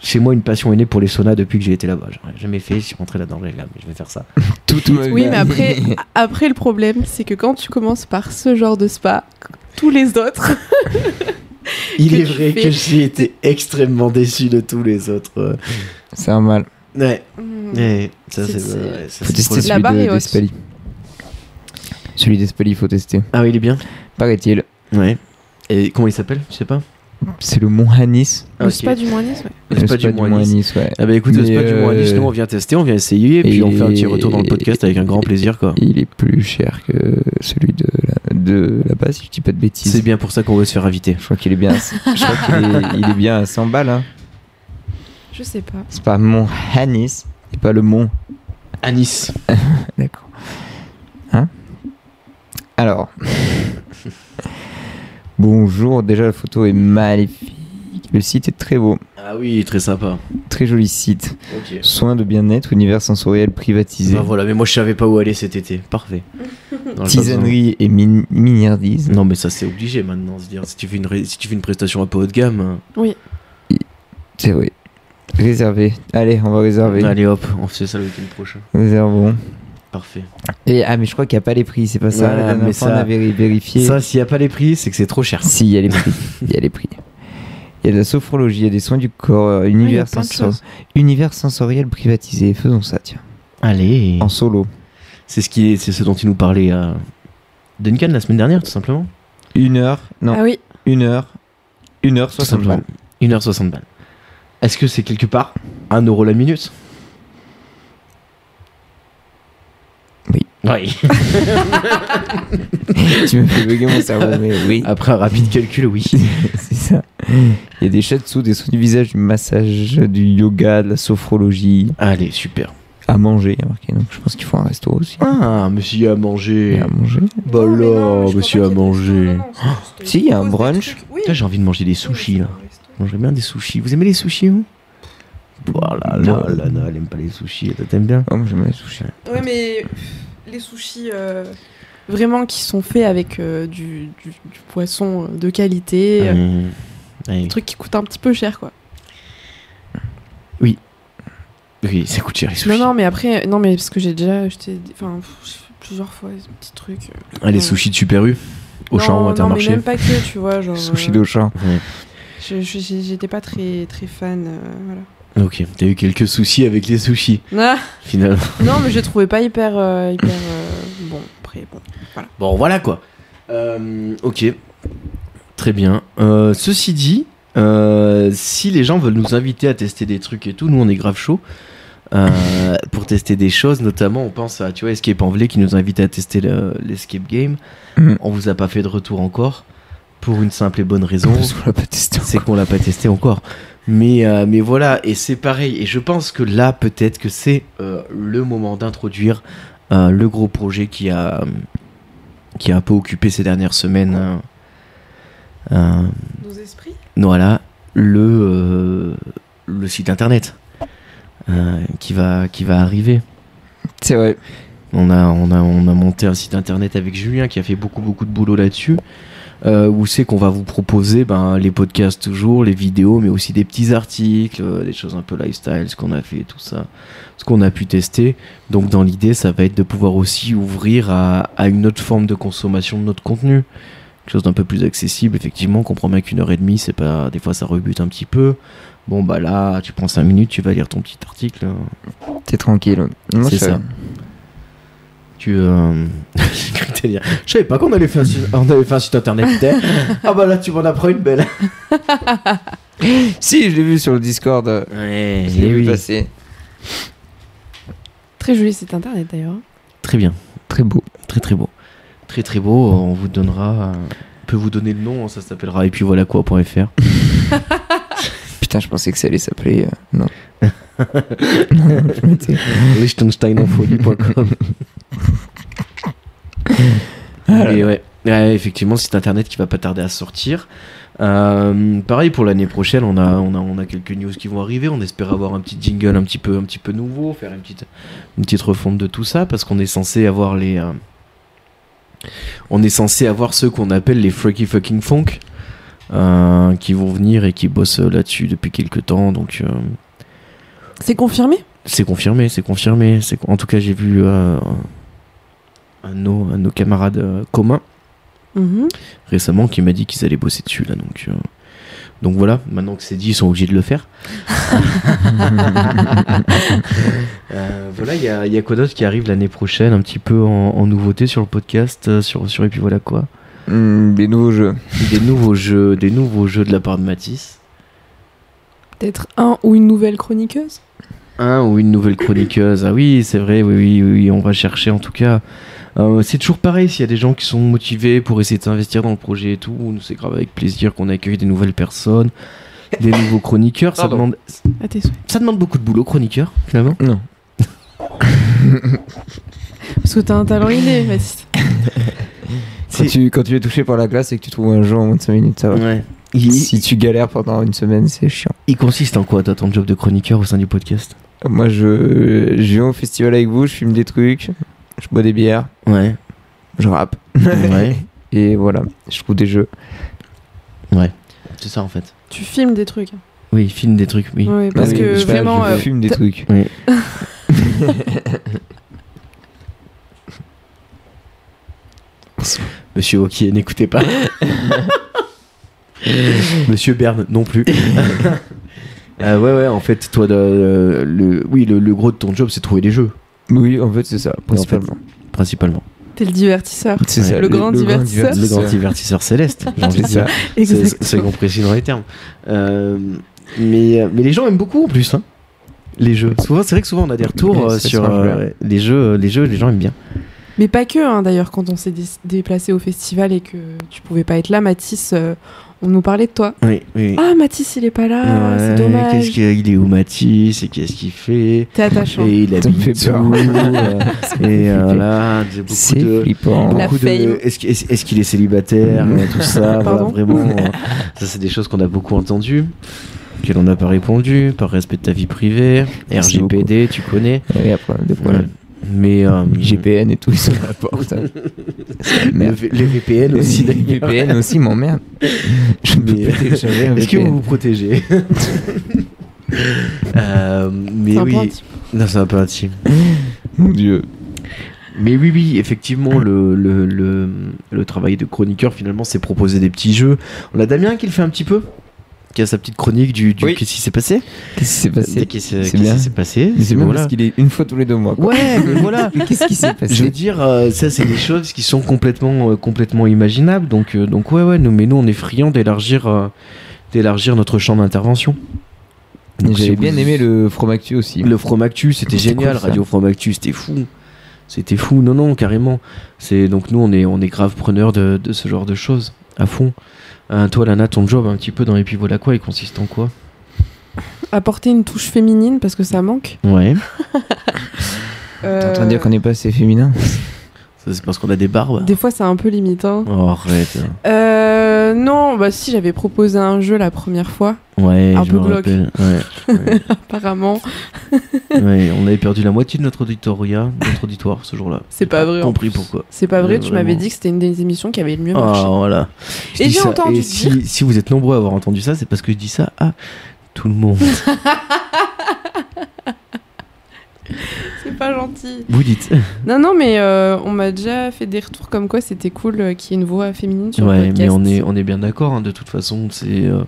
[SPEAKER 1] chez moi, une passion est née pour les saunas depuis que j'ai été là-bas. J'en ai jamais fait. Je suis rentré là-dedans. j'ai dit, Là, mais je vais faire ça.
[SPEAKER 3] Toute ma
[SPEAKER 2] Oui,
[SPEAKER 3] vie.
[SPEAKER 2] mais après, après le problème, c'est que quand tu commences par ce genre de spa, tous les autres,
[SPEAKER 1] Il
[SPEAKER 2] Que
[SPEAKER 1] est
[SPEAKER 2] tu
[SPEAKER 1] vrai
[SPEAKER 2] fais-
[SPEAKER 1] que j'ai été extrêmement déçu de tous les autres. euh.
[SPEAKER 3] c'est un mal.
[SPEAKER 1] Ouais.
[SPEAKER 2] hmm,
[SPEAKER 1] ouais, ça,
[SPEAKER 2] C'est-
[SPEAKER 1] c'est.
[SPEAKER 2] c'est-
[SPEAKER 1] ouais, ça,
[SPEAKER 3] Faut
[SPEAKER 1] c'est
[SPEAKER 3] tester
[SPEAKER 1] pour-
[SPEAKER 2] La
[SPEAKER 3] celui
[SPEAKER 2] barre est
[SPEAKER 3] de-
[SPEAKER 2] haute.
[SPEAKER 3] d'Espali. Celui d'Espali, faut tester.
[SPEAKER 1] Ah oui, il est bien.
[SPEAKER 3] Paraît-il.
[SPEAKER 1] Ouais. Et comment il s'appelle Je sais pas.
[SPEAKER 3] C'est le Mont Hanis.
[SPEAKER 2] Le spa du Moinis, ouais.
[SPEAKER 1] Le spa du Mont Hanis.
[SPEAKER 3] ouais.
[SPEAKER 1] Ah bah écoute, le
[SPEAKER 3] Mais,
[SPEAKER 1] spa du Mont Hanis,
[SPEAKER 3] euh,
[SPEAKER 1] nous on vient tester, on vient essayer, et puis on fait un petit retour dans le podcast avec un grand plaisir quoi.
[SPEAKER 3] Il est plus cher que celui de la, de la base, si je dis pas de bêtises.
[SPEAKER 1] C'est bien pour ça qu'on veut se faire inviter.
[SPEAKER 3] Je crois qu'il est bien. à- je crois qu'il est, il est bien à 100 balles. Hein.
[SPEAKER 2] Je sais pas.
[SPEAKER 3] C'est pas Mont Hanis et pas le Mont.
[SPEAKER 1] À Nice.
[SPEAKER 3] D'accord. Hein Alors. Bonjour. Déjà la photo est magnifique. Le site est très beau,
[SPEAKER 1] Ah oui, très sympa.
[SPEAKER 3] très joli site.
[SPEAKER 1] Ok.
[SPEAKER 3] Soins de bien-être, univers sensoriel privatisé.
[SPEAKER 1] Bah voilà, mais moi je savais pas où aller cet été. Parfait. Dans le
[SPEAKER 3] Tisanerie et min-
[SPEAKER 1] bazar.
[SPEAKER 3] miniardise.
[SPEAKER 1] Non mais ça c'est obligé maintenant. se dire si tu fais une ré- si tu fais une prestation un peu haut de gamme. hein.
[SPEAKER 3] C'est vrai. Réservé. Allez, on va réserver.
[SPEAKER 1] Allez hop, on fait ça le week-end prochain.
[SPEAKER 3] Réservons.
[SPEAKER 1] Parfait.
[SPEAKER 3] Et, ah, mais je crois qu'il n'y a pas les prix, c'est pas ça.
[SPEAKER 1] Ouais,
[SPEAKER 3] la dernière
[SPEAKER 1] mais
[SPEAKER 3] fois,
[SPEAKER 1] ça-
[SPEAKER 3] on avait vérifié.
[SPEAKER 1] Ça s'il y a pas les prix, c'est que c'est trop cher.
[SPEAKER 3] Si, il y a les prix. Il y a les prix. Il y a de la sophrologie, il y a des soins du corps, euh,
[SPEAKER 2] Ouais, il y
[SPEAKER 3] univers,
[SPEAKER 2] a plein de
[SPEAKER 3] sensor-
[SPEAKER 2] choses.
[SPEAKER 3] univers sensoriel privatisé. Faisons ça, tiens.
[SPEAKER 1] Allez.
[SPEAKER 3] En solo.
[SPEAKER 1] C'est ce qui est c'est ce dont tu nous parlais à Duncan la semaine dernière tout simplement.
[SPEAKER 3] Une heure, non,
[SPEAKER 2] Ah oui,
[SPEAKER 3] une heure, une heure
[SPEAKER 1] Tout
[SPEAKER 3] soixante
[SPEAKER 1] simplement. 1h60 balles. Est-ce que c'est quelque part 1 euro la minute
[SPEAKER 3] Oui.
[SPEAKER 1] Oui.
[SPEAKER 3] balles. tu me fais bugger mon cerveau, mais
[SPEAKER 2] Ah,
[SPEAKER 3] oui,
[SPEAKER 1] Après un rapide calcul, oui.
[SPEAKER 2] bah,
[SPEAKER 3] c'est ça. Il y a des shiatsu, des soins du visage, du massage, du yoga, de la sophrologie,
[SPEAKER 1] Allez, super.
[SPEAKER 3] à manger, il y a marqué. Donc je pense qu'il faut un resto aussi.
[SPEAKER 1] Ah, monsieur à
[SPEAKER 3] Et
[SPEAKER 1] manger.
[SPEAKER 3] à manger.
[SPEAKER 1] Bah là, monsieur Oh, à manger.
[SPEAKER 2] euh,
[SPEAKER 3] Si, il y a un brunch.
[SPEAKER 1] Putain, j'ai envie de manger des sushis là. Mangerais bien des sushis. Vous aimez les sushis vous Voilà, là,
[SPEAKER 3] Ouais.
[SPEAKER 1] là, là, elle aime pas les sushis. Toi, T'aimes bien
[SPEAKER 3] Oh, moi, j'aime les sushis.
[SPEAKER 2] Ouais, mais pff, les sushis euh, vraiment qui sont faits avec euh, du, du- du poisson euh, de qualité, euh,
[SPEAKER 1] Hum, allez.
[SPEAKER 2] des trucs qui coûtent un petit peu cher quoi.
[SPEAKER 1] Oui, ça coûte cher les
[SPEAKER 2] Non,
[SPEAKER 1] sushis.
[SPEAKER 2] non, mais après, non, mais parce que j'ai déjà acheté des- enfin, pff, plusieurs fois des petits trucs.
[SPEAKER 1] Ah, les sushis de Super U au champ
[SPEAKER 2] non,
[SPEAKER 1] à
[SPEAKER 2] Non, mais
[SPEAKER 1] Intermarché.
[SPEAKER 2] même pas que, tu vois. Genre,
[SPEAKER 3] Sushi
[SPEAKER 2] euh,
[SPEAKER 3] d'Auchan.
[SPEAKER 2] je- je- j'ai- J'étais pas très, très fan. euh, voilà.
[SPEAKER 1] Ok, t'as eu quelques soucis avec les sushis
[SPEAKER 2] Ah,
[SPEAKER 1] finalement.
[SPEAKER 2] non, mais je les trouvais pas hyper. euh, hyper euh, bon, après, bon.
[SPEAKER 1] Bon, voilà quoi. Euh, ok, très bien. Euh, ceci dit, euh, si les gens veulent nous inviter à tester des trucs et tout, nous on est grave chaud. euh, pour tester des choses, notamment on pense à tu vois Escape Envelé qui nous invite à tester le- l'escape game.
[SPEAKER 3] Mhm.
[SPEAKER 1] On vous a pas fait de retour encore pour une simple et bonne raison,
[SPEAKER 3] Parce qu'on l'a pas testé
[SPEAKER 1] c'est
[SPEAKER 3] encore.
[SPEAKER 1] qu'on l'a pas testé encore. Mais euh, mais voilà et c'est pareil et je pense que là peut-être que c'est euh, le moment d'introduire euh, le gros projet qui a qui a un peu occupé ces dernières semaines. euh, euh,
[SPEAKER 2] Nos esprits
[SPEAKER 1] voilà le euh, le site internet euh, qui va qui va arriver.
[SPEAKER 3] C'est vrai.
[SPEAKER 1] On a on a on a monté un site internet avec Julien qui a fait beaucoup beaucoup de boulot là-dessus. euh, où c'est qu'on va vous proposer ben, les podcasts toujours, les vidéos, mais aussi des petits articles, euh, des choses un peu lifestyle, ce qu'on a fait, tout ça, ce qu'on a pu tester. Donc dans l'idée, ça va être de pouvoir aussi ouvrir à, à une autre forme de consommation de notre contenu, quelque chose d'un peu plus accessible. Effectivement, on comprend bien qu'une heure et demie, c'est pas, des fois ça rebute un petit peu. Bon bah là, tu prends cinq minutes, tu vas lire ton petit article. hein.
[SPEAKER 3] T'es tranquille. Moi,
[SPEAKER 1] C'est
[SPEAKER 3] je-
[SPEAKER 1] ça. Tu. euh, J'ai cru que t'allais dire, Je savais pas qu'on allait faire un site, on avait fait un site internet. putain. ah bah là, tu m'en apprends une belle.
[SPEAKER 3] Si, je l'ai vu sur le Discord. euh,
[SPEAKER 1] Ouais,
[SPEAKER 3] Je l'ai vu passer.
[SPEAKER 2] Très joli site internet d'ailleurs.
[SPEAKER 1] Très bien,
[SPEAKER 3] Très beau.
[SPEAKER 1] très très beau. Très très beau, on vous donnera. euh, On peut vous donner le nom, hein, ça s'appellera et puis voilà quoi.fr.
[SPEAKER 3] Putain, je pensais que ça allait s'appeler. euh, non. Non, je m'étais-
[SPEAKER 1] Liechtensteinenfolie.com. Et ouais. Ouais, effectivement, site internet qui va pas tarder à sortir. Euh, pareil pour l'année prochaine, on a, on, a, on a quelques news qui vont arriver. On espère avoir un petit jingle un petit peu, un petit peu nouveau, faire une petite, une petite refonte de tout ça parce qu'on est censé avoir les. euh, on est censé avoir ceux qu'on appelle les freaky fucking funk euh, qui vont venir et qui bossent euh, là-dessus depuis quelques temps. Donc. euh,
[SPEAKER 2] C'est confirmé
[SPEAKER 1] c'est confirmé, c'est confirmé. C'est En tout cas, j'ai vu euh, un, de nos, un de nos camarades euh, communs
[SPEAKER 2] Mhm.
[SPEAKER 1] récemment qui m'a dit qu'ils allaient bosser dessus là. Donc, euh, donc voilà. Maintenant que c'est dit, ils sont obligés de le faire. Euh, voilà, il y a, il y a quoi d'autre qui arrive l'année prochaine, un petit peu en, en nouveauté sur le podcast, euh, sur, sur et puis voilà quoi.
[SPEAKER 3] Hmm, des nouveaux jeux.
[SPEAKER 1] des nouveaux jeux, des nouveaux jeux de la part de Matisse.
[SPEAKER 2] Peut-être un ou une nouvelle chroniqueuse
[SPEAKER 1] Un ou une nouvelle chroniqueuse. Ah oui, c'est vrai, oui, oui, oui, oui, on va chercher en tout cas. Euh, c'est toujours pareil, s'il y a des gens qui sont motivés pour essayer de s'investir dans le projet et tout, nous c'est grave avec plaisir qu'on accueille des nouvelles personnes, des nouveaux chroniqueurs. ça,
[SPEAKER 3] Pardon.
[SPEAKER 1] demande,
[SPEAKER 2] à tes souhaits.
[SPEAKER 1] ça demande beaucoup de boulot, chroniqueur, finalement.
[SPEAKER 3] Non.
[SPEAKER 2] Parce que t'as un talent inné, Baptiste.
[SPEAKER 3] Quand
[SPEAKER 1] C'est-
[SPEAKER 3] tu, quand tu es touché par la glace et que tu trouves un jeu en moins de 5 minutes, ça va.
[SPEAKER 1] Euh, Il,
[SPEAKER 3] Si tu galères pendant une semaine, c'est chiant.
[SPEAKER 1] il consiste en quoi, toi, ton job de chroniqueur au sein du podcast
[SPEAKER 3] Moi, je, je viens au festival avec vous, je fume des trucs, je bois des bières,
[SPEAKER 1] Ouais.
[SPEAKER 3] je rappe.
[SPEAKER 1] Ouais.
[SPEAKER 3] Et voilà, je trouve des jeux.
[SPEAKER 1] C'est ça, en fait.
[SPEAKER 2] Tu filmes des trucs.
[SPEAKER 1] Oui, il filme des trucs, oui.
[SPEAKER 2] Ouais, parce
[SPEAKER 3] Ah oui,
[SPEAKER 2] que
[SPEAKER 3] je,
[SPEAKER 2] vraiment,
[SPEAKER 3] je
[SPEAKER 2] euh,
[SPEAKER 3] fume des
[SPEAKER 2] t'as-
[SPEAKER 3] trucs.
[SPEAKER 1] Oui. Monsieur Wauquiez, n'écoutez pas. Monsieur Bern, non plus. Euh, ouais, ouais, en fait, toi, le, le- oui, le, le gros de ton job, c'est de trouver des jeux,
[SPEAKER 3] Oui, en fait, c'est ça, principalement.
[SPEAKER 1] principalement.
[SPEAKER 2] t'es le divertisseur.
[SPEAKER 3] C'est
[SPEAKER 1] Ouais,
[SPEAKER 3] ça,
[SPEAKER 1] le
[SPEAKER 2] grand divertisseur.
[SPEAKER 1] Le grand divertisseur céleste, j'ai envie
[SPEAKER 3] C'est
[SPEAKER 1] de dire.
[SPEAKER 3] ça.
[SPEAKER 1] C'est- c'est- C'est
[SPEAKER 2] Exactement.
[SPEAKER 1] compris dans les termes. Euh, mais, mais les gens aiment beaucoup en plus, hein, les jeux. Souvent, c'est vrai que souvent on a des retours
[SPEAKER 3] Oui,
[SPEAKER 1] euh,
[SPEAKER 3] c'est
[SPEAKER 1] sur
[SPEAKER 3] ça,
[SPEAKER 1] euh, les jeux, les jeux, les gens aiment bien.
[SPEAKER 2] Mais pas que, hein, d'ailleurs, quand on s'est dé- déplacé au festival et que tu pouvais pas être là, Mathis, euh, on nous parlait de toi.
[SPEAKER 1] Oui, oui.
[SPEAKER 2] Ah, Mathis, il est pas là, Ah, c'est
[SPEAKER 1] Qu'est-ce
[SPEAKER 2] dommage.
[SPEAKER 1] qu'il est où Matisse et qu'est-ce qu'il fait
[SPEAKER 2] T'es hein. attachant.
[SPEAKER 1] Et il
[SPEAKER 3] Ça me fait
[SPEAKER 1] habite
[SPEAKER 3] peur.
[SPEAKER 1] où euh, Et euh, voilà, j'ai beaucoup
[SPEAKER 3] C'est
[SPEAKER 1] de.
[SPEAKER 3] flippant.
[SPEAKER 2] La
[SPEAKER 1] beaucoup de-
[SPEAKER 2] fame.
[SPEAKER 1] Est-ce qu'il est, est-ce qu'il est célibataire
[SPEAKER 3] Mm.
[SPEAKER 1] euh, Tout ça, voilà,
[SPEAKER 2] Pardon
[SPEAKER 1] vraiment. euh, Ça, c'est des choses qu'on a beaucoup entendues, qu'elle n'en a pas répondu, par respect de ta vie privée.
[SPEAKER 3] Merci
[SPEAKER 1] RGPD, tu connais.
[SPEAKER 3] Et après, des problèmes.
[SPEAKER 1] Mais. euh,
[SPEAKER 3] GPN et tout, ils sont à la porte. C'est la
[SPEAKER 1] le
[SPEAKER 3] merde.
[SPEAKER 1] V- les VPN aussi,
[SPEAKER 3] Les
[SPEAKER 1] d'ailleurs.
[SPEAKER 3] VPN aussi m'emmerde. Je peux
[SPEAKER 1] Mais-
[SPEAKER 3] pas télécharger un
[SPEAKER 1] Est-ce que
[SPEAKER 3] VPN.
[SPEAKER 1] vous vous protégez Euh, Mais
[SPEAKER 2] C'est un peu
[SPEAKER 1] oui.
[SPEAKER 2] intime.
[SPEAKER 1] Non, c'est un peu intime.
[SPEAKER 3] Mon dieu.
[SPEAKER 1] Mais oui, oui, effectivement, le, le, le, le travail de chroniqueur, finalement, c'est proposer des petits jeux. On a Damien qui le fait un petit peu, qui a sa petite chronique du, du
[SPEAKER 3] Oui.
[SPEAKER 1] qu'est-ce qui s'est passé
[SPEAKER 3] Qu'est-ce qui s'est
[SPEAKER 1] Dès
[SPEAKER 3] passé
[SPEAKER 1] qu'est-ce qu'est-ce
[SPEAKER 3] Bah, bien.
[SPEAKER 1] qui s'est passé
[SPEAKER 3] C'est même
[SPEAKER 1] voilà.
[SPEAKER 3] parce qu'il Bah, est une fois tous les deux mois. quoi.
[SPEAKER 1] Ouais, mais voilà
[SPEAKER 3] Mais Qu'est-ce qui s'est passé
[SPEAKER 1] Je veux dire, euh, ça, c'est des choses qui sont complètement, euh, complètement imaginables. Donc, euh, donc ouais, ouais, nous, mais nous, on est friands d'élargir, euh, d'élargir notre champ d'intervention. Donc, si
[SPEAKER 3] J'avais
[SPEAKER 1] vous-
[SPEAKER 3] bien aimé le Fromactu aussi.
[SPEAKER 1] Le Fromactu, c'était
[SPEAKER 3] C'était
[SPEAKER 1] génial.
[SPEAKER 3] cool, ça.
[SPEAKER 1] Radio Fromactu, c'était fou. C'était fou. Non, non, carrément. C'est donc nous, on est, on est grave preneurs de, de ce genre de choses à fond. Euh, toi, Lana, ton job un petit peu dans les pivots voilà quoi Il consiste en quoi
[SPEAKER 2] Apporter une touche féminine parce que ça manque.
[SPEAKER 1] Ouais.
[SPEAKER 3] T'es en train de dire qu'on n'est pas assez féminin
[SPEAKER 1] Ça, c'est parce qu'on a des barbes.
[SPEAKER 2] Des fois, c'est un peu limite. hein.
[SPEAKER 1] Oh, arrête.
[SPEAKER 2] Euh, non, bah si, j'avais proposé un jeu la première fois,
[SPEAKER 1] Ouais,
[SPEAKER 2] Un
[SPEAKER 1] je
[SPEAKER 2] peu
[SPEAKER 1] me
[SPEAKER 2] glauque.
[SPEAKER 1] rappelle. Ouais.
[SPEAKER 2] apparemment.
[SPEAKER 1] Ouais, on avait perdu la moitié de notre auditoria, notre auditoire ce jour-là.
[SPEAKER 2] C'est pas vrai. en
[SPEAKER 1] Compris
[SPEAKER 2] plus.
[SPEAKER 1] pourquoi.
[SPEAKER 2] C'est pas vrai,
[SPEAKER 1] Mais
[SPEAKER 2] tu m'avais
[SPEAKER 1] vraiment.
[SPEAKER 2] dit que c'était une des émissions qui avait le mieux marché.
[SPEAKER 1] Ah voilà. Je
[SPEAKER 2] Et
[SPEAKER 1] dis
[SPEAKER 2] j'ai
[SPEAKER 1] ça,
[SPEAKER 2] entendu
[SPEAKER 1] et si, si vous êtes nombreux à avoir entendu ça, c'est parce que je dis ça à tout le monde.
[SPEAKER 2] C'est pas gentil.
[SPEAKER 1] vous dites.
[SPEAKER 2] Non, non, mais euh, on m'a déjà fait des retours comme quoi c'était cool euh, qu'il y ait une voix féminine sur le
[SPEAKER 1] Ouais,
[SPEAKER 2] podcast.
[SPEAKER 1] mais on est, on est bien d'accord. hein, de toute façon, c'est euh,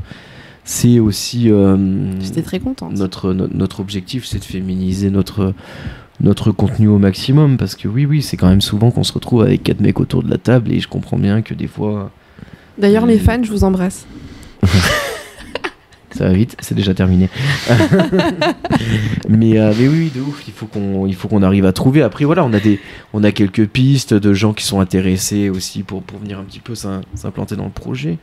[SPEAKER 1] c'est aussi euh,
[SPEAKER 2] J'étais très contente.
[SPEAKER 1] notre, no- notre objectif, c'est de féminiser notre notre contenu au maximum parce que oui oui c'est quand même souvent qu'on se retrouve avec quatre mecs autour de la table et je comprends bien que des fois
[SPEAKER 2] D'ailleurs, les
[SPEAKER 1] Euh,
[SPEAKER 2] fans, je vous embrasse.
[SPEAKER 1] ça va vite c'est déjà terminé mais euh, mais oui oui, de ouf il faut qu'on il faut qu'on arrive à trouver après voilà on a des on a quelques pistes de gens qui sont intéressés aussi pour pour venir un petit peu s'im- s'implanter dans le projet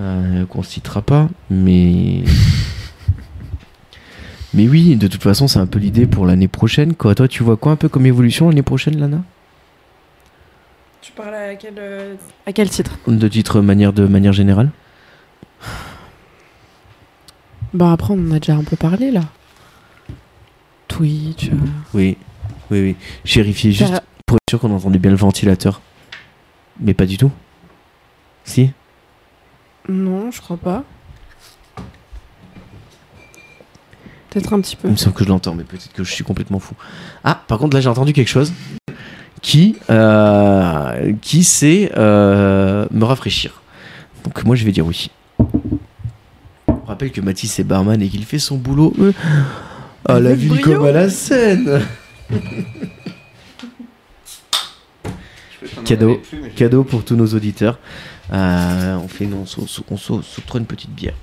[SPEAKER 1] euh, qu'on citera pas mais mais oui de toute façon c'est un peu l'idée pour l'année prochaine quoi toi tu vois quoi un peu comme évolution l'année prochaine Lana
[SPEAKER 2] Tu parles à euh, quel, à quel titre
[SPEAKER 1] de titre manière de manière générale
[SPEAKER 2] Bah, après, on en a déjà un peu parlé là. Twitch. euh, Bah,
[SPEAKER 1] oui oui oui j'ai vérifié juste
[SPEAKER 2] t'as-
[SPEAKER 1] Pour être sûr qu'on entendait bien le ventilateur. Mais pas du tout. Si
[SPEAKER 2] Non, je crois pas. Peut-être un petit peu.
[SPEAKER 1] Il me semble que je l'entends, mais peut-être que je suis complètement fou. Ah, par contre, là, j'ai entendu quelque chose qui, euh, qui sait euh, me rafraîchir. Donc, moi, je vais dire oui. On rappelle que Mathis est barman et qu'il fait son boulot euh, à la
[SPEAKER 2] Avec
[SPEAKER 1] ville
[SPEAKER 2] brio.
[SPEAKER 1] comme à la Seine.
[SPEAKER 3] Je peux t'en
[SPEAKER 1] Cadeau, cadeau pour tous nos auditeurs. Euh, on fait, on, saute- on saute- sautera une petite bière.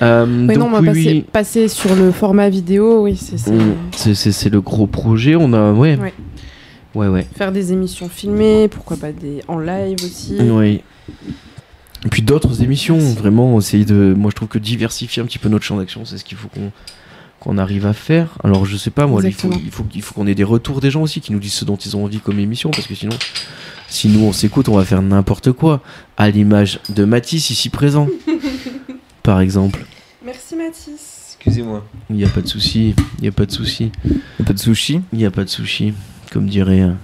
[SPEAKER 1] Euh,
[SPEAKER 2] Oui,
[SPEAKER 1] donc,
[SPEAKER 2] non, moi,
[SPEAKER 1] oui, Hmm.
[SPEAKER 2] passer,
[SPEAKER 1] oui,
[SPEAKER 2] passer sur le format vidéo, oui, c'est ça.
[SPEAKER 1] on- c'est- c'est c'est le gros projet. On a, ouais,
[SPEAKER 2] Ouais.
[SPEAKER 1] ouais, ouais.
[SPEAKER 2] Faire des émissions filmées, pourquoi pas des en live aussi.
[SPEAKER 1] Oui. Et puis d'autres émissions,
[SPEAKER 2] Mm. Merci.
[SPEAKER 1] vraiment, essayer de. Moi, je trouve que diversifier un petit peu notre champ d'action, c'est ce qu'il faut qu'on qu'on arrive à faire. Alors, je sais pas, moi, il faut,
[SPEAKER 2] Exactement.
[SPEAKER 1] il faut, il faut qu'on ait des retours des gens aussi qui nous disent ce dont ils ont envie comme émission, parce que sinon, si nous on s'écoute, on va faire n'importe quoi. À l'image de Mathis ici présent, par exemple.
[SPEAKER 2] Merci Mathis.
[SPEAKER 3] Excusez-moi.
[SPEAKER 1] Il n'y a pas de souci, il n'y a pas de souci,
[SPEAKER 3] Un peu de sushi
[SPEAKER 1] il n'y a pas de souci, comme dirait euh,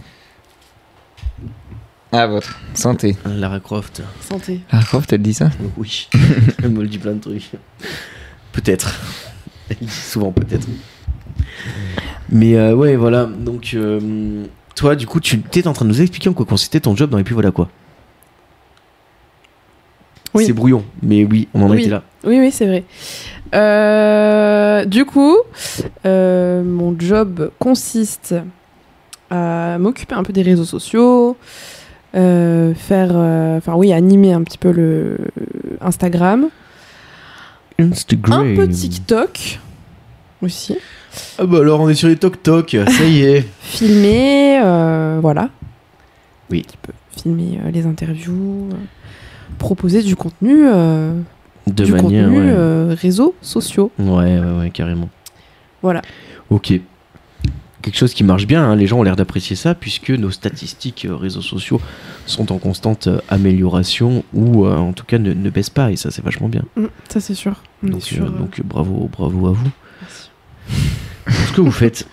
[SPEAKER 3] À votre Ah, bah, santé.
[SPEAKER 1] Lara Croft.
[SPEAKER 2] Santé.
[SPEAKER 3] Ah, prof, t'as dit ça
[SPEAKER 1] Oui, elle me le dit plein de trucs. Peut-être. Elle dit souvent peut-être. Mais euh, ouais, voilà. Donc, euh, toi, du coup, tu t'es en train de nous expliquer en quoi consistait ton job dans Et puis voilà quoi.
[SPEAKER 2] Oui.
[SPEAKER 1] C'est brouillon, mais oui, on en
[SPEAKER 2] Oui.
[SPEAKER 1] était là.
[SPEAKER 2] Oui, oui, c'est vrai. Euh, du coup, euh, mon job consiste à m'occuper un peu des réseaux sociaux, euh, faire, euh, enfin oui, animer un petit peu le Instagram,
[SPEAKER 1] Instagram.
[SPEAKER 2] un peu de TikTok aussi,
[SPEAKER 1] Ah bah alors, on est sur les Tok Tok, ça y est.
[SPEAKER 2] filmer, euh, voilà,
[SPEAKER 1] Oui.
[SPEAKER 2] filmer euh, les interviews, euh, proposer du contenu, euh,
[SPEAKER 1] De
[SPEAKER 2] du
[SPEAKER 1] manière.
[SPEAKER 2] contenu
[SPEAKER 1] ouais.
[SPEAKER 2] euh, réseaux sociaux.
[SPEAKER 1] ouais, ouais, ouais, carrément.
[SPEAKER 2] Voilà.
[SPEAKER 1] Ok. Quelque chose qui marche bien, hein, les gens ont l'air d'apprécier ça, puisque nos statistiques euh, réseaux sociaux sont en constante euh, amélioration, ou euh, en tout cas ne, ne baissent pas, et ça c'est vachement bien.
[SPEAKER 2] Mm, ça c'est sûr. On est
[SPEAKER 1] Donc,
[SPEAKER 2] sur,
[SPEAKER 1] euh,
[SPEAKER 2] euh,
[SPEAKER 1] donc, euh, bravo, bravo à vous.
[SPEAKER 2] merci.
[SPEAKER 1] Pour ce que vous faites.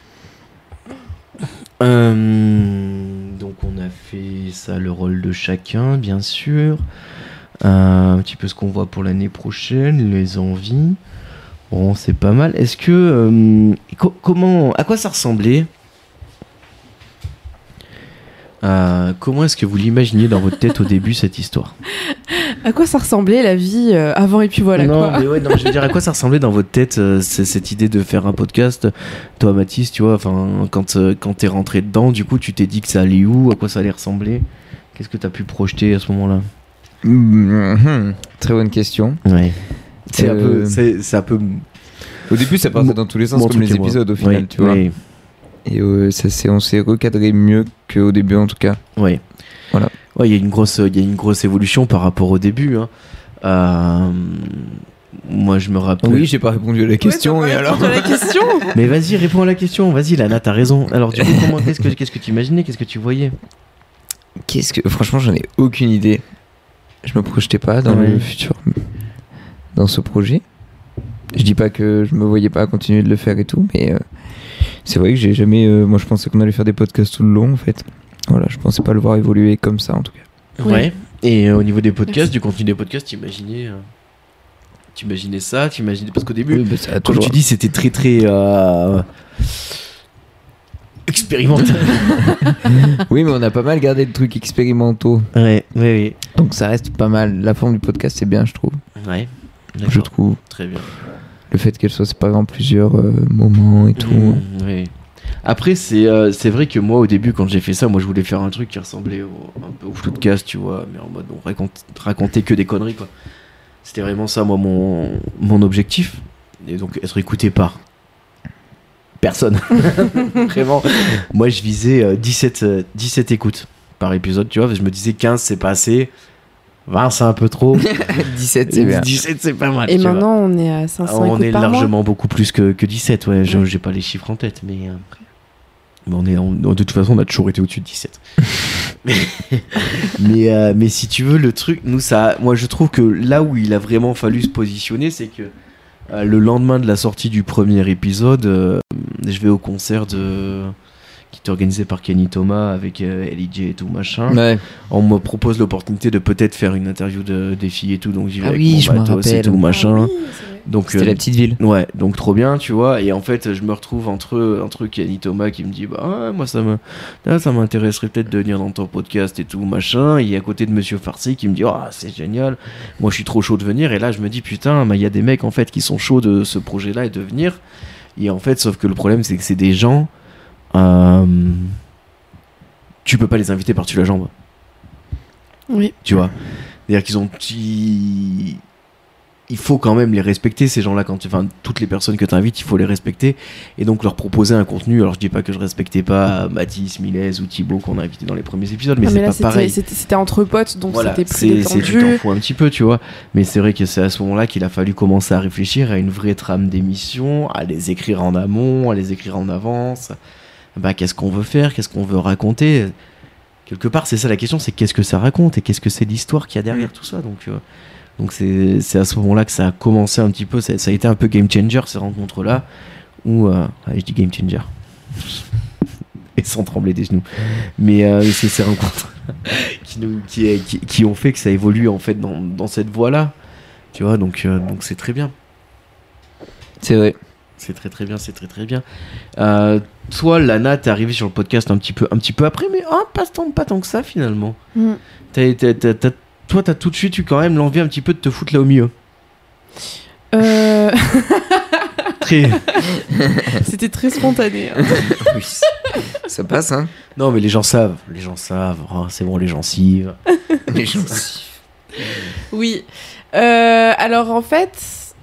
[SPEAKER 1] Euh, donc on a fait ça, le rôle de chacun, bien sûr. Euh, un petit peu ce qu'on voit pour l'année prochaine, les envies. Bon, c'est pas mal. Est-ce que euh, co- comment, à quoi ça ressemblait Euh, Comment est-ce que vous l'imaginiez dans votre tête au début cette histoire
[SPEAKER 2] À quoi ça ressemblait la vie euh, avant et puis voilà
[SPEAKER 1] non,
[SPEAKER 2] quoi.
[SPEAKER 1] mais ouais, non, mais je veux dire, à quoi ça ressemblait dans votre tête euh, c'est- cette idée de faire un podcast Toi, Mathis, tu vois, enfin, quand, euh, quand t'es rentré dedans, du coup, tu t'es dit que ça allait où À quoi ça allait ressembler Qu'est-ce que t'as pu projeter à ce moment-là Mm-hmm.
[SPEAKER 3] Mhm. Très bonne question.
[SPEAKER 1] Ouais. C'est un peu,
[SPEAKER 3] Euh,
[SPEAKER 1] c'est c'est un peu
[SPEAKER 3] Au début, ça partait dans tous les sens,
[SPEAKER 1] mon
[SPEAKER 3] comme
[SPEAKER 1] truc
[SPEAKER 3] les
[SPEAKER 1] et moi.
[SPEAKER 3] épisodes au final,
[SPEAKER 1] Ouais,
[SPEAKER 3] tu vois.
[SPEAKER 1] ouais,
[SPEAKER 3] Et euh, ça s'est- on s'est recadré mieux qu'au début, en tout cas.
[SPEAKER 1] Ouais.
[SPEAKER 3] Voilà.
[SPEAKER 1] Ouais, il y a une grosse, il y a une grosse évolution par rapport au début. hein. Euh, moi, je me rappelle.
[SPEAKER 3] Oui, j'ai pas répondu à la question, et alors
[SPEAKER 2] la question
[SPEAKER 1] Mais vas-y, réponds à la question. Vas-y, Lana, t'as raison. Alors, du coup, comment, qu'est-ce que, qu'est-ce que t'imaginais Qu'est-ce que tu voyais
[SPEAKER 3] Qu'est-ce que. Franchement, j'en ai aucune idée. Je me projetais pas dans
[SPEAKER 1] Ouais.
[SPEAKER 3] le futur, dans ce projet. Je dis pas que je me voyais pas continuer de le faire et tout, mais euh, c'est vrai que j'ai jamais. euh, moi, je pensais qu'on allait faire des podcasts tout le long, en fait. Voilà, je pensais pas le voir évoluer comme ça, en tout cas.
[SPEAKER 2] Oui.
[SPEAKER 1] Ouais. Et euh, au niveau des podcasts,
[SPEAKER 2] Merci.
[SPEAKER 1] du contenu des podcasts, t'imaginais, euh, t'imaginais ça, t'imaginais parce qu'au début,
[SPEAKER 3] ça a
[SPEAKER 1] comme tu dis, c'était très très euh, expérimental.
[SPEAKER 3] oui, mais on a pas mal gardé de trucs expérimentaux,
[SPEAKER 1] ouais, ouais,
[SPEAKER 3] donc ça reste pas mal. La forme du podcast, c'est bien, je trouve.
[SPEAKER 1] ouais, ouais.
[SPEAKER 3] Je
[SPEAKER 1] D'accord,
[SPEAKER 3] trouve
[SPEAKER 1] très bien.
[SPEAKER 3] le fait qu'elle soit séparée en plusieurs euh, moments et tout.
[SPEAKER 1] Mmh, ouais. Après, c'est euh, c'est vrai que moi, au début, quand j'ai fait ça, moi, je voulais faire un truc qui ressemblait au- un peu au podcast, tu vois, mais en mode on raconte, racontait que des conneries, quoi. C'était vraiment ça, moi, mon, mon objectif. Et donc, être écouté par personne. vraiment. Moi, je visais euh, 17, euh, 17 écoutes par épisode, tu vois, parce que je me disais 15, c'est pas assez. 20, c'est un peu trop.
[SPEAKER 3] 17,
[SPEAKER 1] 17, c'est pas mal.
[SPEAKER 2] Et
[SPEAKER 1] tu vois.
[SPEAKER 2] maintenant on est à
[SPEAKER 1] Ah,
[SPEAKER 2] 500
[SPEAKER 1] on
[SPEAKER 2] écoutes
[SPEAKER 1] est
[SPEAKER 2] par mois.
[SPEAKER 1] largement beaucoup plus que, que 17, ouais. je-
[SPEAKER 2] Ouais.
[SPEAKER 1] J'ai pas les chiffres en tête, mais. euh, mais on est, on- de toute façon, on a toujours été au-dessus de 17. mais, mais, euh, mais si tu veux, le truc, nous, ça. Moi, je trouve que là où il a vraiment fallu se positionner, c'est que euh, le lendemain de la sortie du premier épisode, euh, je vais au concert de. Qui était organisé par Kenny Thomas avec euh, L.I.J. et tout machin.
[SPEAKER 3] Ouais.
[SPEAKER 1] On me propose l'opportunité de peut-être faire une interview de, des filles et tout, donc j'y vais
[SPEAKER 3] Ah
[SPEAKER 1] avec
[SPEAKER 3] oui,
[SPEAKER 1] mon
[SPEAKER 3] je m'en
[SPEAKER 1] matos et
[SPEAKER 3] rappelle.
[SPEAKER 1] tout machin. donc,
[SPEAKER 3] C'était
[SPEAKER 1] euh,
[SPEAKER 3] la petite ville.
[SPEAKER 1] Ouais, donc trop bien, tu vois. Et en fait, je me retrouve entre un truc Yanni Thomas qui me dit Bah, ouais, moi, ça me, ah, ça m'intéresserait peut-être de venir dans ton podcast et tout, machin. Et à côté de Monsieur Farsi qui me dit Ah, c'est génial, moi, je suis trop chaud de venir. Et là, je me dis Putain, mais il y a des mecs, en fait, qui sont chauds de ce projet-là et de venir. Et en fait, sauf que le problème, c'est que c'est des gens. euh, Tu peux pas les inviter par-dessus la jambe.
[SPEAKER 2] Oui.
[SPEAKER 1] tu vois. C'est-à-dire qu'ils ont. ils- Il faut quand même les respecter, ces gens-là. Quand tu... Enfin, toutes les personnes que tu invites, il faut les respecter. Et donc leur proposer un contenu. Alors je dis pas que je respectais pas Mathis, Milez ou Thibaut qu'on a invité dans les premiers épisodes, mais
[SPEAKER 2] Ah,
[SPEAKER 1] c'est
[SPEAKER 2] là,
[SPEAKER 1] pas
[SPEAKER 2] c'était-
[SPEAKER 1] pareil.
[SPEAKER 2] C'était c'était entre potes, donc
[SPEAKER 1] Voilà,
[SPEAKER 2] c'était plus
[SPEAKER 1] c'est c'est- tu
[SPEAKER 2] détendu.
[SPEAKER 1] t'en fous un petit peu, tu vois. Mais c'est vrai que c'est à ce moment-là qu'il a fallu commencer à réfléchir à une vraie trame d'émission, à les écrire en amont, à les écrire en avance. Bah, qu'est-ce qu'on veut faire, qu'est-ce qu'on veut raconter. Quelque part, c'est ça la question, c'est qu'est-ce que ça raconte et qu'est-ce que c'est l'histoire qu'il y a
[SPEAKER 2] Mm.
[SPEAKER 1] derrière tout ça. Donc, tu vois. donc c'est c'est à ce moment-là que ça a commencé un petit peu. Ça, ça a été un peu game changer ces rencontres-là. Où euh, ouais, je dis game changer. Et sans trembler des genoux. Mais euh, c'est ces rencontres qui, nous, qui, qui, qui ont fait que ça évolue en fait dans, dans cette voie-là. Tu vois, donc euh, donc c'est très bien.
[SPEAKER 3] C'est vrai.
[SPEAKER 1] C'est très très bien, c'est très très bien. Euh, toi, Lana, t'es arrivée sur le podcast un petit peu, un petit peu après, mais oh, pas, tant, pas tant que ça finalement.
[SPEAKER 2] Mm.
[SPEAKER 1] T'as- t'as- t'as- t'as- toi, t'as tout de suite eu quand même l'envie un petit peu de te foutre là au milieu.
[SPEAKER 2] Euh,
[SPEAKER 1] Très.
[SPEAKER 2] c'était très spontané. hein.
[SPEAKER 3] Ça passe, hein
[SPEAKER 1] non, mais les gens savent, les gens savent. Oh, c'est bon, les gens suivent.
[SPEAKER 3] Les gens.
[SPEAKER 2] Oui. Euh, alors en fait,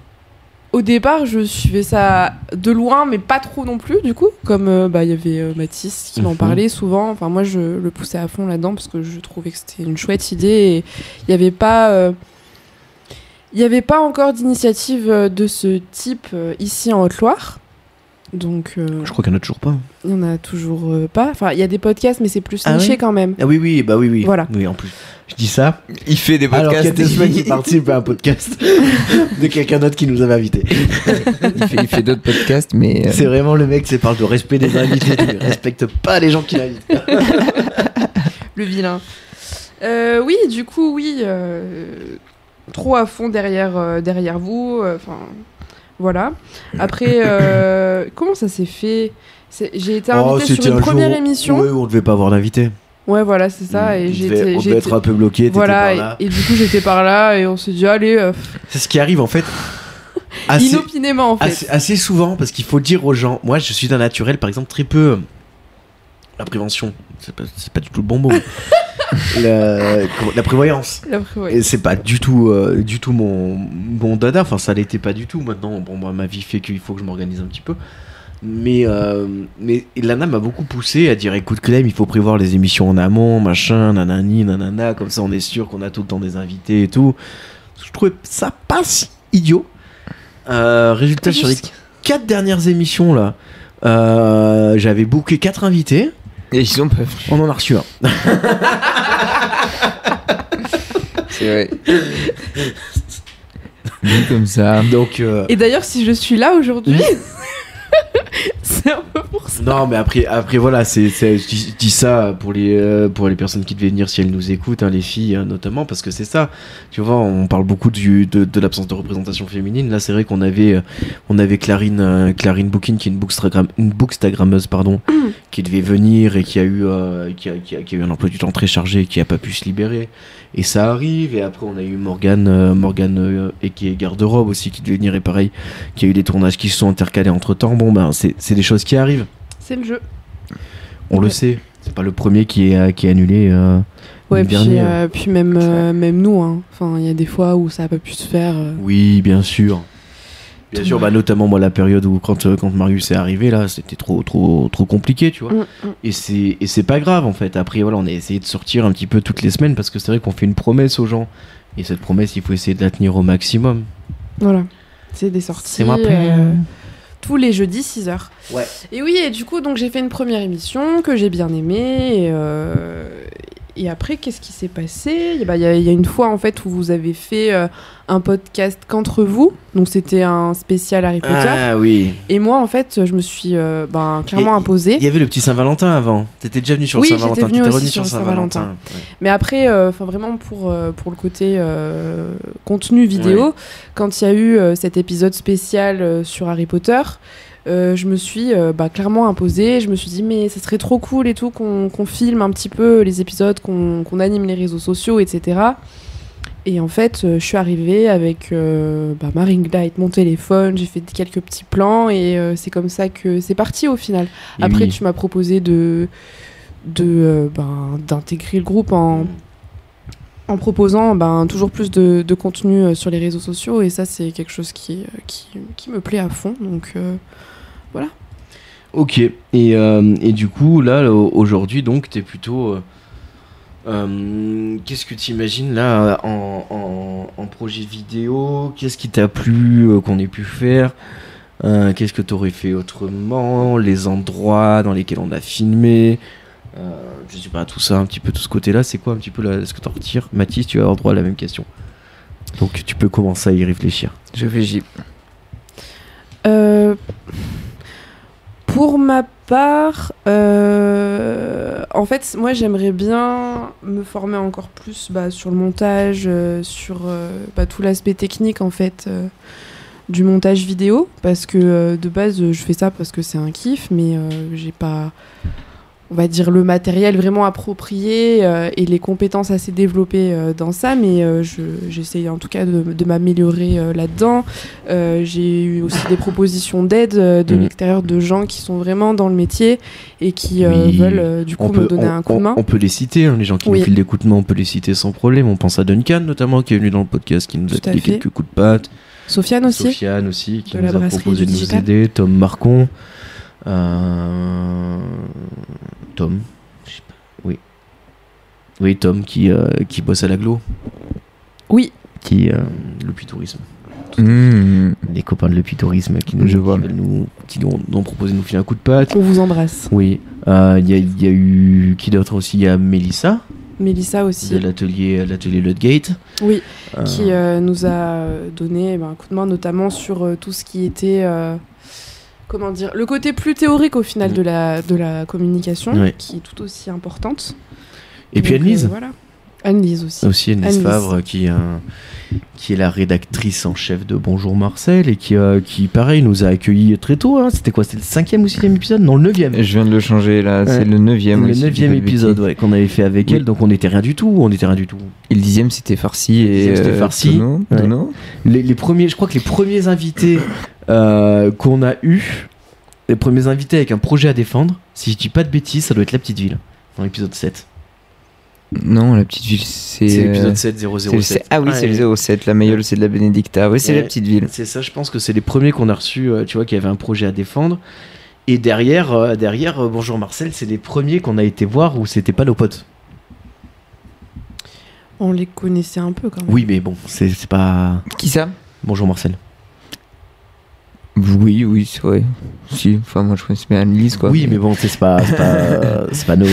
[SPEAKER 2] au départ, je suivais ça de loin, mais pas trop non plus, du coup. Comme euh, bah, il y avait euh, Mathis qui m'en
[SPEAKER 1] Mhm.
[SPEAKER 2] parlait souvent. Enfin, moi, je le poussais à fond là-dedans parce que je trouvais que c'était une chouette idée. et Il n'y avait pas. euh, Il n'y avait pas encore d'initiative euh, de ce type euh, ici en Haute-Loire. Donc, euh,
[SPEAKER 1] Je crois qu'il y en a toujours pas. hein.
[SPEAKER 2] il n'y en a toujours euh, pas. Enfin, il y a des podcasts, mais c'est plus
[SPEAKER 1] Ah
[SPEAKER 2] niché
[SPEAKER 1] ouais
[SPEAKER 2] quand même.
[SPEAKER 1] Ah oui, oui, bah oui, oui.
[SPEAKER 2] Voilà.
[SPEAKER 1] Oui, en plus. Je dis ça.
[SPEAKER 3] Il fait des
[SPEAKER 1] Alors qu'il y a
[SPEAKER 3] podcasts.
[SPEAKER 1] des semaines, il participe à un podcast de quelqu'un d'autre qui nous avait invités.
[SPEAKER 3] il fait, il fait d'autres podcasts, mais. euh,
[SPEAKER 1] C'est vraiment le mec, c'est parle de respect des invités, tu ne respectes pas les gens qui l'invitent.
[SPEAKER 2] Le vilain. Euh, oui, du coup, oui. euh, trop à fond derrière, euh, derrière vous. euh, Enfin, voilà. Après, euh, comment ça s'est fait C'est- J'ai été
[SPEAKER 1] Oh,
[SPEAKER 2] invitée
[SPEAKER 1] c'était
[SPEAKER 2] sur une
[SPEAKER 1] un
[SPEAKER 2] première
[SPEAKER 1] jour
[SPEAKER 2] émission.
[SPEAKER 1] où on devait pas avoir d'invité. Hmm.
[SPEAKER 2] Ouais, voilà, c'est ça. Et
[SPEAKER 1] On
[SPEAKER 2] j'ai
[SPEAKER 1] devait-
[SPEAKER 2] été-
[SPEAKER 1] on
[SPEAKER 2] j'ai
[SPEAKER 1] devait
[SPEAKER 2] été-
[SPEAKER 1] être un peu bloqué, t'étais par
[SPEAKER 2] Voilà,
[SPEAKER 1] là.
[SPEAKER 2] et, et du coup j'étais par là et on s'est dit allez, euh, pff,
[SPEAKER 1] C'est ce qui arrive en fait. Assez,
[SPEAKER 2] inopinément en fait.
[SPEAKER 1] assez, assez souvent, parce qu'il faut dire aux gens, moi je suis d'un naturel par exemple très peu. euh, La prévention, c'est pas, c'est pas du tout le bon mot. la, comment- la prévoyance.
[SPEAKER 2] Après, ouais.
[SPEAKER 1] Et c'est pas du tout, euh, du tout mon, mon dada. Enfin, ça l'était pas du tout. Maintenant, bon, moi, ma vie fait qu'il faut que je m'organise un petit peu. Mais, euh, mais Lana m'a beaucoup poussé à dire écoute, Clem, il faut prévoir les émissions en amont, machin, nanani, nanana. Comme ça, on est sûr qu'on a tout le temps des invités et tout. Je trouvais ça pas si idiot. Euh, résultat, sur les
[SPEAKER 2] Juste.
[SPEAKER 1] quatre dernières émissions, là, euh, j'avais booké quatre invités.
[SPEAKER 3] Et ils sont pas venus.
[SPEAKER 1] On en a reçu un.
[SPEAKER 3] C'est vrai. Dit comme ça.
[SPEAKER 1] Donc. euh,
[SPEAKER 2] Et d'ailleurs, si je suis là aujourd'hui, c'est un peu pour ça.
[SPEAKER 1] Non, mais après, après voilà, c'est, c'est- je, dis, je dis ça pour les, euh, pour les personnes qui devaient venir si elles nous écoutent, hein, les filles hein, notamment, parce que c'est ça. Tu vois, on parle beaucoup du, de, de l'absence de représentation féminine. Là, c'est vrai qu'on avait, euh, on avait Clarine, euh, Clarine Bookin, qui est une, bookstagram, une bookstagrammeuse, pardon, qui devait venir et qui a, eu, euh, qui, a, qui a- qui a eu un emploi du temps très chargé et qui a pas pu se libérer. Et ça arrive. Et après, on a eu Morgane, euh, Morgane euh, et qui est garde-robe aussi, qui devait venir et pareil, qui a eu des tournages qui se sont intercalés entre temps. Bon, ben, c'est c'est des choses qui arrivent.
[SPEAKER 2] C'est le jeu.
[SPEAKER 1] On le
[SPEAKER 2] Ouais.
[SPEAKER 1] sait, c'est pas le premier qui est, qui est annulé. euh,
[SPEAKER 2] Ouais,
[SPEAKER 1] le
[SPEAKER 2] puis,
[SPEAKER 1] dernier,
[SPEAKER 2] euh, puis même, euh, même nous, hein. enfin, il y a des fois où ça n'a pas pu se faire. euh.
[SPEAKER 1] Oui, bien sûr. Bien
[SPEAKER 2] Dommage.
[SPEAKER 1] sûr, bah, notamment moi la période où quand, euh, quand Marius est arrivé là, c'était trop trop trop compliqué, tu vois.
[SPEAKER 2] Mm, mm.
[SPEAKER 1] Et c'est et c'est pas grave en fait. Après voilà, on a essayé de sortir un petit peu toutes les semaines parce que c'est vrai qu'on fait une promesse aux gens et cette promesse, il faut essayer de la tenir au maximum.
[SPEAKER 2] Voilà. C'est des sorties.
[SPEAKER 1] C'est ma paix.
[SPEAKER 2] euh, tous les jeudis, 6h.
[SPEAKER 1] Ouais.
[SPEAKER 2] Et oui, et du coup, donc j'ai fait une première émission que j'ai bien aimée. Et, euh, et après, qu'est-ce qui s'est passé Eh ben, Il y, a- il y a une fois, en fait, où vous avez fait euh, un podcast qu'entre vous. Donc, c'était un spécial Harry Potter.
[SPEAKER 1] Ah oui.
[SPEAKER 2] Et moi, en fait, je me suis euh, ben, clairement
[SPEAKER 1] Et-
[SPEAKER 2] imposée.
[SPEAKER 1] Il y avait le petit Saint-Valentin avant. T'étais déjà venu sur
[SPEAKER 2] Oui,
[SPEAKER 1] le
[SPEAKER 2] j'étais
[SPEAKER 1] Saint-Valentin.
[SPEAKER 2] venue
[SPEAKER 1] T'étais
[SPEAKER 2] aussi
[SPEAKER 1] revenu
[SPEAKER 2] sur
[SPEAKER 1] sur
[SPEAKER 2] le
[SPEAKER 1] Saint-Valentin.
[SPEAKER 2] Mais après, euh, enfin vraiment pour, euh, pour le côté euh, contenu vidéo, quand il y a eu euh, cet épisode spécial euh, sur Harry Potter, euh, je me suis euh, bah, clairement imposée. Je me suis dit, mais ça serait trop cool et tout qu'on qu'on filme un petit peu les épisodes, qu'on qu'on anime les réseaux sociaux, etc. Et en fait, euh, je suis arrivée avec euh, bah, ma ring light, mon téléphone, j'ai fait quelques petits plans et euh, c'est comme ça que c'est parti au final.
[SPEAKER 1] Et
[SPEAKER 2] Après,
[SPEAKER 1] oui.
[SPEAKER 2] tu m'as proposé de de euh, ben, d'intégrer le groupe en en proposant ben, toujours plus de, de contenu euh, sur les réseaux sociaux. Et ça, c'est quelque chose qui, euh, qui, qui me plaît à fond. Donc, euh,
[SPEAKER 1] Ok. Et, euh, et du coup, là, là, aujourd'hui, donc, t'es plutôt. euh, euh, Qu'est-ce que t'imagines là en, en- en projet vidéo Qu'est-ce qui t'a plu, euh, qu'on ait pu faire Euh, Qu'est-ce que t'aurais fait autrement Les endroits dans lesquels on a filmé Euh, Je sais pas, tout ça, un petit peu tout ce côté-là, c'est quoi un petit peu là, ce que t'en retires Mathis, tu vas avoir droit à la même question. Donc tu peux commencer à y réfléchir.
[SPEAKER 3] Je réfléchis.
[SPEAKER 2] euh, pour ma part, euh, en fait, moi, j'aimerais bien me former encore plus bah, sur le montage, euh, sur euh, bah, tout l'aspect technique, en fait. euh, du montage vidéo parce que euh, de base euh, je fais ça parce que c'est un kiff mais euh, j'ai pas on va dire le matériel vraiment approprié euh, et les compétences assez développées euh, dans ça mais euh, je- j'essaye en tout cas de, de m'améliorer euh, là-dedans Euh, j'ai eu aussi des propositions d'aide euh, de
[SPEAKER 1] Mhm.
[SPEAKER 2] l'extérieur de gens qui sont vraiment dans le métier et qui euh,
[SPEAKER 1] Oui.
[SPEAKER 2] veulent euh, du coup me donner un coup de main
[SPEAKER 1] on peut les citer, hein, les gens qui
[SPEAKER 2] Oui.
[SPEAKER 1] nous filent des coups de main, on peut les citer sans problème. On pense à Duncan notamment qui est venu dans le podcast, qui nous a
[SPEAKER 2] Tout à
[SPEAKER 1] filé
[SPEAKER 2] fait.
[SPEAKER 1] quelques coups de patte.
[SPEAKER 2] Sofiane aussi
[SPEAKER 1] Sofiane aussi, qui
[SPEAKER 2] De
[SPEAKER 1] nous
[SPEAKER 2] la
[SPEAKER 1] a
[SPEAKER 2] brasserie
[SPEAKER 1] proposé
[SPEAKER 2] du
[SPEAKER 1] de nous
[SPEAKER 2] digital.
[SPEAKER 1] aider. Tom Marcon. Euh, Tom. je sais pas, Oui. Oui, Tom qui, euh, qui bosse à l'aglo,
[SPEAKER 2] oui
[SPEAKER 1] qui euh, le Tourisme.
[SPEAKER 3] Hmm.
[SPEAKER 1] Les copains de l'Upi Tourisme qui nous,
[SPEAKER 3] Je
[SPEAKER 1] qui
[SPEAKER 3] vois.
[SPEAKER 1] veulent nous, qui nous ont- nous ont proposé de nous filer un coup de patte.
[SPEAKER 2] on vous embrasse
[SPEAKER 1] Oui, Euh, il y, a- il y a eu qui d'autre aussi Il y a Mélissa
[SPEAKER 2] Mélissa aussi
[SPEAKER 1] de l'atelier euh, l'atelier Ludgate.
[SPEAKER 2] oui
[SPEAKER 1] Euh,
[SPEAKER 2] qui euh, nous a euh, donné ben, un coup de main notamment sur euh, tout ce qui était euh, comment dire le côté plus théorique au final
[SPEAKER 1] Mm.
[SPEAKER 2] de la de la communication
[SPEAKER 1] Ouais.
[SPEAKER 2] qui est tout aussi importante
[SPEAKER 1] Et puis
[SPEAKER 2] Donc,
[SPEAKER 1] Anne-Lise
[SPEAKER 2] euh, voilà Anne-Lise aussi
[SPEAKER 1] aussi Anne-Lise
[SPEAKER 2] Anne-Lise.
[SPEAKER 1] Favre qui, euh, qui est la rédactrice en chef de Bonjour Marcel et qui, euh, qui pareil nous a accueillis très tôt. hein. C'était quoi C'était le cinquième ou sixième épisode Non, le neuvième.
[SPEAKER 3] Je viens de le changer là,
[SPEAKER 1] Ouais.
[SPEAKER 3] c'est le 9ème.
[SPEAKER 1] le neuvième épisode ouais, qu'on avait fait avec
[SPEAKER 3] Oui.
[SPEAKER 1] elle, donc on n'était rien du tout, on n'était rien du tout.
[SPEAKER 3] Et le 10 c'était Farsi
[SPEAKER 1] Le
[SPEAKER 3] et. euh,
[SPEAKER 1] dixième, c'était Farsi.
[SPEAKER 3] Tono,
[SPEAKER 1] Ouais. Les, les premiers, je crois que les premiers invités euh, qu'on a eu, les premiers invités avec un projet à défendre, si je dis pas de bêtises, ça doit être la petite ville dans l'épisode 7.
[SPEAKER 3] Non, la petite ville, c'est.
[SPEAKER 1] C'est l'épisode
[SPEAKER 3] euh,
[SPEAKER 1] 7
[SPEAKER 3] c'est le
[SPEAKER 1] 007.
[SPEAKER 3] sept- Ah oui, c'est le 07. La Mayol, c'est de la Benedicta. Oui, c'est
[SPEAKER 1] Ouais.
[SPEAKER 3] la petite ville.
[SPEAKER 1] C'est ça, je pense que c'est les premiers qu'on a reçus, euh, tu vois, qui avaient un projet à défendre. Et derrière, euh, derrière euh, Bonjour Marcel, c'est les premiers qu'on a été voir où c'était pas nos potes.
[SPEAKER 2] on les connaissait un peu quand même
[SPEAKER 1] Oui, mais bon, c'est c'est pas.
[SPEAKER 3] Qui ça
[SPEAKER 1] Bonjour Marcel.
[SPEAKER 3] Oui, oui, c'est vrai. Si, enfin, moi je connaissais bien Annelise quoi.
[SPEAKER 1] Oui, mais bon, c'est c'est pas, c'est pas, euh, c'est pas nos.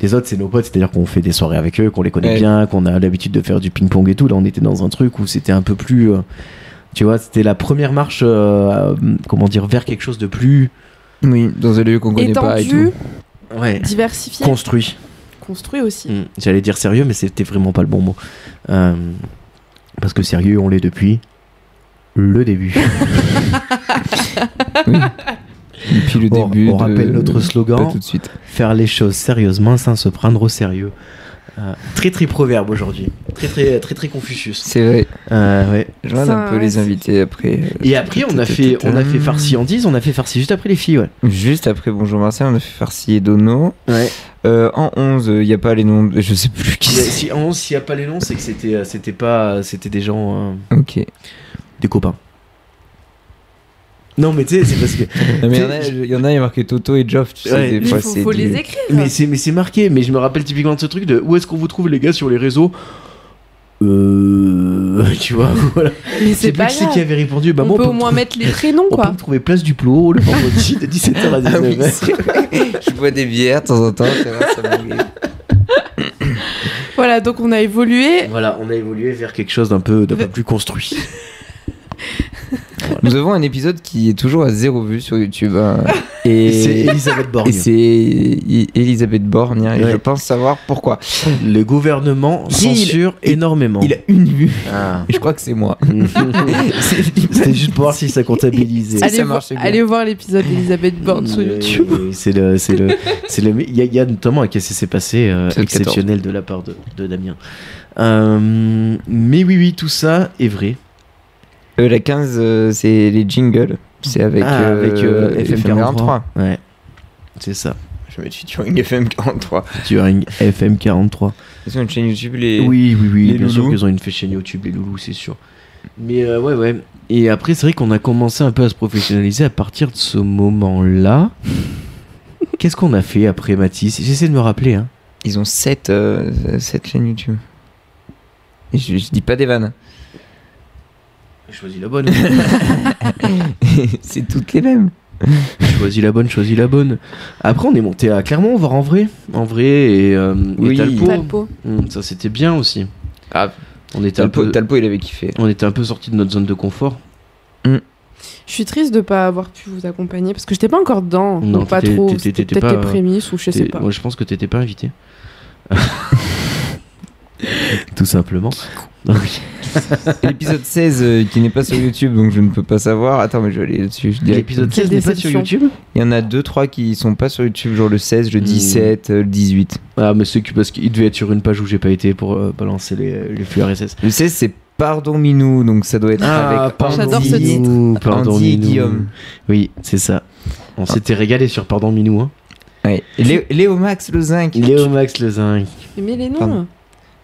[SPEAKER 1] Les autres, c'est nos potes, c'est-à-dire qu'on fait des soirées avec eux, qu'on les connaît
[SPEAKER 3] Ouais.
[SPEAKER 1] bien, qu'on a l'habitude de faire du ping-pong et tout. Là, on était dans un truc où c'était un peu plus. euh, tu vois, c'était la première marche, euh, à, comment dire, vers quelque chose de plus.
[SPEAKER 3] Oui, dans un lieu qu'on connaît pas et
[SPEAKER 2] étendu
[SPEAKER 3] tout.
[SPEAKER 1] Ouais.
[SPEAKER 2] diversifié
[SPEAKER 1] Construit.
[SPEAKER 2] construit aussi
[SPEAKER 1] Mm, J'allais dire sérieux, mais c'était vraiment pas le bon mot. Euh, parce que sérieux, on l'est depuis le début.
[SPEAKER 3] Et puis le
[SPEAKER 1] On-
[SPEAKER 3] début.
[SPEAKER 1] on
[SPEAKER 3] de-
[SPEAKER 1] rappelle notre slogan
[SPEAKER 3] Pas tout de suite.
[SPEAKER 1] faire les choses sérieusement sans se prendre au sérieux. Euh, très très proverbe aujourd'hui. Très très très très Confucius.
[SPEAKER 3] C'est vrai.
[SPEAKER 1] Euh, ouais.
[SPEAKER 3] Je regarde
[SPEAKER 2] Ça,
[SPEAKER 3] un peu
[SPEAKER 2] ouais,
[SPEAKER 3] les
[SPEAKER 2] c'est-
[SPEAKER 3] invités après. Euh,
[SPEAKER 1] Et après, on a fait on a fait farci en 10, on a fait farci juste après les filles. Ouais.
[SPEAKER 3] Juste après Bonjour Marseille, on a fait Farsi et Dono.
[SPEAKER 1] Ouais.
[SPEAKER 3] Euh, en 11, il n'y a pas les noms. de- Je sais plus qui
[SPEAKER 1] Il y a-
[SPEAKER 3] c'est.
[SPEAKER 1] euh, Si, en 11, s'il n'y a pas les noms, c'est que c'était euh, c'était pas euh, c'était des gens euh,
[SPEAKER 3] Ok.
[SPEAKER 1] des copains. Non mais tu sais, c'est parce que
[SPEAKER 3] Non, mais il y en a- il y en a, il y a marqué Toto et Joff. Tu
[SPEAKER 1] Ouais.
[SPEAKER 3] sais, des
[SPEAKER 2] il
[SPEAKER 3] fois,
[SPEAKER 2] faut,
[SPEAKER 3] c'est.
[SPEAKER 2] faut
[SPEAKER 3] du-
[SPEAKER 2] les écrire
[SPEAKER 1] Mais c'est, mais c'est marqué, mais je me rappelle typiquement de ce truc de où est-ce qu'on vous trouve les gars sur les réseaux Euh. Tu vois, voilà. Je
[SPEAKER 2] mais
[SPEAKER 1] sais
[SPEAKER 2] c'est
[SPEAKER 1] plus
[SPEAKER 2] pas
[SPEAKER 1] qui c'est
[SPEAKER 2] grave
[SPEAKER 1] qui avait répondu. Bah,
[SPEAKER 2] on,
[SPEAKER 1] moi,
[SPEAKER 2] peut
[SPEAKER 1] on
[SPEAKER 2] au moins
[SPEAKER 1] me trouver-
[SPEAKER 2] mettre les prénoms
[SPEAKER 1] on peut
[SPEAKER 2] quoi
[SPEAKER 1] me trouver place du plot le vendredi de 17h à
[SPEAKER 3] Ah oui,
[SPEAKER 1] 19h.
[SPEAKER 3] c'est vrai. Je bois des bières de temps en temps. c'est vrai, ça m'arrive.
[SPEAKER 2] voilà donc on a évolué
[SPEAKER 1] voilà, on a évolué vers quelque chose d'un peu, d'un peu plus construit.
[SPEAKER 3] Nous avons un épisode qui est toujours à zéro vue sur YouTube. hein. Et,
[SPEAKER 1] Et c'est Elisabeth Borne.
[SPEAKER 3] et c'est I- Elisabeth Borne. hein, et
[SPEAKER 1] Ouais.
[SPEAKER 3] je pense savoir pourquoi.
[SPEAKER 1] Le gouvernement
[SPEAKER 3] Si, il-
[SPEAKER 1] censure
[SPEAKER 3] il-
[SPEAKER 1] énormément.
[SPEAKER 3] Il a une vue.
[SPEAKER 1] Ah.
[SPEAKER 3] Et je crois que c'est moi.
[SPEAKER 1] C'était juste pour voir si ça comptabilisait.
[SPEAKER 3] Ça
[SPEAKER 2] allez, voir,
[SPEAKER 3] marchait bien.
[SPEAKER 2] allez voir l'épisode d'Elisabeth Borne sur
[SPEAKER 1] Oui,
[SPEAKER 2] YouTube
[SPEAKER 1] oui, C'est le, c'est le, c'est le. Il y, a- il y a notamment un qu'est-ce qui s'est passé euh,
[SPEAKER 3] C'est le 14.
[SPEAKER 1] exceptionnel de la part de, de Damien. Euh, mais oui, oui, tout ça est vrai.
[SPEAKER 3] Euh, la 15, euh, c'est les jingles. C'est avec,
[SPEAKER 1] Ah,
[SPEAKER 3] euh,
[SPEAKER 1] avec euh,
[SPEAKER 3] FM43.
[SPEAKER 1] Ouais, c'est ça.
[SPEAKER 3] Je me suis Turing FM 43.
[SPEAKER 1] Turing FM 43.
[SPEAKER 3] Ils ont une chaîne YouTube, les.
[SPEAKER 1] oui, oui, oui.
[SPEAKER 3] les
[SPEAKER 1] bien sûr
[SPEAKER 3] loulous.
[SPEAKER 1] qu'ils ont une chaîne YouTube, les loulous, c'est sûr. Mais euh, ouais, ouais. Et après, c'est vrai qu'on a commencé un peu à se professionnaliser à partir de ce moment-là. Qu'est-ce qu'on a fait après Matisse J'essaie de me rappeler. Hein.
[SPEAKER 3] Ils ont 7, chaînes YouTube. Et je, je dis pas des vannes.
[SPEAKER 1] J'ai choisi la bonne.
[SPEAKER 3] c'est toutes les mêmes.
[SPEAKER 1] choisis la bonne, choisis la bonne. Après, on est monté à Clermont voir en vrai. En vrai et, euh, et
[SPEAKER 3] Oui.
[SPEAKER 1] Talpo.
[SPEAKER 2] Talpo.
[SPEAKER 1] Hum, ça, c'était bien aussi.
[SPEAKER 3] Ah,
[SPEAKER 1] On était, un
[SPEAKER 3] Talpo,
[SPEAKER 1] peu,
[SPEAKER 3] Talpo, il avait kiffé.
[SPEAKER 1] on était un peu sortis de notre zone de confort.
[SPEAKER 2] Je suis triste de pas avoir pu vous accompagner parce que j'étais pas encore dedans.
[SPEAKER 1] Non,
[SPEAKER 2] donc pas
[SPEAKER 1] t'étais-
[SPEAKER 2] trop.
[SPEAKER 1] t'étais-
[SPEAKER 2] c'était
[SPEAKER 1] t'étais
[SPEAKER 2] Peut-être
[SPEAKER 1] pas,
[SPEAKER 2] les prémices ou je sais
[SPEAKER 1] T'es-
[SPEAKER 2] pas.
[SPEAKER 1] Moi, je pense que t'étais pas invité. Tout simplement. Donc,
[SPEAKER 3] L'épisode 16 euh, qui n'est pas sur YouTube, donc je ne peux pas savoir. Attends, mais je vais aller dessus. Je dirais-
[SPEAKER 1] L'épisode
[SPEAKER 2] Quelle
[SPEAKER 1] 16 n'est pas sur
[SPEAKER 2] déception.
[SPEAKER 1] YouTube
[SPEAKER 3] Il y en a 2-3 qui sont pas sur YouTube, genre le 16, le
[SPEAKER 1] Hmm.
[SPEAKER 3] 17, euh, le 18.
[SPEAKER 1] Ah, mais c'est que- parce qu'il devait être sur une page où j'ai pas été pour euh, balancer les, les flux RSS.
[SPEAKER 3] Le 16, c'est Pardon Minou, donc ça doit être Ah, avec
[SPEAKER 2] Ah, J'adore
[SPEAKER 3] Andy.
[SPEAKER 2] ce titre.
[SPEAKER 1] Pardon
[SPEAKER 3] Andy et
[SPEAKER 1] Ah, Minou.
[SPEAKER 3] Guillaume. Ah.
[SPEAKER 1] Oui, c'est ça. On s'était régalé sur Pardon Minou. Hein.
[SPEAKER 3] Ouais. Et Léo, Léo Max, le zinc.
[SPEAKER 1] Léo Max le zinc.
[SPEAKER 2] Mais les noms. euh,
[SPEAKER 3] Pardon.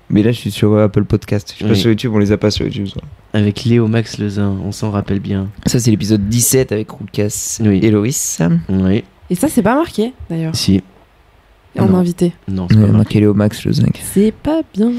[SPEAKER 3] Mais là, je suis sur euh, Apple Podcast. Je suis pas
[SPEAKER 1] Oui.
[SPEAKER 3] sur YouTube, on les a pas sur YouTube. ça.
[SPEAKER 1] Avec Léo Max le zinc, on s'en rappelle bien.
[SPEAKER 3] Ça, c'est l'épisode 17 avec Roucas
[SPEAKER 1] Oui.
[SPEAKER 3] et Loris.
[SPEAKER 1] Oui,
[SPEAKER 2] Et ça, c'est pas marqué d'ailleurs.
[SPEAKER 1] si.
[SPEAKER 2] En
[SPEAKER 1] Non.
[SPEAKER 2] invité.
[SPEAKER 1] Non, c'est
[SPEAKER 3] On
[SPEAKER 1] pas
[SPEAKER 3] a
[SPEAKER 1] vrai.
[SPEAKER 3] marqué Léo Max, le zinc.
[SPEAKER 2] C'est pas bien.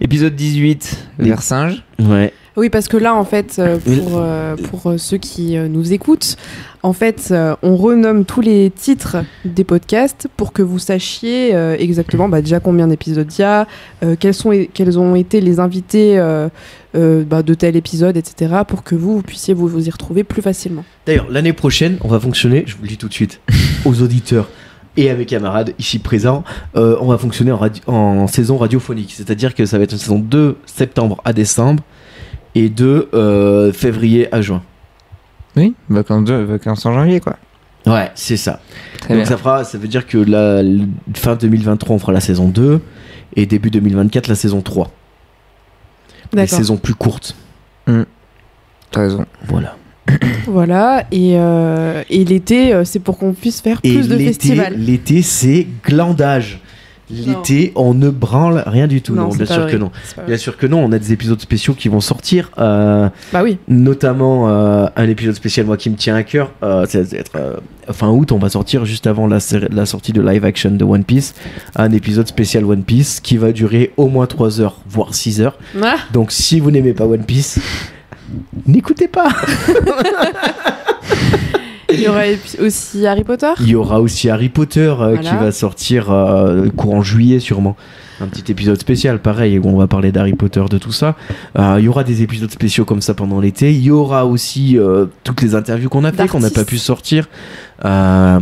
[SPEAKER 3] Épisode 18,
[SPEAKER 1] Les-
[SPEAKER 3] vers singe.
[SPEAKER 1] Ouais.
[SPEAKER 2] Oui, parce que là, en fait, euh,
[SPEAKER 1] Oui.
[SPEAKER 2] pour, euh, pour euh, ceux qui euh, nous écoutent, en fait, euh, on renomme tous les titres des podcasts pour que vous sachiez euh, exactement bah, déjà combien d'épisodes il y a, euh, quels, sont, quels ont été les invités euh, euh, bah, de tel épisode, etc., pour que vous, vous puissiez vous, vous y retrouver plus facilement.
[SPEAKER 1] D'ailleurs, l'année prochaine, on va fonctionner, je vous le dis tout de suite, aux auditeurs et à mes camarades ici présents, euh, on va fonctionner en, radio- en saison radiophonique. C'est-à-dire que ça va être une saison de septembre à décembre et de euh, février à juin.
[SPEAKER 3] Oui, vacances, de, vacances en janvier, quoi.
[SPEAKER 1] Ouais, c'est ça.
[SPEAKER 3] Très
[SPEAKER 1] Donc ça, fera, ça veut dire que la, l- fin 2023, on fera la saison 2 et début 2024, la saison 3. Les
[SPEAKER 2] D'accord.
[SPEAKER 1] saisons plus courtes.
[SPEAKER 3] T'as raison.
[SPEAKER 1] Voilà.
[SPEAKER 2] Voilà, et, euh, et l'été, euh, c'est pour qu'on puisse faire
[SPEAKER 1] Et
[SPEAKER 2] plus de
[SPEAKER 1] l'été,
[SPEAKER 2] festivals.
[SPEAKER 1] l'été, c'est glandage. L'été, on ne branle rien du tout. Non,
[SPEAKER 2] c'est
[SPEAKER 1] bien
[SPEAKER 2] pas
[SPEAKER 1] sûr
[SPEAKER 2] vrai.
[SPEAKER 1] que non.
[SPEAKER 2] C'est pas vrai.
[SPEAKER 1] Bien sûr que non, on a des épisodes spéciaux qui vont sortir, euh,
[SPEAKER 2] Bah oui,
[SPEAKER 1] notamment euh, un épisode spécial moi qui me tient à cœur, euh, ça va être euh, fin août, on va sortir juste avant la, série- la sortie de live action de One Piece, un épisode spécial One Piece qui va durer au moins 3 heures, voire 6 heures.
[SPEAKER 2] Ah,
[SPEAKER 1] Donc si vous n'aimez pas One Piece, n'écoutez pas.
[SPEAKER 2] il y aura épi- aussi Harry Potter.
[SPEAKER 1] Il y aura aussi Harry Potter euh, qui
[SPEAKER 2] Voilà.
[SPEAKER 1] va sortir euh, courant juillet sûrement. Un petit épisode spécial, pareil, où on va parler d'Harry Potter, de tout ça. Euh, il y aura des épisodes spéciaux comme ça pendant l'été. Il y aura aussi euh, toutes les interviews qu'on a fait, qu'on n'a pas
[SPEAKER 2] D'artistes.
[SPEAKER 1] pu sortir. Euh,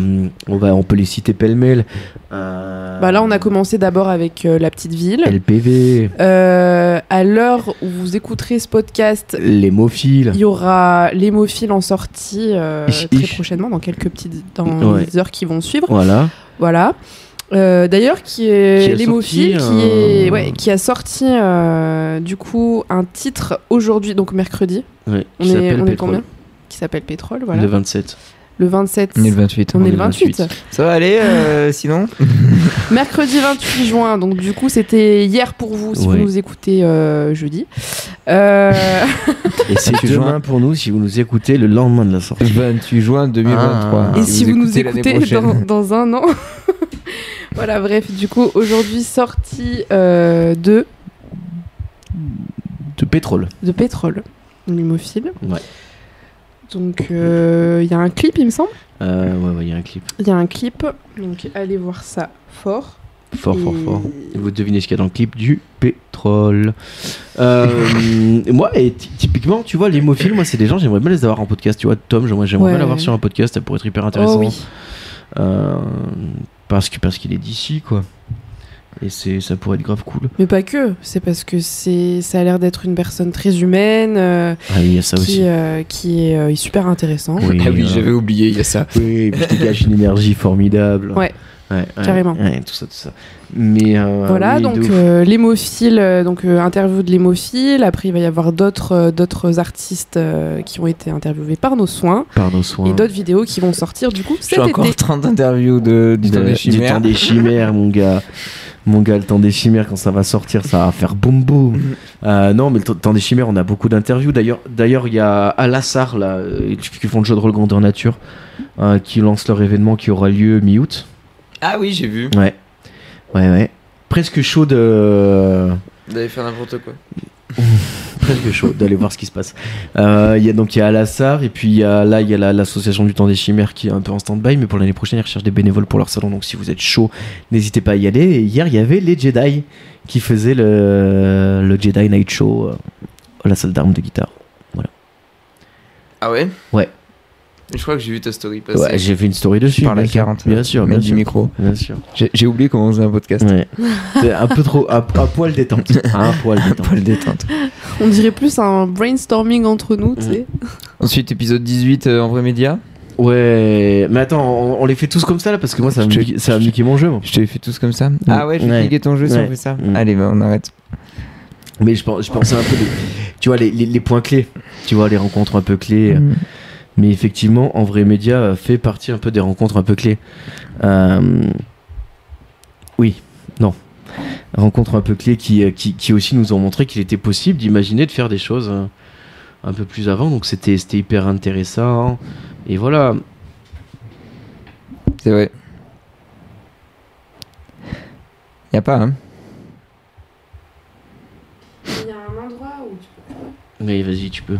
[SPEAKER 1] on, va, on peut les citer pêle-mêle. Euh,
[SPEAKER 2] Bah là, on a commencé d'abord avec euh, La Petite Ville.
[SPEAKER 1] LPV,
[SPEAKER 2] Euh, à l'heure où vous écouterez ce podcast,
[SPEAKER 1] les Mophiles.
[SPEAKER 2] il y aura l'hémophile en sortie euh,
[SPEAKER 1] Ich,
[SPEAKER 2] très
[SPEAKER 1] ich.
[SPEAKER 2] prochainement, dans quelques petites dans
[SPEAKER 1] Ouais.
[SPEAKER 2] les heures qui vont suivre.
[SPEAKER 1] Voilà.
[SPEAKER 2] Voilà. Euh, D'ailleurs, qui
[SPEAKER 1] Qui
[SPEAKER 2] est
[SPEAKER 1] a
[SPEAKER 2] l'hémophile,
[SPEAKER 1] sorti
[SPEAKER 2] qui, est-
[SPEAKER 1] un-
[SPEAKER 2] ouais, qui a sorti euh, du coup un titre aujourd'hui, donc mercredi.
[SPEAKER 1] Ouais,
[SPEAKER 2] On
[SPEAKER 1] qui
[SPEAKER 2] est,
[SPEAKER 1] s'appelle
[SPEAKER 2] on est
[SPEAKER 1] Pétrole.
[SPEAKER 2] combien Qui s'appelle Pétrole, voilà.
[SPEAKER 1] Le
[SPEAKER 2] Le,
[SPEAKER 1] 27.
[SPEAKER 2] 27.
[SPEAKER 3] On est le 28.
[SPEAKER 1] on
[SPEAKER 2] On est
[SPEAKER 1] est
[SPEAKER 2] le
[SPEAKER 1] le
[SPEAKER 2] 28.
[SPEAKER 1] 28.
[SPEAKER 3] Ça va aller, euh, sinon
[SPEAKER 2] Mercredi 28 juin, donc du coup c'était hier pour vous si
[SPEAKER 1] Ouais. Ah,
[SPEAKER 2] vous nous écoutez euh, jeudi. Euh,
[SPEAKER 1] Et c'est
[SPEAKER 3] Tu
[SPEAKER 1] demain
[SPEAKER 3] joins
[SPEAKER 1] pour nous si vous nous écoutez le lendemain de la sortie.
[SPEAKER 3] 28 juin 2023.
[SPEAKER 1] Ah.
[SPEAKER 2] Et si vous nous
[SPEAKER 3] l'année
[SPEAKER 2] écoutez dans,
[SPEAKER 3] prochaine.
[SPEAKER 2] dans un an. voilà, bref, du coup, aujourd'hui, sortie euh, de,
[SPEAKER 1] De pétrole.
[SPEAKER 2] de pétrole, l'humophile.
[SPEAKER 1] Ouais.
[SPEAKER 2] Donc, euh, il y a un clip, il me semble.
[SPEAKER 1] Euh, ouais, ouais, il y a un clip.
[SPEAKER 2] Il y a un clip, donc allez voir ça fort.
[SPEAKER 1] Fort, fort,
[SPEAKER 2] Et-
[SPEAKER 1] fort. Et Vous devinez ce qu'il y a dans le clip du pétrole. Euh, moi, et ty- typiquement, tu vois, les hémophiles, moi, c'est des gens, j'aimerais bien les avoir en podcast. Tu vois, Tom, j'aimerais, j'aimerais
[SPEAKER 2] Ouais.
[SPEAKER 1] bien l'avoir sur un podcast, ça pourrait être hyper
[SPEAKER 2] Oh
[SPEAKER 1] intéressant.
[SPEAKER 2] oui.
[SPEAKER 1] Euh, parce, que, parce qu'il est d'ici, quoi. Et c'est, ça pourrait être grave cool.
[SPEAKER 2] Mais pas que, c'est parce que c'est, ça a l'air d'être une personne très humaine, euh,
[SPEAKER 1] Ah oui, il y a ça
[SPEAKER 2] qui,
[SPEAKER 1] aussi.
[SPEAKER 2] euh, qui est euh, super intéressante.
[SPEAKER 1] Oui,
[SPEAKER 3] Ah oui,
[SPEAKER 1] euh,
[SPEAKER 3] j'avais oublié, il y a ça.
[SPEAKER 1] Oui, et puis je dégage une énergie formidable.
[SPEAKER 2] Ouais.
[SPEAKER 1] Ouais, ouais,
[SPEAKER 2] Carrément.
[SPEAKER 1] ouais, tout ça, tout ça. Mais euh,
[SPEAKER 2] voilà,
[SPEAKER 1] oui, de
[SPEAKER 2] donc
[SPEAKER 1] ouf.
[SPEAKER 2] euh, l'hémophile, euh, donc euh, interview de l'hémophile. Après, il va y avoir d'autres euh, d'autres artistes euh, qui ont été interviewés par nos soins
[SPEAKER 1] par nos soins.
[SPEAKER 2] et d'autres vidéos qui vont sortir du coup
[SPEAKER 3] Je suis
[SPEAKER 2] cet
[SPEAKER 3] encore
[SPEAKER 2] été.
[SPEAKER 3] 30 interviews de, du
[SPEAKER 1] De-
[SPEAKER 3] temps des chimères.
[SPEAKER 1] temps des chimères, mon gars. Mon gars, le temps des chimères, quand ça va sortir, ça va faire boum boum. Euh, non, mais le t- temps des chimères, on a beaucoup d'interviews. D'ailleurs, d'ailleurs, il y a Alassar, là, euh, qui qui font le jeu de rôle Grandeur Nature, euh, qui lance leur événement qui aura lieu mi-août.
[SPEAKER 3] Ah oui, j'ai vu.
[SPEAKER 1] Ouais. Ouais, ouais. Presque chaud de.
[SPEAKER 3] Vous avez fait n'importe quoi.
[SPEAKER 1] Presque chaud d'aller voir ce qui se passe. Euh, Il y a donc il y a Alassar et puis il y a, là il y a la- l'association du temps des chimères qui est un peu en stand-by mais pour l'année prochaine ils recherchent des bénévoles pour leur salon donc si vous êtes chaud n'hésitez pas à y aller. Et hier il y avait les Jedi qui faisaient le, le Jedi Night Show euh, à la salle d'armes de guitare.
[SPEAKER 3] Ah ouais
[SPEAKER 1] Ouais.
[SPEAKER 3] Je crois que j'ai vu ta story passer.
[SPEAKER 1] Ouais, j'ai fait une story dessus.
[SPEAKER 3] Par la
[SPEAKER 1] bien sûr.
[SPEAKER 3] 40.
[SPEAKER 1] Bien sûr,
[SPEAKER 3] Mais
[SPEAKER 1] bien
[SPEAKER 3] du
[SPEAKER 1] sûr.
[SPEAKER 3] micro.
[SPEAKER 1] Bien sûr.
[SPEAKER 3] J'ai j'ai oublié comment on faisait un podcast.
[SPEAKER 1] Ouais. C'est un peu trop à, à poil détente. À un poil détente.
[SPEAKER 3] Paul détente.
[SPEAKER 2] On dirait plus un brainstorming entre nous,
[SPEAKER 1] Mm.
[SPEAKER 2] tu sais.
[SPEAKER 3] Ensuite, épisode 18 euh, en vrai média.
[SPEAKER 1] Ouais, mais attends, on, on les fait tous comme ça là parce que moi ça va me
[SPEAKER 3] Je-
[SPEAKER 1] niquer- ça va me
[SPEAKER 3] je-
[SPEAKER 1] niquer mon jeu. moi.
[SPEAKER 3] Je t'avais fait tous comme ça. Ah ouais, je vais
[SPEAKER 1] Ouais.
[SPEAKER 3] cliquer ton jeu si
[SPEAKER 1] Ouais.
[SPEAKER 3] on fait ça.
[SPEAKER 1] Mm.
[SPEAKER 3] Allez, bah, on arrête.
[SPEAKER 1] Mais je, pense- je pensais un peu, les- tu vois, les, les- les points clés, tu vois, les rencontres un peu clés.
[SPEAKER 3] Mm.
[SPEAKER 1] Mais effectivement, en vrai média euh, fait partie un peu des rencontres un peu clés. Euh, Oui, non. Rencontres un peu clés qui, euh, qui, qui aussi nous ont montré qu'il était possible d'imaginer de faire des choses euh, un peu plus avant. Donc c'était c'était hyper intéressant. Et voilà.
[SPEAKER 3] C'est vrai. Y a pas, hein
[SPEAKER 2] Il y a un endroit où tu
[SPEAKER 1] Oui, vas-y, tu peux.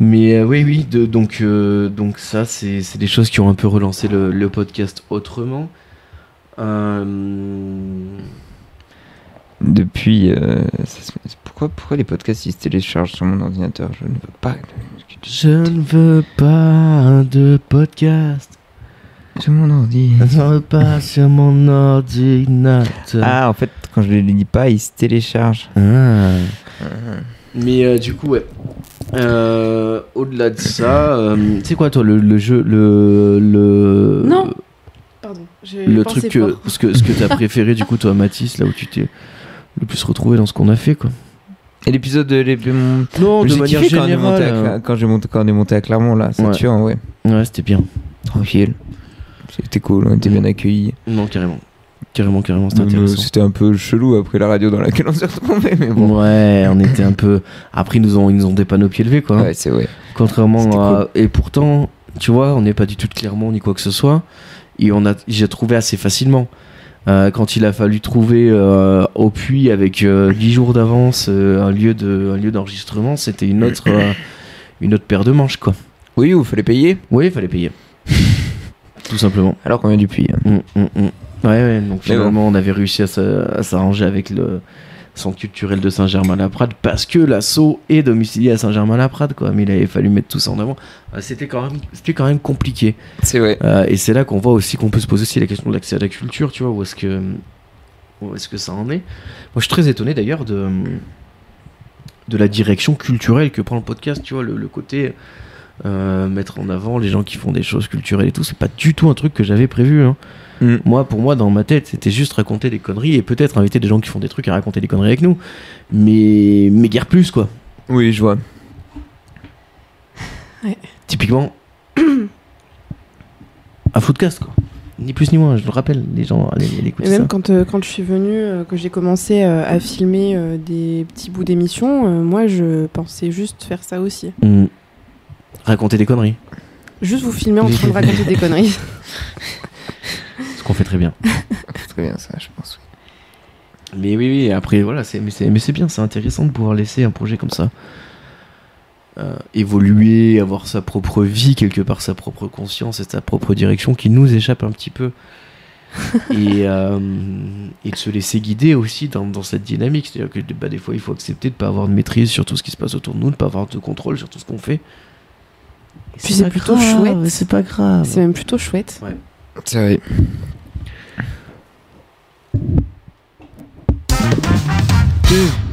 [SPEAKER 1] Mais euh, oui, oui, de- donc, euh, donc ça, c'est c'est des choses qui ont un peu relancé le, le podcast autrement. Euh,
[SPEAKER 3] Depuis. euh, ça se- Pourquoi, pourquoi les podcasts ils se téléchargent sur mon ordinateur Je ne veux pas.
[SPEAKER 1] Je ne veux pas de podcast.
[SPEAKER 3] Sur mon ordi.
[SPEAKER 1] Je ne veux pas sur mon ordinateur.
[SPEAKER 3] Ah, en fait, quand je les lis pas, ils se téléchargent.
[SPEAKER 1] Ah. Mais euh, du coup, ouais. Euh, Au-delà de ça, euh, tu sais quoi, toi, le, le jeu, le, le.
[SPEAKER 2] Non. Pardon, j'ai
[SPEAKER 1] le
[SPEAKER 2] pensé
[SPEAKER 1] truc que,
[SPEAKER 2] fort.
[SPEAKER 1] ce que ce que t'as préféré du coup toi Mathis là où tu t'es le plus retrouvé dans ce qu'on a fait quoi
[SPEAKER 3] Et l'épisode de. les- euh, Oh, de euh, mon-
[SPEAKER 1] non
[SPEAKER 3] J'ai kiffé quand on est monté à Cla- quand j'ai monté- quand on est monté à Clermont, là. Ça
[SPEAKER 1] Ouais.
[SPEAKER 3] tue, en vrai.
[SPEAKER 1] ouais c'était bien
[SPEAKER 3] Tranquille. C'était cool, on était bien accueillis.
[SPEAKER 1] non carrément carrément carrément c'était
[SPEAKER 3] Même, euh,
[SPEAKER 1] intéressant
[SPEAKER 3] C'était un peu chelou après la radio dans laquelle on s'est retrouvés, mais bon.
[SPEAKER 1] ouais on était un peu après ils nous ont ils nous ont des panneaux pieds levés quoi hein.
[SPEAKER 3] Ouais, c'est vrai. C'était
[SPEAKER 1] contrairement à et pourtant tu vois on n'est pas du tout de Clermont ni quoi que ce soit et on a j'ai trouvé assez facilement Euh, quand il a fallu trouver euh, au puits avec euh, 10 jours d'avance euh, un lieu de un lieu d'enregistrement c'était une autre euh, une autre paire de manches quoi
[SPEAKER 3] Oui, il fallait payer.
[SPEAKER 1] Oui, il fallait payer. Tout simplement.
[SPEAKER 3] Alors qu'on vient du puits. hein.
[SPEAKER 1] Mm, mm, mm. Ouais, ouais, donc
[SPEAKER 3] Mais
[SPEAKER 1] finalement, on avait réussi à s'a- à s'arranger avec le centre culturel de Saint-Germain-la-Prade parce que l'assaut est domicilié à Saint-Germain-la-Prade, quoi. Mais il avait fallu mettre tout ça en avant. Euh, C'était quand même, c'était quand même compliqué.
[SPEAKER 3] C'est vrai.
[SPEAKER 1] Euh, et c'est là qu'on voit aussi qu'on peut se poser aussi la question de l'accès à la culture, tu vois, où est-ce que, où est-ce que ça en est. Moi, je suis très étonné d'ailleurs de, de la direction culturelle que prend le podcast, tu vois, le, le côté euh, mettre en avant les gens qui font des choses culturelles et tout, c'est pas du tout un truc que j'avais prévu. hein.
[SPEAKER 3] Mm.
[SPEAKER 1] Moi, pour moi, dans ma tête, c'était juste raconter des conneries et peut-être inviter des gens qui font des trucs à raconter des conneries avec nous, mais, mais guère plus, quoi.
[SPEAKER 3] Oui, je vois.
[SPEAKER 1] Typiquement, un footcast, quoi. Ni plus ni moins, je le rappelle, les gens, allez, allez écouter
[SPEAKER 2] Et
[SPEAKER 1] ça.
[SPEAKER 2] même quand, euh, quand je suis venue, euh, que j'ai commencé euh, à filmer euh, des petits bouts d'émissions, euh, moi je pensais juste faire ça aussi.
[SPEAKER 1] Mm. Raconter des conneries,
[SPEAKER 2] Juste vous filmer en train de raconter des conneries.
[SPEAKER 1] ce qu'on fait très bien.
[SPEAKER 3] C'est très bien ça, je pense.
[SPEAKER 1] Mais oui, oui, après, voilà, c'est, mais, c'est, mais c'est bien, c'est intéressant de pouvoir laisser un projet comme ça euh, évoluer, avoir sa propre vie, quelque part sa propre conscience et sa propre direction qui nous échappe un petit peu. et, euh, et de se laisser guider aussi dans, dans cette dynamique. C'est-à-dire que bah, des fois, il faut accepter de ne pas avoir de maîtrise sur tout ce qui se passe autour de nous, de ne pas avoir de contrôle sur tout ce qu'on fait. Et
[SPEAKER 2] Puis c'est
[SPEAKER 1] pas
[SPEAKER 2] plutôt
[SPEAKER 1] grave,
[SPEAKER 2] chouette.
[SPEAKER 1] C'est pas grave.
[SPEAKER 2] C'est même plutôt chouette.
[SPEAKER 3] C'est vrai.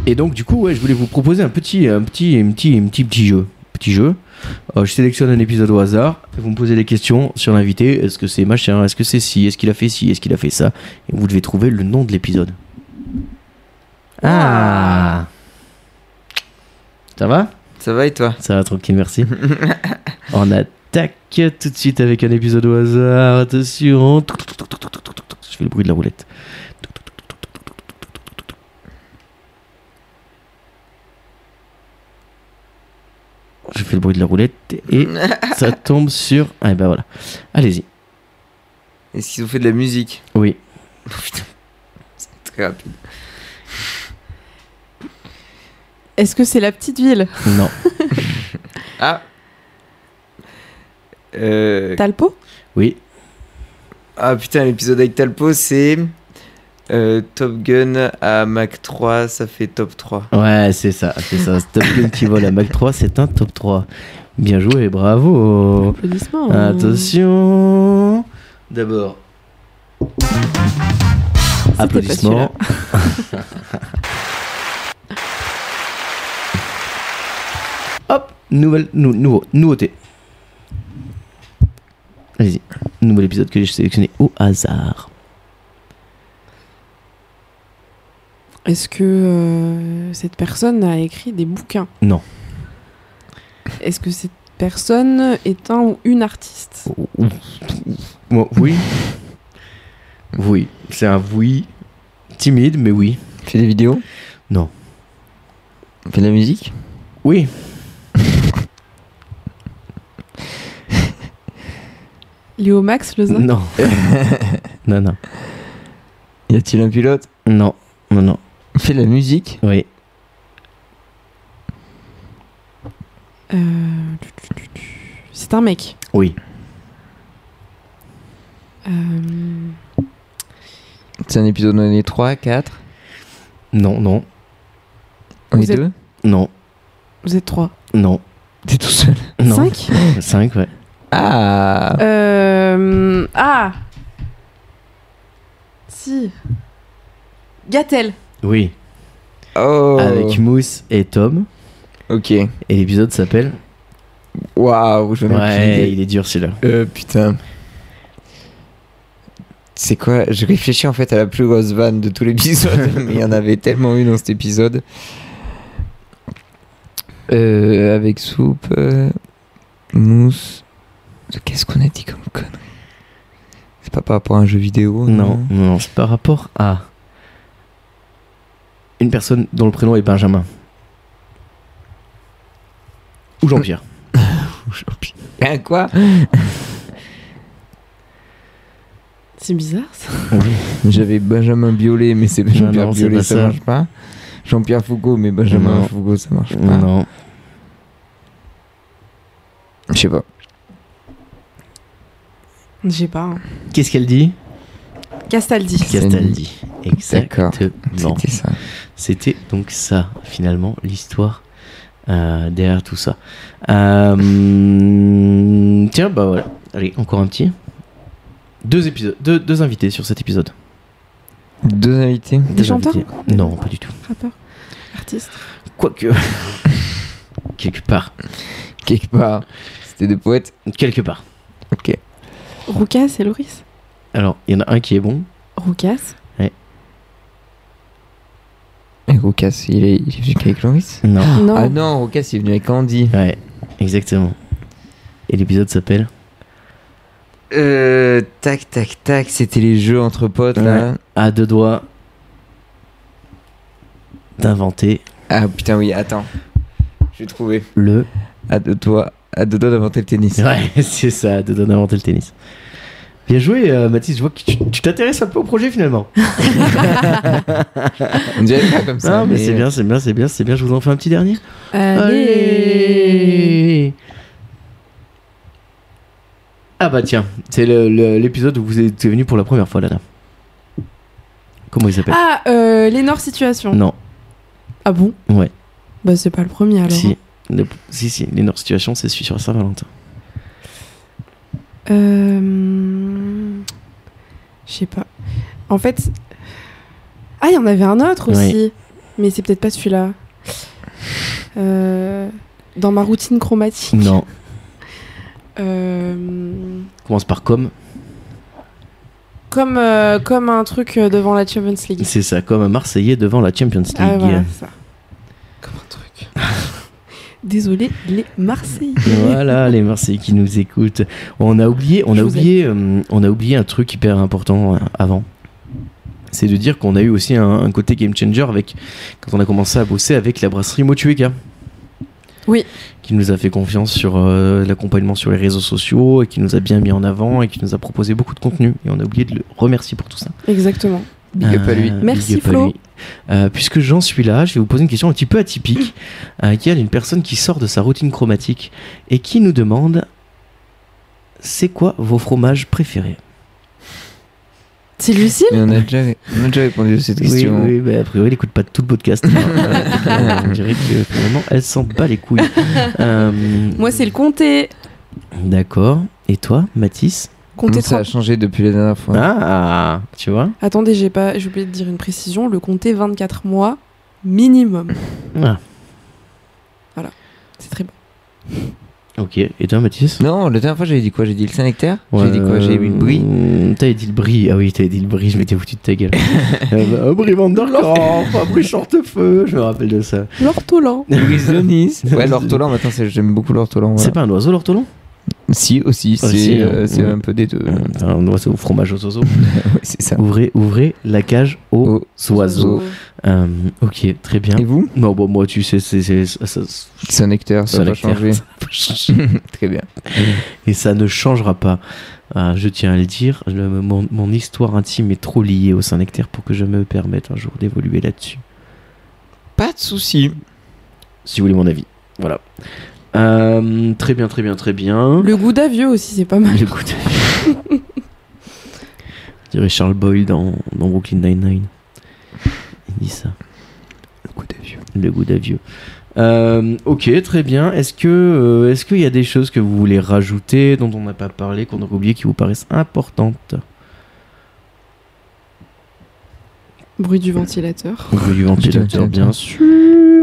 [SPEAKER 1] Et donc du coup, ouais, je voulais vous proposer un petit, un petit, un petit, un petit, petit jeu, petit jeu Euh, je sélectionne un épisode au hasard. Vous me posez des questions sur l'invité. Est-ce que c'est machin Est-ce que c'est ci Est-ce qu'il a fait ci Est-ce qu'il a fait ça Et vous devez trouver le nom de l'épisode. Ah Ça va
[SPEAKER 3] Ça va et toi
[SPEAKER 1] Ça va tranquille, merci. On attaque tout de suite avec un épisode au hasard. Attention. Je fais le bruit de la roulette. Je fais le bruit de la roulette et ça tombe sur. Ah, ben voilà. Allez-y.
[SPEAKER 3] Est-ce qu'ils ont fait de la musique
[SPEAKER 1] Oui.
[SPEAKER 3] Putain, c'est très rapide.
[SPEAKER 2] Est-ce que c'est la petite ville
[SPEAKER 1] Non.
[SPEAKER 3] Ah Euh,
[SPEAKER 2] Talpo
[SPEAKER 1] Oui.
[SPEAKER 3] Ah putain, l'épisode avec Talpo, c'est euh, Top Gun à Mac 3, ça fait top 3.
[SPEAKER 1] Ouais, c'est ça. C'est ça. Ce Top Gun qui vole à Mac 3, c'est un top 3. Bien joué, bravo.
[SPEAKER 2] Applaudissements.
[SPEAKER 1] Attention. D'abord. Applaudissements. Hop, nouvelle, nou- nouveau, nouveauté. Allez-y, nouvel épisode que j'ai sélectionné au hasard.
[SPEAKER 2] Est-ce que euh, cette personne a écrit des bouquins
[SPEAKER 1] Non.
[SPEAKER 2] Est-ce que cette personne est un ou une
[SPEAKER 1] Oh.
[SPEAKER 2] artiste
[SPEAKER 1] Moi, oui. Oui, c'est un oui. Timide, mais oui.
[SPEAKER 3] Fait des vidéos
[SPEAKER 1] Non.
[SPEAKER 3] Fait de la musique
[SPEAKER 1] Oui.
[SPEAKER 2] Léo Max, le zin
[SPEAKER 1] Non. non, non.
[SPEAKER 3] Y a-t-il un pilote
[SPEAKER 1] Non. Non, non.
[SPEAKER 3] Fait de la musique
[SPEAKER 1] Oui.
[SPEAKER 2] Euh, tu, tu, tu, tu. C'est un mec.
[SPEAKER 1] Oui.
[SPEAKER 2] Euh,
[SPEAKER 3] C'est un épisode dans les 3, 4,
[SPEAKER 1] Non, non.
[SPEAKER 3] on est
[SPEAKER 2] Vous êtes-
[SPEAKER 3] deux
[SPEAKER 1] Non.
[SPEAKER 2] vous êtes trois.
[SPEAKER 1] Non.
[SPEAKER 3] T'es tout seul.
[SPEAKER 1] Non.
[SPEAKER 2] Cinq
[SPEAKER 1] 5, ouais.
[SPEAKER 3] Ah
[SPEAKER 2] Euh, Ah Si. Gatel.
[SPEAKER 1] Oui.
[SPEAKER 3] Oh
[SPEAKER 1] Avec Mousse et Tom.
[SPEAKER 3] Ok.
[SPEAKER 1] Et l'épisode s'appelle.
[SPEAKER 3] Waouh, je m'en
[SPEAKER 1] Ouais, il est dur celui-là.
[SPEAKER 3] Euh, putain. C'est quoi Je réfléchis en fait à la plus grosse vanne de tout l'épisode, mais il y en avait tellement eu dans cet épisode. Euh, avec soupe, euh, mousse. Qu'est-ce qu'on a dit comme connerie C'est pas par rapport à un jeu vidéo
[SPEAKER 1] Non, non, non, c'est par rapport à. Une personne dont le prénom est Benjamin. Ou Jean-Pierre.
[SPEAKER 3] Hein, quoi
[SPEAKER 2] C'est bizarre ça.
[SPEAKER 3] J'avais Benjamin Biolay, mais c'est Jean-Pierre
[SPEAKER 1] non, c'est
[SPEAKER 3] Biolay,
[SPEAKER 1] pas
[SPEAKER 3] ça,
[SPEAKER 1] ça.
[SPEAKER 3] marche pas. Jean-Pierre Foucault, mais Benjamin
[SPEAKER 1] Non.
[SPEAKER 3] Foucault, ça marche pas.
[SPEAKER 1] non.
[SPEAKER 3] Je sais pas.
[SPEAKER 2] Je sais pas. hein.
[SPEAKER 1] Qu'est-ce qu'elle dit
[SPEAKER 2] Castaldi.
[SPEAKER 3] C'est une-
[SPEAKER 1] Castaldi.
[SPEAKER 3] D'accord.
[SPEAKER 1] Exactement.
[SPEAKER 3] C'était ça.
[SPEAKER 1] C'était donc ça, finalement, l'histoire euh, derrière tout ça. Euh, tiens, bah voilà. Allez, encore un petit. Deux épisodes, deux, deux invités sur cet épisode.
[SPEAKER 3] Deux invités.
[SPEAKER 1] Deux
[SPEAKER 2] Des chanteurs
[SPEAKER 1] invités. Non, pas du tout.
[SPEAKER 2] Rappeur. Artiste.
[SPEAKER 1] Quoique. quelque part.
[SPEAKER 3] quelque part. C'était des poètes.
[SPEAKER 1] Quelque part.
[SPEAKER 3] Ok.
[SPEAKER 2] Roucas et Loris.
[SPEAKER 1] Alors, il y en a un qui est bon.
[SPEAKER 2] Roucas.
[SPEAKER 3] Et Roucas, il est, il est venu qu'avec Loris
[SPEAKER 1] Non.
[SPEAKER 2] Non.
[SPEAKER 3] Ah non, Roucas, il est venu avec Andy.
[SPEAKER 1] Ouais, exactement. Et l'épisode s'appelle
[SPEAKER 3] Euh, tac, tac, tac, c'était les jeux entre potes là.
[SPEAKER 1] À deux doigts d'inventer
[SPEAKER 3] Ah putain, oui, attends. J'ai trouvé.
[SPEAKER 1] le.
[SPEAKER 3] À deux doigts, à deux doigts d'inventer le tennis.
[SPEAKER 1] Ouais, c'est ça, à deux doigts d'inventer le tennis. Bien joué, euh, Mathis. Je vois que tu tu t'intéresses un peu au projet finalement.
[SPEAKER 3] On dirait pas comme ça.
[SPEAKER 1] Ah, mais c'est bien, c'est bien, c'est bien, c'est bien. Je vous en fais un petit dernier.
[SPEAKER 2] Allez.
[SPEAKER 1] Ah bah tiens, c'est le- le- l'épisode où vous êtes venu pour la première fois, Lana. Comment il s'appelle
[SPEAKER 2] Ah, euh, l'énorme situation.
[SPEAKER 1] Non,
[SPEAKER 2] Ah bon
[SPEAKER 1] Ouais.
[SPEAKER 2] Bah c'est pas le premier alors.
[SPEAKER 1] si. Le- si, si, l'énorme situation, c'est celui sur Saint-Valentin.
[SPEAKER 2] Euh, Je sais pas. En fait... Ah, il y en avait un autre
[SPEAKER 1] Oui.
[SPEAKER 2] aussi. Mais c'est peut-être pas celui-là. Euh, Dans ma routine chromatique.
[SPEAKER 1] Non.
[SPEAKER 2] Euh,
[SPEAKER 1] Commence par com.
[SPEAKER 2] comme, euh, comme un truc euh, devant la Champions League.
[SPEAKER 1] C'est ça, comme un Marseillais devant la Champions League.
[SPEAKER 2] Ah voilà, c'est ça. Comme un truc. Désolé, les Marseillais.
[SPEAKER 1] Voilà, les Marseillais qui nous écoutent. On a oublié, on
[SPEAKER 2] Je
[SPEAKER 1] a
[SPEAKER 2] vous
[SPEAKER 1] oublié, euh, on a oublié un truc hyper important euh, avant. C'est de dire qu'on a eu aussi un, un côté game changer avec quand on a commencé à bosser avec la brasserie Motueka.
[SPEAKER 2] Oui.
[SPEAKER 1] Qui nous a fait confiance sur euh, l'accompagnement sur les réseaux sociaux et qui nous a bien mis en avant et qui nous a proposé beaucoup de contenu. Et on a oublié de le remercier pour tout ça.
[SPEAKER 2] Exactement.
[SPEAKER 3] Big up à lui.
[SPEAKER 1] Euh, big
[SPEAKER 2] Merci,
[SPEAKER 1] up à
[SPEAKER 2] Flo.
[SPEAKER 1] lui. Euh, puisque j'en suis là, je vais vous poser une question un petit peu atypique
[SPEAKER 2] Mm.
[SPEAKER 1] à laquelle une personne qui sort de sa routine chromatique et qui nous demande c'est quoi vos fromages préférés
[SPEAKER 2] C'est Lucille
[SPEAKER 3] Mais on a déjà, on a déjà répondu à cette question.
[SPEAKER 1] Oui, oui, bah, a priori, elle n'écoute pas tout le podcast. Euh, on dirait que finalement, elle s'en bat les couilles. Euh,
[SPEAKER 2] Moi, c'est le comté.
[SPEAKER 1] D'accord. Et toi, Mathis
[SPEAKER 2] Comté
[SPEAKER 3] Ça a
[SPEAKER 2] 30.
[SPEAKER 3] changé depuis la dernière fois.
[SPEAKER 1] Ah, tu vois
[SPEAKER 2] Attendez, j'ai pas, j'ai oublié de dire une précision. Le comté 24 mois minimum.
[SPEAKER 1] Ah,
[SPEAKER 2] C'est très bon.
[SPEAKER 1] Ok. Et toi, Mathis
[SPEAKER 3] Non, la dernière fois j'avais dit quoi J'ai dit le Saint-Nectaire J'ai dit quoi J'ai eu
[SPEAKER 1] eu
[SPEAKER 3] le Brie
[SPEAKER 1] T'avais dit le bris, ah oui, t'avais dit le bris, je m'étais foutu de ta gueule. euh, bah, un bris Vanderkamp, un bris Chantefeu, je me rappelle de ça.
[SPEAKER 2] L'ortolan.
[SPEAKER 3] Brisonis Ouais, l'ortolan, maintenant c'est- j'aime beaucoup l'ortolan.
[SPEAKER 1] Euh, C'est
[SPEAKER 3] Voilà.
[SPEAKER 1] pas un oiseau l'ortolan
[SPEAKER 3] Si, aussi,
[SPEAKER 1] Aussi,
[SPEAKER 3] c'est euh,
[SPEAKER 1] euh,
[SPEAKER 3] c'est
[SPEAKER 1] ouais.
[SPEAKER 3] un peu des deux.
[SPEAKER 1] Un oiseau au fromage aux oiseaux.
[SPEAKER 3] Ouais, c'est ça.
[SPEAKER 1] ouvrez, ouvrez la cage aux
[SPEAKER 3] Oh.
[SPEAKER 1] oiseaux. Euh, ok, très bien.
[SPEAKER 3] Et vous
[SPEAKER 1] Non, bon, moi, tu sais, c'est. c'est- ça- ça-
[SPEAKER 3] Saint-Nectaire, ça va
[SPEAKER 1] Saint-Nectaire.
[SPEAKER 3] changer.
[SPEAKER 1] Ça va pas changer.
[SPEAKER 3] Très bien.
[SPEAKER 1] Et ça ne changera pas. Ah, je tiens à le dire, le- mon, mon histoire intime est trop liée au Saint-Nectaire pour que je me permette un jour d'évoluer là-dessus.
[SPEAKER 3] Pas de soucis.
[SPEAKER 1] si vous voulez mon avis. Voilà. Euh, très bien, très bien, très bien.
[SPEAKER 2] Le goût d'avieux aussi, c'est pas mal.
[SPEAKER 1] Le goût de- Je dirais Charles Boyle dans, dans Brooklyn Nine-Nine. Il dit ça,
[SPEAKER 3] Le coup de vieux.
[SPEAKER 1] le goût d'avieux. Euh, ok, très bien. Est-ce que euh, est-ce qu'il y a des choses que vous voulez rajouter dont on n'a pas parlé, qu'on aurait oublié, qui vous paraissent importantes
[SPEAKER 2] Bruit du ventilateur.
[SPEAKER 1] Au bout du ventilateur, bien sûr.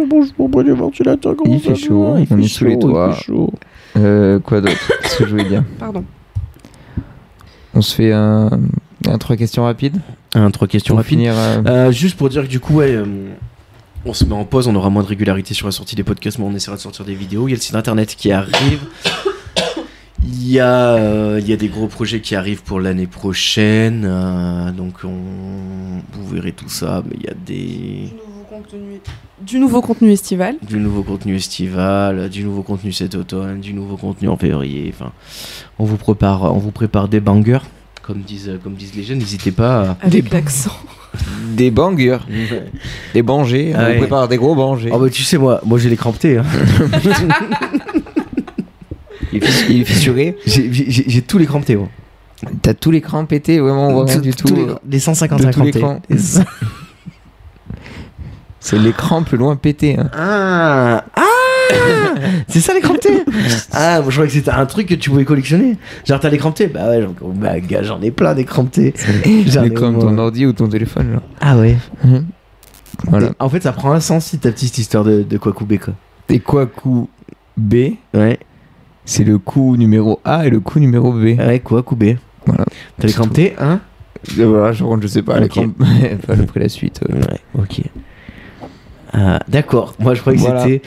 [SPEAKER 1] Bonjour, bout du ventilateur. comment
[SPEAKER 3] Il
[SPEAKER 1] ça
[SPEAKER 3] fait
[SPEAKER 1] va
[SPEAKER 3] chaud,
[SPEAKER 1] Il
[SPEAKER 3] on
[SPEAKER 1] fait
[SPEAKER 3] est sous les
[SPEAKER 1] chaud, hein, il
[SPEAKER 3] toits.
[SPEAKER 1] fait chaud.
[SPEAKER 3] Euh, quoi d'autre Qu'est-ce que je voulais dire
[SPEAKER 2] Pardon.
[SPEAKER 3] On se fait un, un trois questions rapides
[SPEAKER 1] Un, trois questions
[SPEAKER 3] pour
[SPEAKER 1] rapides.
[SPEAKER 3] finir. euh,
[SPEAKER 1] Euh, juste pour dire que du coup, ouais, euh, on se met en pause, on aura moins de régularité sur la sortie des podcasts, mais on essaiera de sortir des vidéos. Il y a le site internet qui arrive. Il y, a, euh, il y a des gros projets qui arrivent pour l'année prochaine, euh, donc on, vous verrez tout ça. Mais il y a des,
[SPEAKER 2] nouveau contenu. Du nouveau contenu estival.
[SPEAKER 1] du nouveau contenu estival, du nouveau contenu cet automne, du nouveau contenu en février. Enfin, on vous prépare, on vous prépare des bangers, comme disent, comme disent les jeunes. N'hésitez pas.
[SPEAKER 2] Avec l'accent.
[SPEAKER 3] Des bangers,
[SPEAKER 1] à-
[SPEAKER 3] des bangers.
[SPEAKER 1] Ah
[SPEAKER 3] on
[SPEAKER 1] ouais.
[SPEAKER 3] prépare des gros bangers.
[SPEAKER 1] Ah bah tu sais moi, moi j'ai les crampetés. Hein.
[SPEAKER 3] Il est fiss- il est fissuré.
[SPEAKER 1] J'ai- J'ai j'ai tous les crampetés moi.
[SPEAKER 3] T'as tous les crans pétés, vraiment, on voit rien
[SPEAKER 1] Tous-
[SPEAKER 3] du
[SPEAKER 1] tous
[SPEAKER 3] tout. euh,
[SPEAKER 1] les, les 150
[SPEAKER 3] de tous les
[SPEAKER 1] crampetés.
[SPEAKER 3] crans.
[SPEAKER 1] Les cin-
[SPEAKER 3] C'est l'écran plus loin pété. Hein.
[SPEAKER 1] Ah, ah C'est ça les crampetés Ah, moi, je croyais que c'était un truc que tu pouvais collectionner. Genre t'as les crampetés Bah ouais, j'en bah, gars, j'en ai plein des crampetés. J'en ai
[SPEAKER 3] Mais
[SPEAKER 1] au
[SPEAKER 3] comme
[SPEAKER 1] moins.
[SPEAKER 3] ton ordi ou ton téléphone, là.
[SPEAKER 1] Ah ouais.
[SPEAKER 3] Mhm. Voilà.
[SPEAKER 1] En fait ça prend un sens si ta petite histoire de, de quoi couper quoi.
[SPEAKER 3] Et quoi coup B
[SPEAKER 1] Ouais,
[SPEAKER 3] C'est le coup numéro A et le coup numéro B.
[SPEAKER 1] ouais, quoi couper
[SPEAKER 3] Voilà.
[SPEAKER 1] T'as les
[SPEAKER 3] C'est tout.
[SPEAKER 1] crampetés hein
[SPEAKER 3] Et voilà, je rentre, je sais pas.
[SPEAKER 1] Ok.
[SPEAKER 3] l'écran enfin, après la suite. euh.
[SPEAKER 1] Ouais, ok. Ah, D'accord, moi je croyais que
[SPEAKER 3] Voilà.
[SPEAKER 1] c'était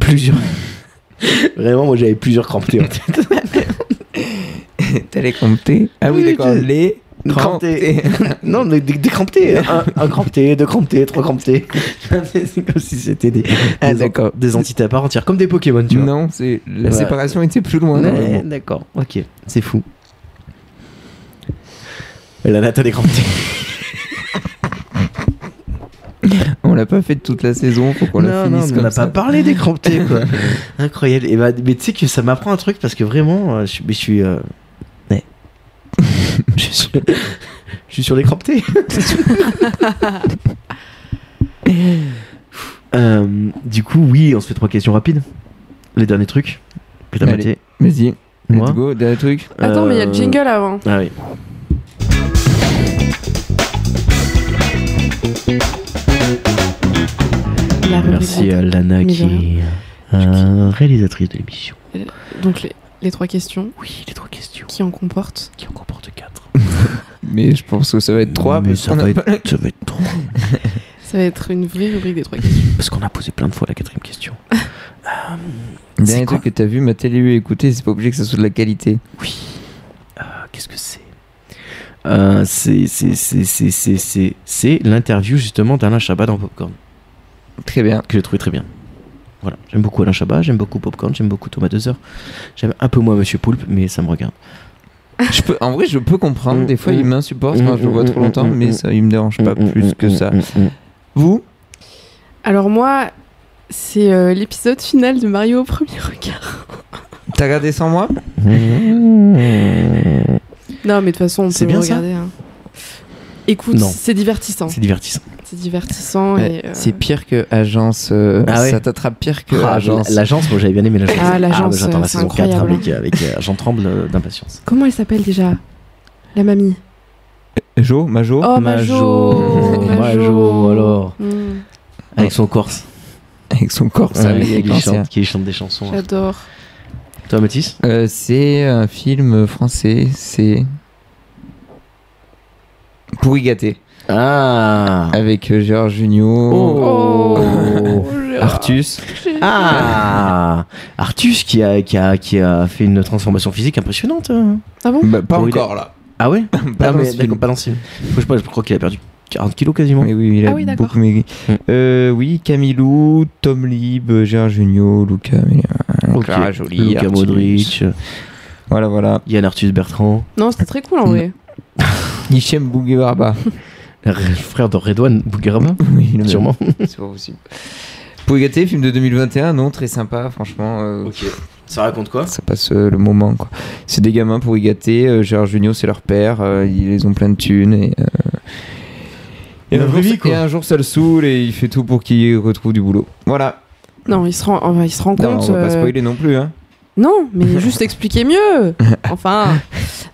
[SPEAKER 1] plusieurs. Vraiment, moi j'avais plusieurs crampetés en tête.
[SPEAKER 3] T'as les crampés Ah oui,
[SPEAKER 1] Oui,
[SPEAKER 3] d'accord.
[SPEAKER 1] j'ai-
[SPEAKER 3] Les crampés.
[SPEAKER 1] non, mais des, des crampetés. Un, un crampeté, deux crampetés, trois crampetés. C'est comme si c'était des, des,
[SPEAKER 3] Ah,
[SPEAKER 1] en-
[SPEAKER 3] d'accord.
[SPEAKER 1] des entités à part entière, comme des Pokémon, tu vois.
[SPEAKER 3] Non, c'est
[SPEAKER 1] Ouais.
[SPEAKER 3] la séparation était plus loin. non,
[SPEAKER 1] Ouais,
[SPEAKER 3] mais bon.
[SPEAKER 1] D'accord, ok, c'est fou. Et là, là, t'as des crampetés.
[SPEAKER 3] On l'a pas fait toute la saison, faut qu'on la
[SPEAKER 1] non, non,
[SPEAKER 3] finisse
[SPEAKER 1] mais on
[SPEAKER 3] comme
[SPEAKER 1] n'a
[SPEAKER 3] ça.
[SPEAKER 1] pas parlé des crampetés, quoi. Incroyable. Et bah, mais tu sais que ça m'apprend un truc parce que vraiment, euh, je, suis- mais je suis. euh, ouais. je, suis je suis sur les crampetés. Euh, du coup, oui, on se fait trois questions rapides. Les derniers trucs que t'as
[SPEAKER 3] Allez.
[SPEAKER 1] maté.
[SPEAKER 3] Vas-y,
[SPEAKER 1] Moi.
[SPEAKER 3] let's go, dernier truc.
[SPEAKER 2] Attends, mais il y a le
[SPEAKER 1] Euh,
[SPEAKER 2] jingle avant.
[SPEAKER 1] Ah oui.
[SPEAKER 2] La rubrique.
[SPEAKER 1] Merci à Lana
[SPEAKER 2] Ah, Mais de
[SPEAKER 1] qui.
[SPEAKER 2] rien.
[SPEAKER 1] Euh, réalisatrice de l'émission.
[SPEAKER 2] Donc les, les trois questions
[SPEAKER 1] Oui, les trois questions.
[SPEAKER 2] qui en comportent.
[SPEAKER 1] Qui en comporte quatre.
[SPEAKER 3] Mais je pense que ça va être 3.
[SPEAKER 1] Mais ça va, être, ça va être trois.
[SPEAKER 2] Ça va être une vraie rubrique des trois questions.
[SPEAKER 1] Parce qu'on a posé plein de fois la quatrième question. Euh, c'est
[SPEAKER 3] Dernier
[SPEAKER 1] quoi
[SPEAKER 3] truc que t'as vu, ma télé ou écouter, c'est pas obligé que ça soit de la qualité.
[SPEAKER 1] Oui. Euh, Qu'est-ce que c'est Euh, C'est c'est- c'est- c'est- c'est- c'est- c'est l'interview justement d'Alain Chabat dans Popcorn,
[SPEAKER 3] Très bien.
[SPEAKER 1] que j'ai trouvé très bien. Voilà, j'aime beaucoup Alain Chabat, j'aime beaucoup Popcorn, j'aime beaucoup Thomas Dezer, j'aime un peu moins Monsieur Poulpe, mais ça me regarde.
[SPEAKER 3] Je peux, en vrai, je peux comprendre. Des fois,
[SPEAKER 1] Mm,
[SPEAKER 3] il
[SPEAKER 1] mm.
[SPEAKER 3] m'insupporte quand je le vois
[SPEAKER 1] Mm,
[SPEAKER 3] trop
[SPEAKER 1] mm,
[SPEAKER 3] longtemps,
[SPEAKER 1] mm, mm.
[SPEAKER 3] mais ça, il me dérange pas plus que ça. Vous
[SPEAKER 2] Alors moi, c'est euh, l'épisode final de Mario au premier regard.
[SPEAKER 3] T'as regardé sans moi
[SPEAKER 1] mm,
[SPEAKER 2] Non, mais de toute façon, on
[SPEAKER 1] C'est
[SPEAKER 2] peut
[SPEAKER 1] bien
[SPEAKER 2] le
[SPEAKER 1] ça
[SPEAKER 2] regarder. hein. Écoute,
[SPEAKER 1] Non.
[SPEAKER 2] c'est divertissant.
[SPEAKER 1] C'est divertissant.
[SPEAKER 2] C'est divertissant
[SPEAKER 3] Ouais,
[SPEAKER 2] et euh,
[SPEAKER 3] C'est pire que Agence. euh,
[SPEAKER 1] Ah ouais
[SPEAKER 3] Ça t'attrape pire que
[SPEAKER 1] Ah,
[SPEAKER 3] Agence.
[SPEAKER 1] L'agence, moi j'avais bien aimé l'agence. bah,
[SPEAKER 2] Ah, l'agence,
[SPEAKER 1] mais j'attends la
[SPEAKER 2] c'est
[SPEAKER 1] saison 4
[SPEAKER 2] incroyable,
[SPEAKER 1] avec, avec euh, Jean Tremble euh, d'impatience.
[SPEAKER 2] comment elle s'appelle déjà la mamie.
[SPEAKER 3] Jo, Majo
[SPEAKER 2] Oh
[SPEAKER 1] Majo.
[SPEAKER 2] Majo,
[SPEAKER 1] Majo, alors.
[SPEAKER 2] Mm,
[SPEAKER 1] Avec son corse,
[SPEAKER 3] Avec son corps, ça
[SPEAKER 1] Ouais,
[SPEAKER 3] avec
[SPEAKER 1] qui,
[SPEAKER 3] l'ancien.
[SPEAKER 1] chante, qui chante des chansons. hein.
[SPEAKER 2] J'adore.
[SPEAKER 1] Toi, Mathis
[SPEAKER 3] Euh, C'est un film français, c'est. Pourri gâté.
[SPEAKER 1] Ah
[SPEAKER 3] Avec euh, Gérard Jugnot,
[SPEAKER 1] Oh.
[SPEAKER 3] Artus.
[SPEAKER 1] Ah Artus qui a, qui, a, qui a fait une transformation physique impressionnante. hein.
[SPEAKER 2] Ah bon
[SPEAKER 3] Bah, pas
[SPEAKER 1] Pourri
[SPEAKER 3] encore là.
[SPEAKER 1] Ah ouais
[SPEAKER 3] Pas
[SPEAKER 1] Ah
[SPEAKER 3] dans
[SPEAKER 1] mais
[SPEAKER 3] ce
[SPEAKER 1] d'accord,
[SPEAKER 3] film.
[SPEAKER 1] pas dans ce film. Faut que Je, pense- je crois qu'il a perdu 40 kilos quasiment.
[SPEAKER 3] Mais oui, il a
[SPEAKER 2] Ah oui, d'accord.
[SPEAKER 3] beaucoup maigri.
[SPEAKER 1] Mm.
[SPEAKER 3] Euh, oui, Camilou, Tom Lib, Gérard Jugnot, Lucas,
[SPEAKER 1] Ok.
[SPEAKER 3] Clara Jolie,
[SPEAKER 1] Luka
[SPEAKER 3] Artus.
[SPEAKER 1] Modric, euh,
[SPEAKER 3] Voilà, voilà.
[SPEAKER 1] Yann Arthus Bertrand,
[SPEAKER 2] Non, c'était très cool en vrai.
[SPEAKER 1] Hmm.
[SPEAKER 3] Hichem Bougueraba.
[SPEAKER 1] le frère de Redouane Bougueraba,
[SPEAKER 3] oui, le même.
[SPEAKER 1] sûrement.
[SPEAKER 3] C'est pas possible. Pouigaté, film de 2021, non, très sympa, franchement. euh,
[SPEAKER 1] Ça raconte quoi
[SPEAKER 3] Ça passe euh, le moment, quoi. C'est des gamins pour y gâter. euh, Gérard Jugnot, c'est leur père. euh, ils les ont plein de thunes. Et, euh, et
[SPEAKER 1] La
[SPEAKER 3] un
[SPEAKER 1] vraie
[SPEAKER 3] jour,
[SPEAKER 1] vie, quoi.
[SPEAKER 3] et un jour, ça le saoule et il fait tout pour qu'il retrouve du boulot. Voilà.
[SPEAKER 2] Non, il se rend, enfin, il se rend
[SPEAKER 3] Non,
[SPEAKER 2] compte.
[SPEAKER 3] on va pas
[SPEAKER 2] euh,
[SPEAKER 3] spoiler non plus. Hein.
[SPEAKER 2] Non, mais juste expliquer mieux. Enfin,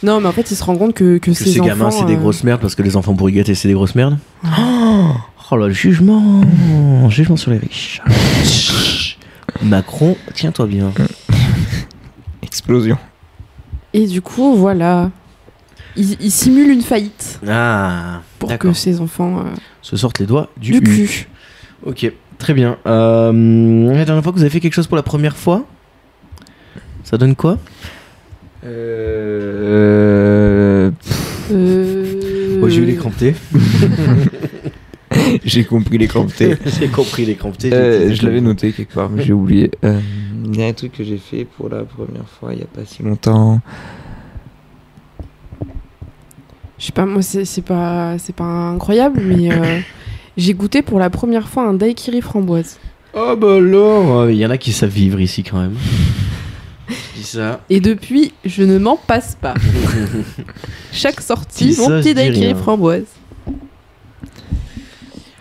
[SPEAKER 2] non, mais en fait, il se rend compte que, que,
[SPEAKER 1] Que
[SPEAKER 2] ses
[SPEAKER 1] ces gamins,
[SPEAKER 2] enfants,
[SPEAKER 1] c'est des
[SPEAKER 2] euh,
[SPEAKER 1] grosses merdes parce que les enfants bourrigatés, c'est des grosses merdes. Oh, oh là, le jugement
[SPEAKER 2] Hmm.
[SPEAKER 1] Jugement sur les riches. Chut. Macron, tiens-toi bien.
[SPEAKER 2] Hmm.
[SPEAKER 3] Explosion.
[SPEAKER 2] Et du coup, voilà, il, il simule une faillite
[SPEAKER 1] Ah
[SPEAKER 2] pour
[SPEAKER 1] D'accord.
[SPEAKER 2] que ses enfants euh,
[SPEAKER 1] Se sortent les doigts du,
[SPEAKER 2] du,
[SPEAKER 1] cul.
[SPEAKER 2] cul.
[SPEAKER 1] Ok, très bien. Euh, la dernière fois que vous avez fait quelque chose pour la première fois, ça donne quoi
[SPEAKER 3] Euh,
[SPEAKER 2] Euh,
[SPEAKER 1] Moi Oh, j'ai eu les crampetés.
[SPEAKER 3] J'ai compris les crampetés.
[SPEAKER 1] j'ai compris les crampetés.
[SPEAKER 3] Euh, je l'avais noté quelque part, mais j'ai oublié. Euh, Il y a un truc que j'ai fait pour la première fois il n'y a pas si longtemps.
[SPEAKER 2] Je sais pas, moi, c'est c'est pas, c'est pas incroyable, mais euh, j'ai goûté pour la première fois un daiquiri framboise.
[SPEAKER 1] Oh bah alors Il y en a qui savent vivre ici quand même. Je dis ça.
[SPEAKER 2] Et depuis, je ne m'en passe pas. Chaque sortie,
[SPEAKER 1] Dis
[SPEAKER 2] mon
[SPEAKER 1] ça, je dis
[SPEAKER 2] petit daiquiri
[SPEAKER 1] rien.
[SPEAKER 2] framboise.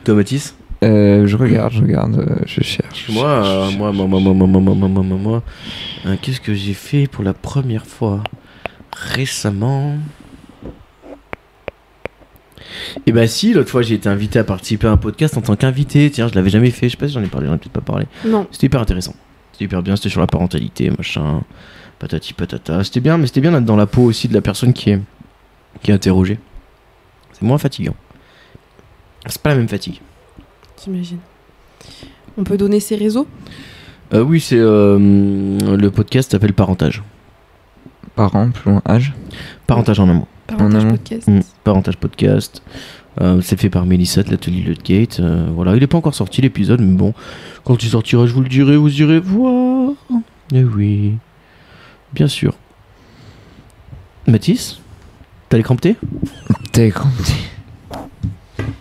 [SPEAKER 1] Toi Mathis
[SPEAKER 3] Euh, je regarde, je regarde, euh, je cherche.
[SPEAKER 1] moi, euh,
[SPEAKER 3] je- je-
[SPEAKER 1] moi, moi, moi, moi, moi, moi, moi, moi, moi, moi, moi. Euh, Qu'est-ce que j'ai fait pour la première fois récemment Eh bah si, l'autre fois j'ai été invité à participer à un podcast en tant qu'invité. Tiens, je l'avais jamais fait. Je sais pas si j'en ai parlé, j'en ai peut-être pas parlé.
[SPEAKER 2] Non,
[SPEAKER 1] C'était hyper intéressant. C'était hyper bien, c'était sur la parentalité, machin, patati patata. C'était bien, mais c'était bien d'être dans la peau aussi de la personne qui est, qui est interrogée. C'est moins fatigant. C'est pas la même fatigue.
[SPEAKER 2] j'imagine. On peut donner ses réseaux
[SPEAKER 1] Euh, oui, c'est euh, le podcast s'appelle Parentage.
[SPEAKER 3] Parents, plus loin, âge.
[SPEAKER 1] Parentage en un mot.
[SPEAKER 2] Parentage
[SPEAKER 3] amont.
[SPEAKER 2] podcast.
[SPEAKER 1] Mm. Parentage podcast. Euh, c'est fait par Mélissette, l'atelier Ludgate. Euh, voilà, il est pas encore sorti l'épisode, mais bon, quand il sortira, je vous le dirai, vous irez voir. Eh oui, bien sûr. Mathis, t'as les crampetés
[SPEAKER 3] T'es crampeté.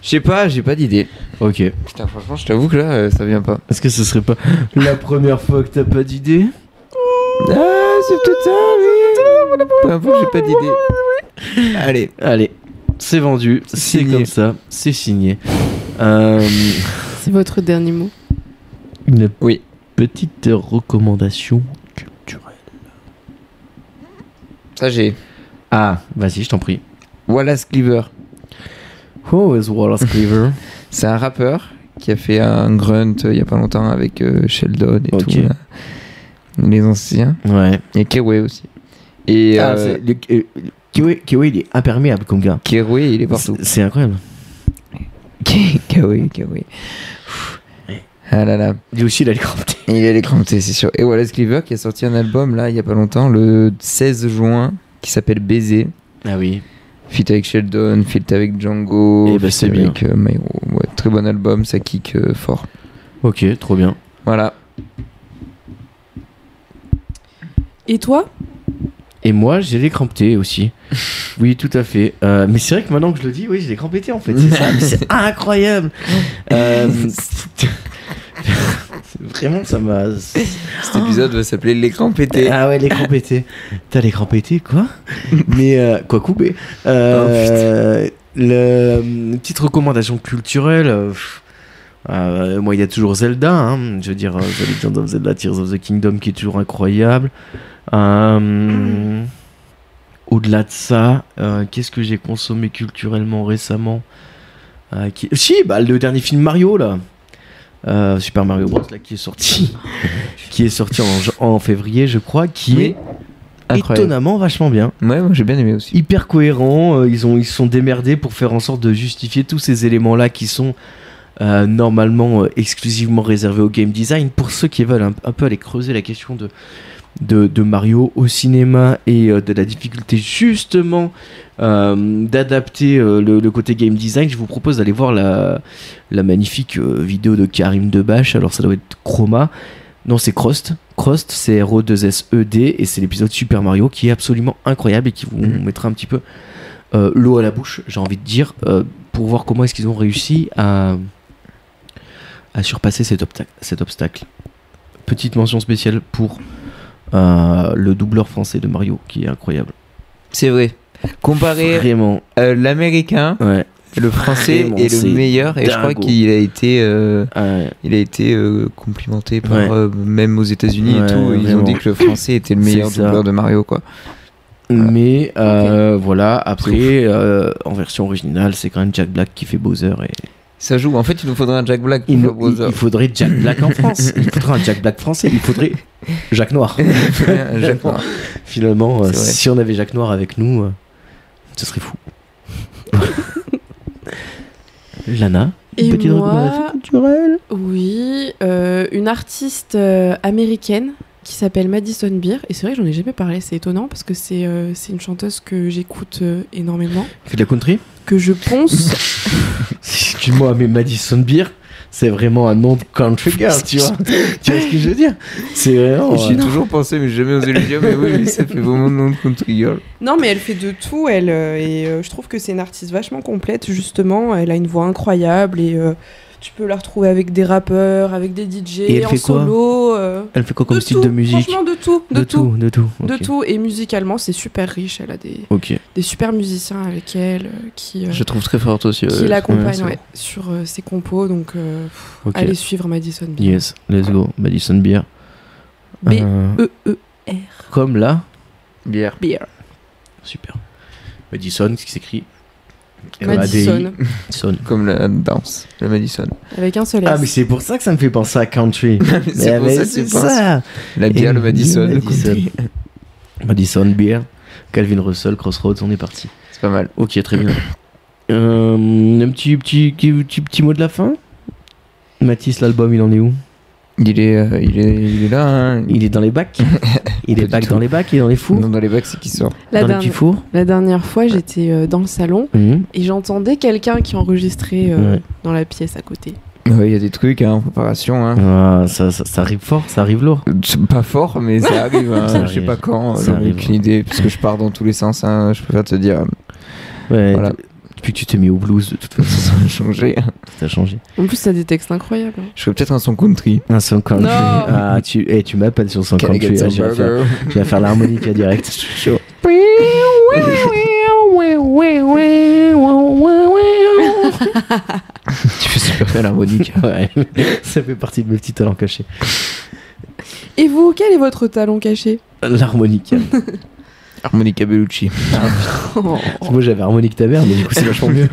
[SPEAKER 3] Je sais pas, j'ai pas d'idée.
[SPEAKER 1] Ok.
[SPEAKER 3] Putain, franchement, je t'avoue que là, euh, ça vient pas.
[SPEAKER 1] Est-ce que ce serait pas la première fois que t'as pas d'idée
[SPEAKER 3] Ah, c'est peut-être ça, oui. Peu importe, j'ai pas d'idée. Allez,
[SPEAKER 1] Allez, c'est vendu, c'est
[SPEAKER 3] Signé.
[SPEAKER 1] comme ça, c'est signé. Euh,
[SPEAKER 2] C'est votre dernier mot.
[SPEAKER 1] une
[SPEAKER 3] Oui.
[SPEAKER 1] petite recommandation culturelle.
[SPEAKER 3] ça j'ai.
[SPEAKER 1] Ah, vas-y, je t'en prie.
[SPEAKER 3] Wallace Cleaver.
[SPEAKER 1] Who is Wallace Cleaver
[SPEAKER 3] C'est un rappeur qui a fait un grunt euh, il y a pas longtemps avec euh, Sheldon et
[SPEAKER 1] Ok.
[SPEAKER 3] tout. là. Les anciens.
[SPEAKER 1] Ouais.
[SPEAKER 3] Et Keroué aussi. Et
[SPEAKER 1] Ah,
[SPEAKER 3] euh,
[SPEAKER 1] c'est- le- euh, Kiwi, Kiwi, il est imperméable comme gars.
[SPEAKER 3] Keroué, il est partout.
[SPEAKER 1] C'est- C'est incroyable.
[SPEAKER 3] Keroué, Keroué. Ah là là.
[SPEAKER 1] Lui aussi, il a les crampes.
[SPEAKER 3] Il est écranté, c'est sûr. Et Wallace Cleaver qui a sorti un album là il y a pas longtemps, le 16 juin, qui s'appelle Baiser.
[SPEAKER 1] Ah oui.
[SPEAKER 3] Feat avec Sheldon, feat avec Django,
[SPEAKER 1] Eh ben,
[SPEAKER 3] feat
[SPEAKER 1] c'est
[SPEAKER 3] avec euh, Myro. Ouais, très bon album, ça kick euh, fort.
[SPEAKER 1] Ok, trop bien.
[SPEAKER 3] Voilà.
[SPEAKER 2] Et toi
[SPEAKER 1] Et moi, j'ai les crampes aussi. Oui, tout à fait. Euh, mais c'est vrai que maintenant que je le dis, oui, j'ai les crampes en fait. C'est ça, mais c'est incroyable. Euh, Vraiment, ça m'a.
[SPEAKER 3] Cet épisode va s'appeler L'écran pété.
[SPEAKER 1] Ah ouais, l'écran pété. T'as l'écran pété, quoi Mais euh, quoi coupé euh, le- Une petite recommandation culturelle. euh, pff, euh, moi, il y a toujours Zelda. hein, je veux dire, euh, The Legend of Zelda, Tears of the Kingdom, qui est toujours incroyable. Euh, Au-delà de ça, euh, qu'est-ce que j'ai consommé culturellement récemment Euh, qui- Si, bah, le dernier film Mario, là. Euh, Super Mario Bros. là qui est sorti qui est sorti en, en février je crois qui
[SPEAKER 3] Oui.
[SPEAKER 1] est
[SPEAKER 3] Incroyable.
[SPEAKER 1] étonnamment vachement bien
[SPEAKER 3] Ouais, moi j'ai bien aimé aussi.
[SPEAKER 1] hyper cohérent euh, ils ont ils se sont démerdés pour faire en sorte de justifier tous ces éléments là qui sont euh, normalement euh, exclusivement réservés au game design pour ceux qui veulent un, un peu aller creuser la question de de, de Mario au cinéma et euh, de la difficulté justement euh, d'adapter euh, le, le côté game design, je vous propose d'aller voir la, la magnifique euh, vidéo de Karim Debache. Alors ça doit être Chroma. Non, c'est Crost. Crost, c'est R-O-2-S-E-D E et c'est l'épisode Super Mario qui est absolument incroyable et qui vous
[SPEAKER 3] Mhm.
[SPEAKER 1] mettra un petit peu euh, l'eau à la bouche, j'ai envie de dire, euh, pour voir comment est-ce qu'ils ont réussi à, à surpasser cet, obstac- cet obstacle. Petite mention spéciale pour euh, le doubleur français de Mario qui est incroyable.
[SPEAKER 3] C'est vrai. Comparé
[SPEAKER 1] Vraiment,
[SPEAKER 3] euh, l'américain,
[SPEAKER 1] ouais.
[SPEAKER 3] le français
[SPEAKER 1] Vraiment,
[SPEAKER 3] est
[SPEAKER 1] c'est
[SPEAKER 3] le meilleur et je crois
[SPEAKER 1] dingo.
[SPEAKER 3] qu'il a été, euh,
[SPEAKER 1] euh,
[SPEAKER 3] il a été euh, complimenté par
[SPEAKER 1] Ouais.
[SPEAKER 3] euh, même aux États-Unis
[SPEAKER 1] Ouais,
[SPEAKER 3] et tout. Ils
[SPEAKER 1] vraiment.
[SPEAKER 3] ont dit que le français était le meilleur
[SPEAKER 1] C'est ça.
[SPEAKER 3] doubleur de Mario quoi.
[SPEAKER 1] Mais euh, voilà, après, euh, en version originale, c'est quand même Jack Black qui fait Bowser. Et...
[SPEAKER 3] Ça joue. En fait, il nous faudrait un Jack Black pour
[SPEAKER 1] Il,
[SPEAKER 3] faire Bowser.
[SPEAKER 1] il- il faudrait Jack Black en France. Il faudrait un Jack Black français. Il faudrait Jack Noir.
[SPEAKER 3] Un Jack Noir.
[SPEAKER 1] Finalement, euh,
[SPEAKER 3] C'est vrai.
[SPEAKER 1] si on avait Jack Noir avec nous, euh, ce serait fou. Lana,
[SPEAKER 2] Et
[SPEAKER 1] une petite
[SPEAKER 2] moi
[SPEAKER 1] recommandation culturelle
[SPEAKER 2] Oui, euh, une artiste euh, américaine qui s'appelle Madison Beer. Et c'est vrai que j'en ai jamais parlé, c'est étonnant parce que c'est euh, c'est une chanteuse que j'écoute euh, énormément,
[SPEAKER 1] Fait de la country
[SPEAKER 2] que je pense.
[SPEAKER 1] Excuse-moi, mais Madison Beer, c'est vraiment un nom de country girl, tu vois. tu vois ce que je veux dire C'est vraiment.
[SPEAKER 3] J'y ai
[SPEAKER 1] euh,
[SPEAKER 3] toujours pensé, mais j'ai jamais osé le dire. Mais oui, mais ça fait vraiment nom de country girl.
[SPEAKER 2] non, mais elle fait de tout, elle. euh, et euh, je trouve que c'est une artiste vachement complète, justement. Elle a une voix incroyable et euh, tu peux la retrouver avec des rappeurs, avec des DJ,
[SPEAKER 1] Et elle
[SPEAKER 2] en
[SPEAKER 1] fait quoi
[SPEAKER 2] solo. euh,
[SPEAKER 1] Elle fait quoi comme
[SPEAKER 2] de
[SPEAKER 1] style
[SPEAKER 2] tout,
[SPEAKER 1] de musique
[SPEAKER 2] Franchement, de tout, de, tout.
[SPEAKER 1] de tout.
[SPEAKER 2] De
[SPEAKER 1] ok.
[SPEAKER 2] tout et musicalement c'est super riche, elle a des,
[SPEAKER 1] Ok.
[SPEAKER 2] des super musiciens avec elle euh, qui, euh,
[SPEAKER 4] Je trouve très forte aussi.
[SPEAKER 2] qui
[SPEAKER 4] euh,
[SPEAKER 1] ouais,
[SPEAKER 2] l'accompagne
[SPEAKER 1] c'est
[SPEAKER 2] ouais, sur euh, ses compos. Donc, euh, pff,
[SPEAKER 1] Ok.
[SPEAKER 2] allez suivre Madison Beer.
[SPEAKER 1] Yes, let's go. Madison Beer.
[SPEAKER 2] B
[SPEAKER 1] Euh,
[SPEAKER 2] E E R
[SPEAKER 1] comme là.
[SPEAKER 3] Bière.
[SPEAKER 2] Beer.
[SPEAKER 1] Super. Madison, ce qui s'écrit.
[SPEAKER 2] Madison
[SPEAKER 1] Madison. Ah,
[SPEAKER 3] Comme la danse, le Madison.
[SPEAKER 2] avec un seul S.
[SPEAKER 1] Ah, mais c'est pour ça que ça me fait penser à country.
[SPEAKER 3] c'est pour
[SPEAKER 1] Mais
[SPEAKER 3] ça que
[SPEAKER 1] c'est
[SPEAKER 3] tu penses. La bière,
[SPEAKER 1] Et
[SPEAKER 3] le Madison. le
[SPEAKER 1] Madison.
[SPEAKER 3] country.
[SPEAKER 1] Madison, Beer, Calvin Russell, Crossroads, on est parti.
[SPEAKER 3] C'est pas mal.
[SPEAKER 1] Ok, très bien. Euh, un petit, petit, petit, petit mot de la fin Mathis, l'album, il en est où
[SPEAKER 3] Il est, euh, il est, il est là. hein.
[SPEAKER 1] Il est dans les bacs Il
[SPEAKER 3] Pas
[SPEAKER 1] est
[SPEAKER 3] du
[SPEAKER 1] bac
[SPEAKER 3] tout.
[SPEAKER 1] dans les bacs, il est dans les fours
[SPEAKER 3] Non, dans les bacs, c'est qui sort.
[SPEAKER 2] la,
[SPEAKER 1] Dans les
[SPEAKER 2] dernière,
[SPEAKER 1] petits fours
[SPEAKER 2] la dernière fois, j'étais euh, dans le salon
[SPEAKER 1] Mhm.
[SPEAKER 2] et j'entendais quelqu'un qui enregistrait euh,
[SPEAKER 1] Ouais.
[SPEAKER 2] dans la pièce à côté.
[SPEAKER 3] Ouais, il y a des trucs hein, en préparation. hein.
[SPEAKER 1] Ah, ça, ça- ça arrive fort, ça arrive lourd.
[SPEAKER 3] C'est Pas fort, mais ça arrive. hein.
[SPEAKER 1] Ça
[SPEAKER 3] je sais
[SPEAKER 1] arrive.
[SPEAKER 3] pas quand.
[SPEAKER 1] Ça
[SPEAKER 3] J'en ai
[SPEAKER 1] arrive.
[SPEAKER 3] aucune idée, parce que je pars dans tous les sens. hein. Je préfère te dire.
[SPEAKER 1] Ouais,
[SPEAKER 3] Voilà.
[SPEAKER 1] d- Depuis que tu t'es mis au blues, de toute façon,
[SPEAKER 3] Ça a changé.
[SPEAKER 1] ça a changé.
[SPEAKER 2] En plus, ça a des textes incroyables. hein.
[SPEAKER 3] Je serais peut-être un son country.
[SPEAKER 1] Un son country.
[SPEAKER 2] Non.
[SPEAKER 1] Ah, tu, eh, tu m'appelles sur son
[SPEAKER 3] Can I
[SPEAKER 1] country.
[SPEAKER 3] get
[SPEAKER 1] hein,
[SPEAKER 3] some
[SPEAKER 1] je, vais faire,
[SPEAKER 3] burger
[SPEAKER 1] je vais faire l'harmonica direct. Je suis chaud.
[SPEAKER 3] Tu fais super bien l'harmonica.
[SPEAKER 1] Ouais. ça fait partie de mes petits talents cachés.
[SPEAKER 2] Et vous, quel est votre talon caché
[SPEAKER 1] L'harmonica.
[SPEAKER 3] Harmonica Bellucci.
[SPEAKER 2] Oh.
[SPEAKER 1] Moi j'avais harmonique ta mère, mais du coup c'est vachement mieux.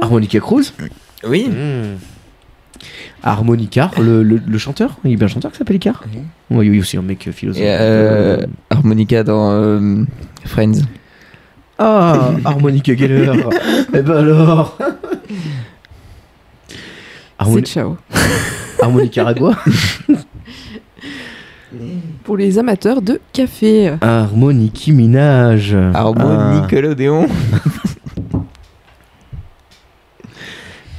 [SPEAKER 1] Harmonica Cruz.
[SPEAKER 3] Oui.
[SPEAKER 1] Harmonica, Hmm. le, le- le chanteur. Il y a bien un chanteur qui s'appelle Icar. Oui, oui, aussi un mec philosophe.
[SPEAKER 3] Et, euh, harmonica dans euh, Friends.
[SPEAKER 1] Ah, Harmonica Geller. Eh ben alors.
[SPEAKER 2] C'est
[SPEAKER 1] Harmoni-
[SPEAKER 2] ciao.
[SPEAKER 1] Harmonica Ragois.
[SPEAKER 2] Pour les amateurs de café.
[SPEAKER 1] Harmoniki Minage.
[SPEAKER 3] Harmonica Nickelodeon.
[SPEAKER 1] Ah,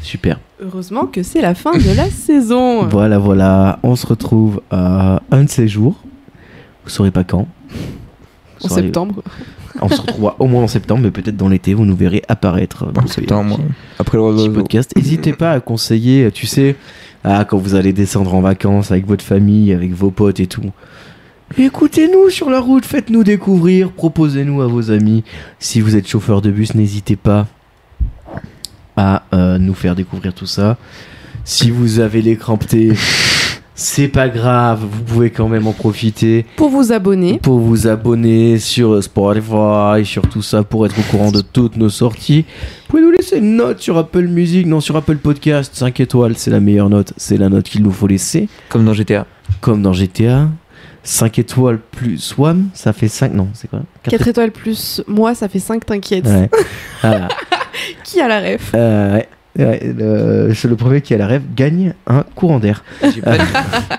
[SPEAKER 1] super.
[SPEAKER 2] Heureusement que c'est la fin de la saison.
[SPEAKER 1] Voilà, voilà. On se retrouve à un de ces jours. Vous saurez pas quand. Vous
[SPEAKER 2] en
[SPEAKER 1] saurez-
[SPEAKER 2] septembre.
[SPEAKER 1] On se retrouvera au moins en septembre, mais peut-être dans l'été, vous nous verrez apparaître.
[SPEAKER 3] En
[SPEAKER 1] Vous
[SPEAKER 3] septembre. Après le roi
[SPEAKER 1] petit
[SPEAKER 3] d'oiseau.
[SPEAKER 1] podcast. N'hésitez pas à conseiller, tu sais, ah, quand vous allez descendre en vacances avec votre famille, avec vos potes et tout. Écoutez-nous sur la route, faites-nous découvrir, proposez-nous à vos amis. Si vous êtes chauffeur de bus, n'hésitez pas à euh, nous faire découvrir tout ça. Si vous avez les crampetés, c'est pas grave, vous pouvez quand même en profiter
[SPEAKER 2] Pour vous abonner.
[SPEAKER 1] pour vous abonner sur Spotify, sur tout ça, pour être au courant de toutes nos sorties. Vous pouvez nous laisser une note sur Apple Music, non sur Apple Podcast, 5 étoiles, c'est la meilleure note, c'est la note qu'il nous faut laisser,
[SPEAKER 3] Comme dans GTA.
[SPEAKER 1] comme dans GTA. 5 étoiles plus WAM, ça fait 5, non, c'est quoi
[SPEAKER 2] 4 étoiles plus moi, ça fait 5, t'inquiète.
[SPEAKER 1] Ouais. Voilà.
[SPEAKER 2] Qui a la ref
[SPEAKER 1] Euh, ouais. Ouais, le- c'est le premier qui a la rêve gagne un courant d'air.
[SPEAKER 3] J'ai pas, du-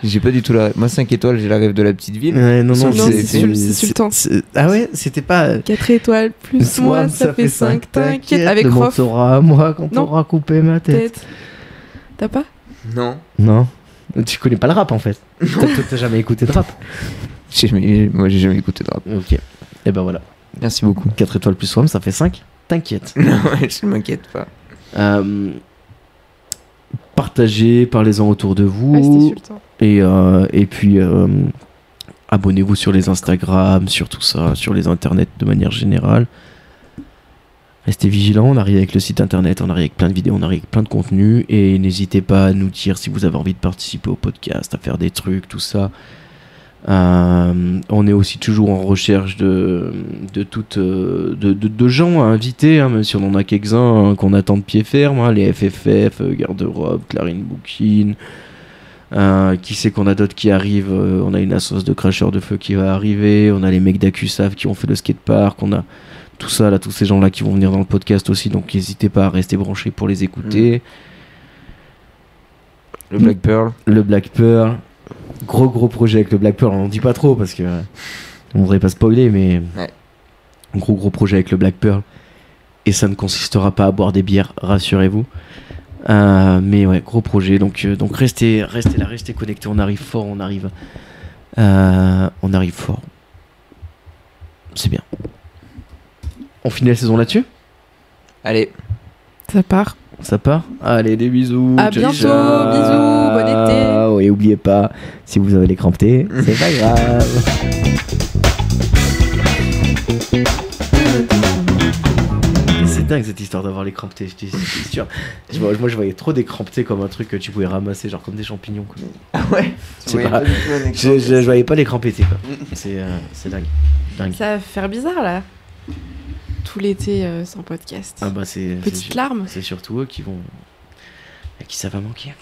[SPEAKER 3] j'ai pas du tout la rêve. Moi, 5 étoiles, j'ai la rêve de la petite ville.
[SPEAKER 1] Ouais, Euh, non,
[SPEAKER 3] Non, c'est
[SPEAKER 2] sur- c'est sur le temps.
[SPEAKER 1] c'est- Ah ouais, c'était pas.
[SPEAKER 2] 4 étoiles plus moi, ça, fait 5, t'inquiète. Avec
[SPEAKER 1] le monde
[SPEAKER 2] Rof,
[SPEAKER 1] saura à moi quand on
[SPEAKER 2] Non.
[SPEAKER 1] aura coupé ma tête.
[SPEAKER 2] tête. T'as pas
[SPEAKER 3] Non.
[SPEAKER 1] Non. Tu connais pas le rap en fait. T'as t'as jamais écouté de rap.
[SPEAKER 3] J'ai jamais- moi, j'ai jamais écouté de rap.
[SPEAKER 1] Ok. Et ben voilà.
[SPEAKER 3] Merci beaucoup.
[SPEAKER 1] 4 étoiles plus WAM, ça fait 5. T'inquiète.
[SPEAKER 3] Non, je m'inquiète pas.
[SPEAKER 1] Euh, partagez, parlez-en autour de
[SPEAKER 2] Ah, c'était
[SPEAKER 1] vous.
[SPEAKER 2] sur le temps.
[SPEAKER 1] et, euh, et puis euh, abonnez-vous sur les Instagram, sur tout ça, sur les internets de manière générale. Restez vigilants, on arrive avec le site internet, on arrive avec plein de vidéos, on arrive avec plein de contenu. Et n'hésitez pas à nous dire si vous avez envie de participer au podcast, à faire des trucs, tout ça. Euh, on est aussi toujours en recherche de, de, toutes, euh, de, de- de gens à inviter, hein, même si on en a quelques-uns hein, qu'on attend de pied ferme, hein, les FFF, euh, Garde-Robe, Clarine Bookin, euh, qui c'est qu'on a d'autres qui arrivent euh, On a une assoce de cracheurs de feu qui va arriver. On a les mecs d'Acusav qui ont fait le skatepark. On a tout ça, là, tous ces gens-là qui vont venir dans le podcast aussi. Donc n'hésitez pas à rester branchés pour les écouter.
[SPEAKER 3] Le Black Pearl.
[SPEAKER 1] Le Black Pearl. Gros, gros projet avec le Black Pearl. On en dit pas trop parce que. euh, on voudrait pas spoiler, mais.
[SPEAKER 3] Ouais.
[SPEAKER 1] Gros, gros projet avec le Black Pearl. Et ça ne consistera pas à boire des bières, rassurez-vous. Euh, mais ouais, gros projet. Donc, euh, donc restez, restez là, restez connectés. On arrive fort, on arrive. Euh, on arrive fort. C'est bien. On finit la saison là-dessus
[SPEAKER 3] Allez.
[SPEAKER 2] Ça part.
[SPEAKER 1] Ça part Allez, des bisous.
[SPEAKER 2] À
[SPEAKER 1] ciao,
[SPEAKER 2] bientôt,
[SPEAKER 1] ciao.
[SPEAKER 2] bisous, bon été.
[SPEAKER 1] Ciao, Oh, Et oubliez pas, si vous avez les crampetés, c'est pas grave. C'est dingue cette histoire d'avoir les crampetés, je te- je suis sûr. Je vois- moi je voyais trop des crampetés comme un truc que tu pouvais ramasser, genre comme des champignons. quoi.
[SPEAKER 3] Ouais.
[SPEAKER 1] Je sais pas. Je, je- je voyais pas les crampetés quoi. C'est euh, c'est dingue. dingue.
[SPEAKER 2] Ça va faire bizarre là. Tout l'été euh, sans podcast.
[SPEAKER 1] Ah bah c'est. c'est
[SPEAKER 2] Petite
[SPEAKER 1] sûr-
[SPEAKER 2] larme.
[SPEAKER 1] hein. C'est surtout eux qui vont. à qui ça va manquer.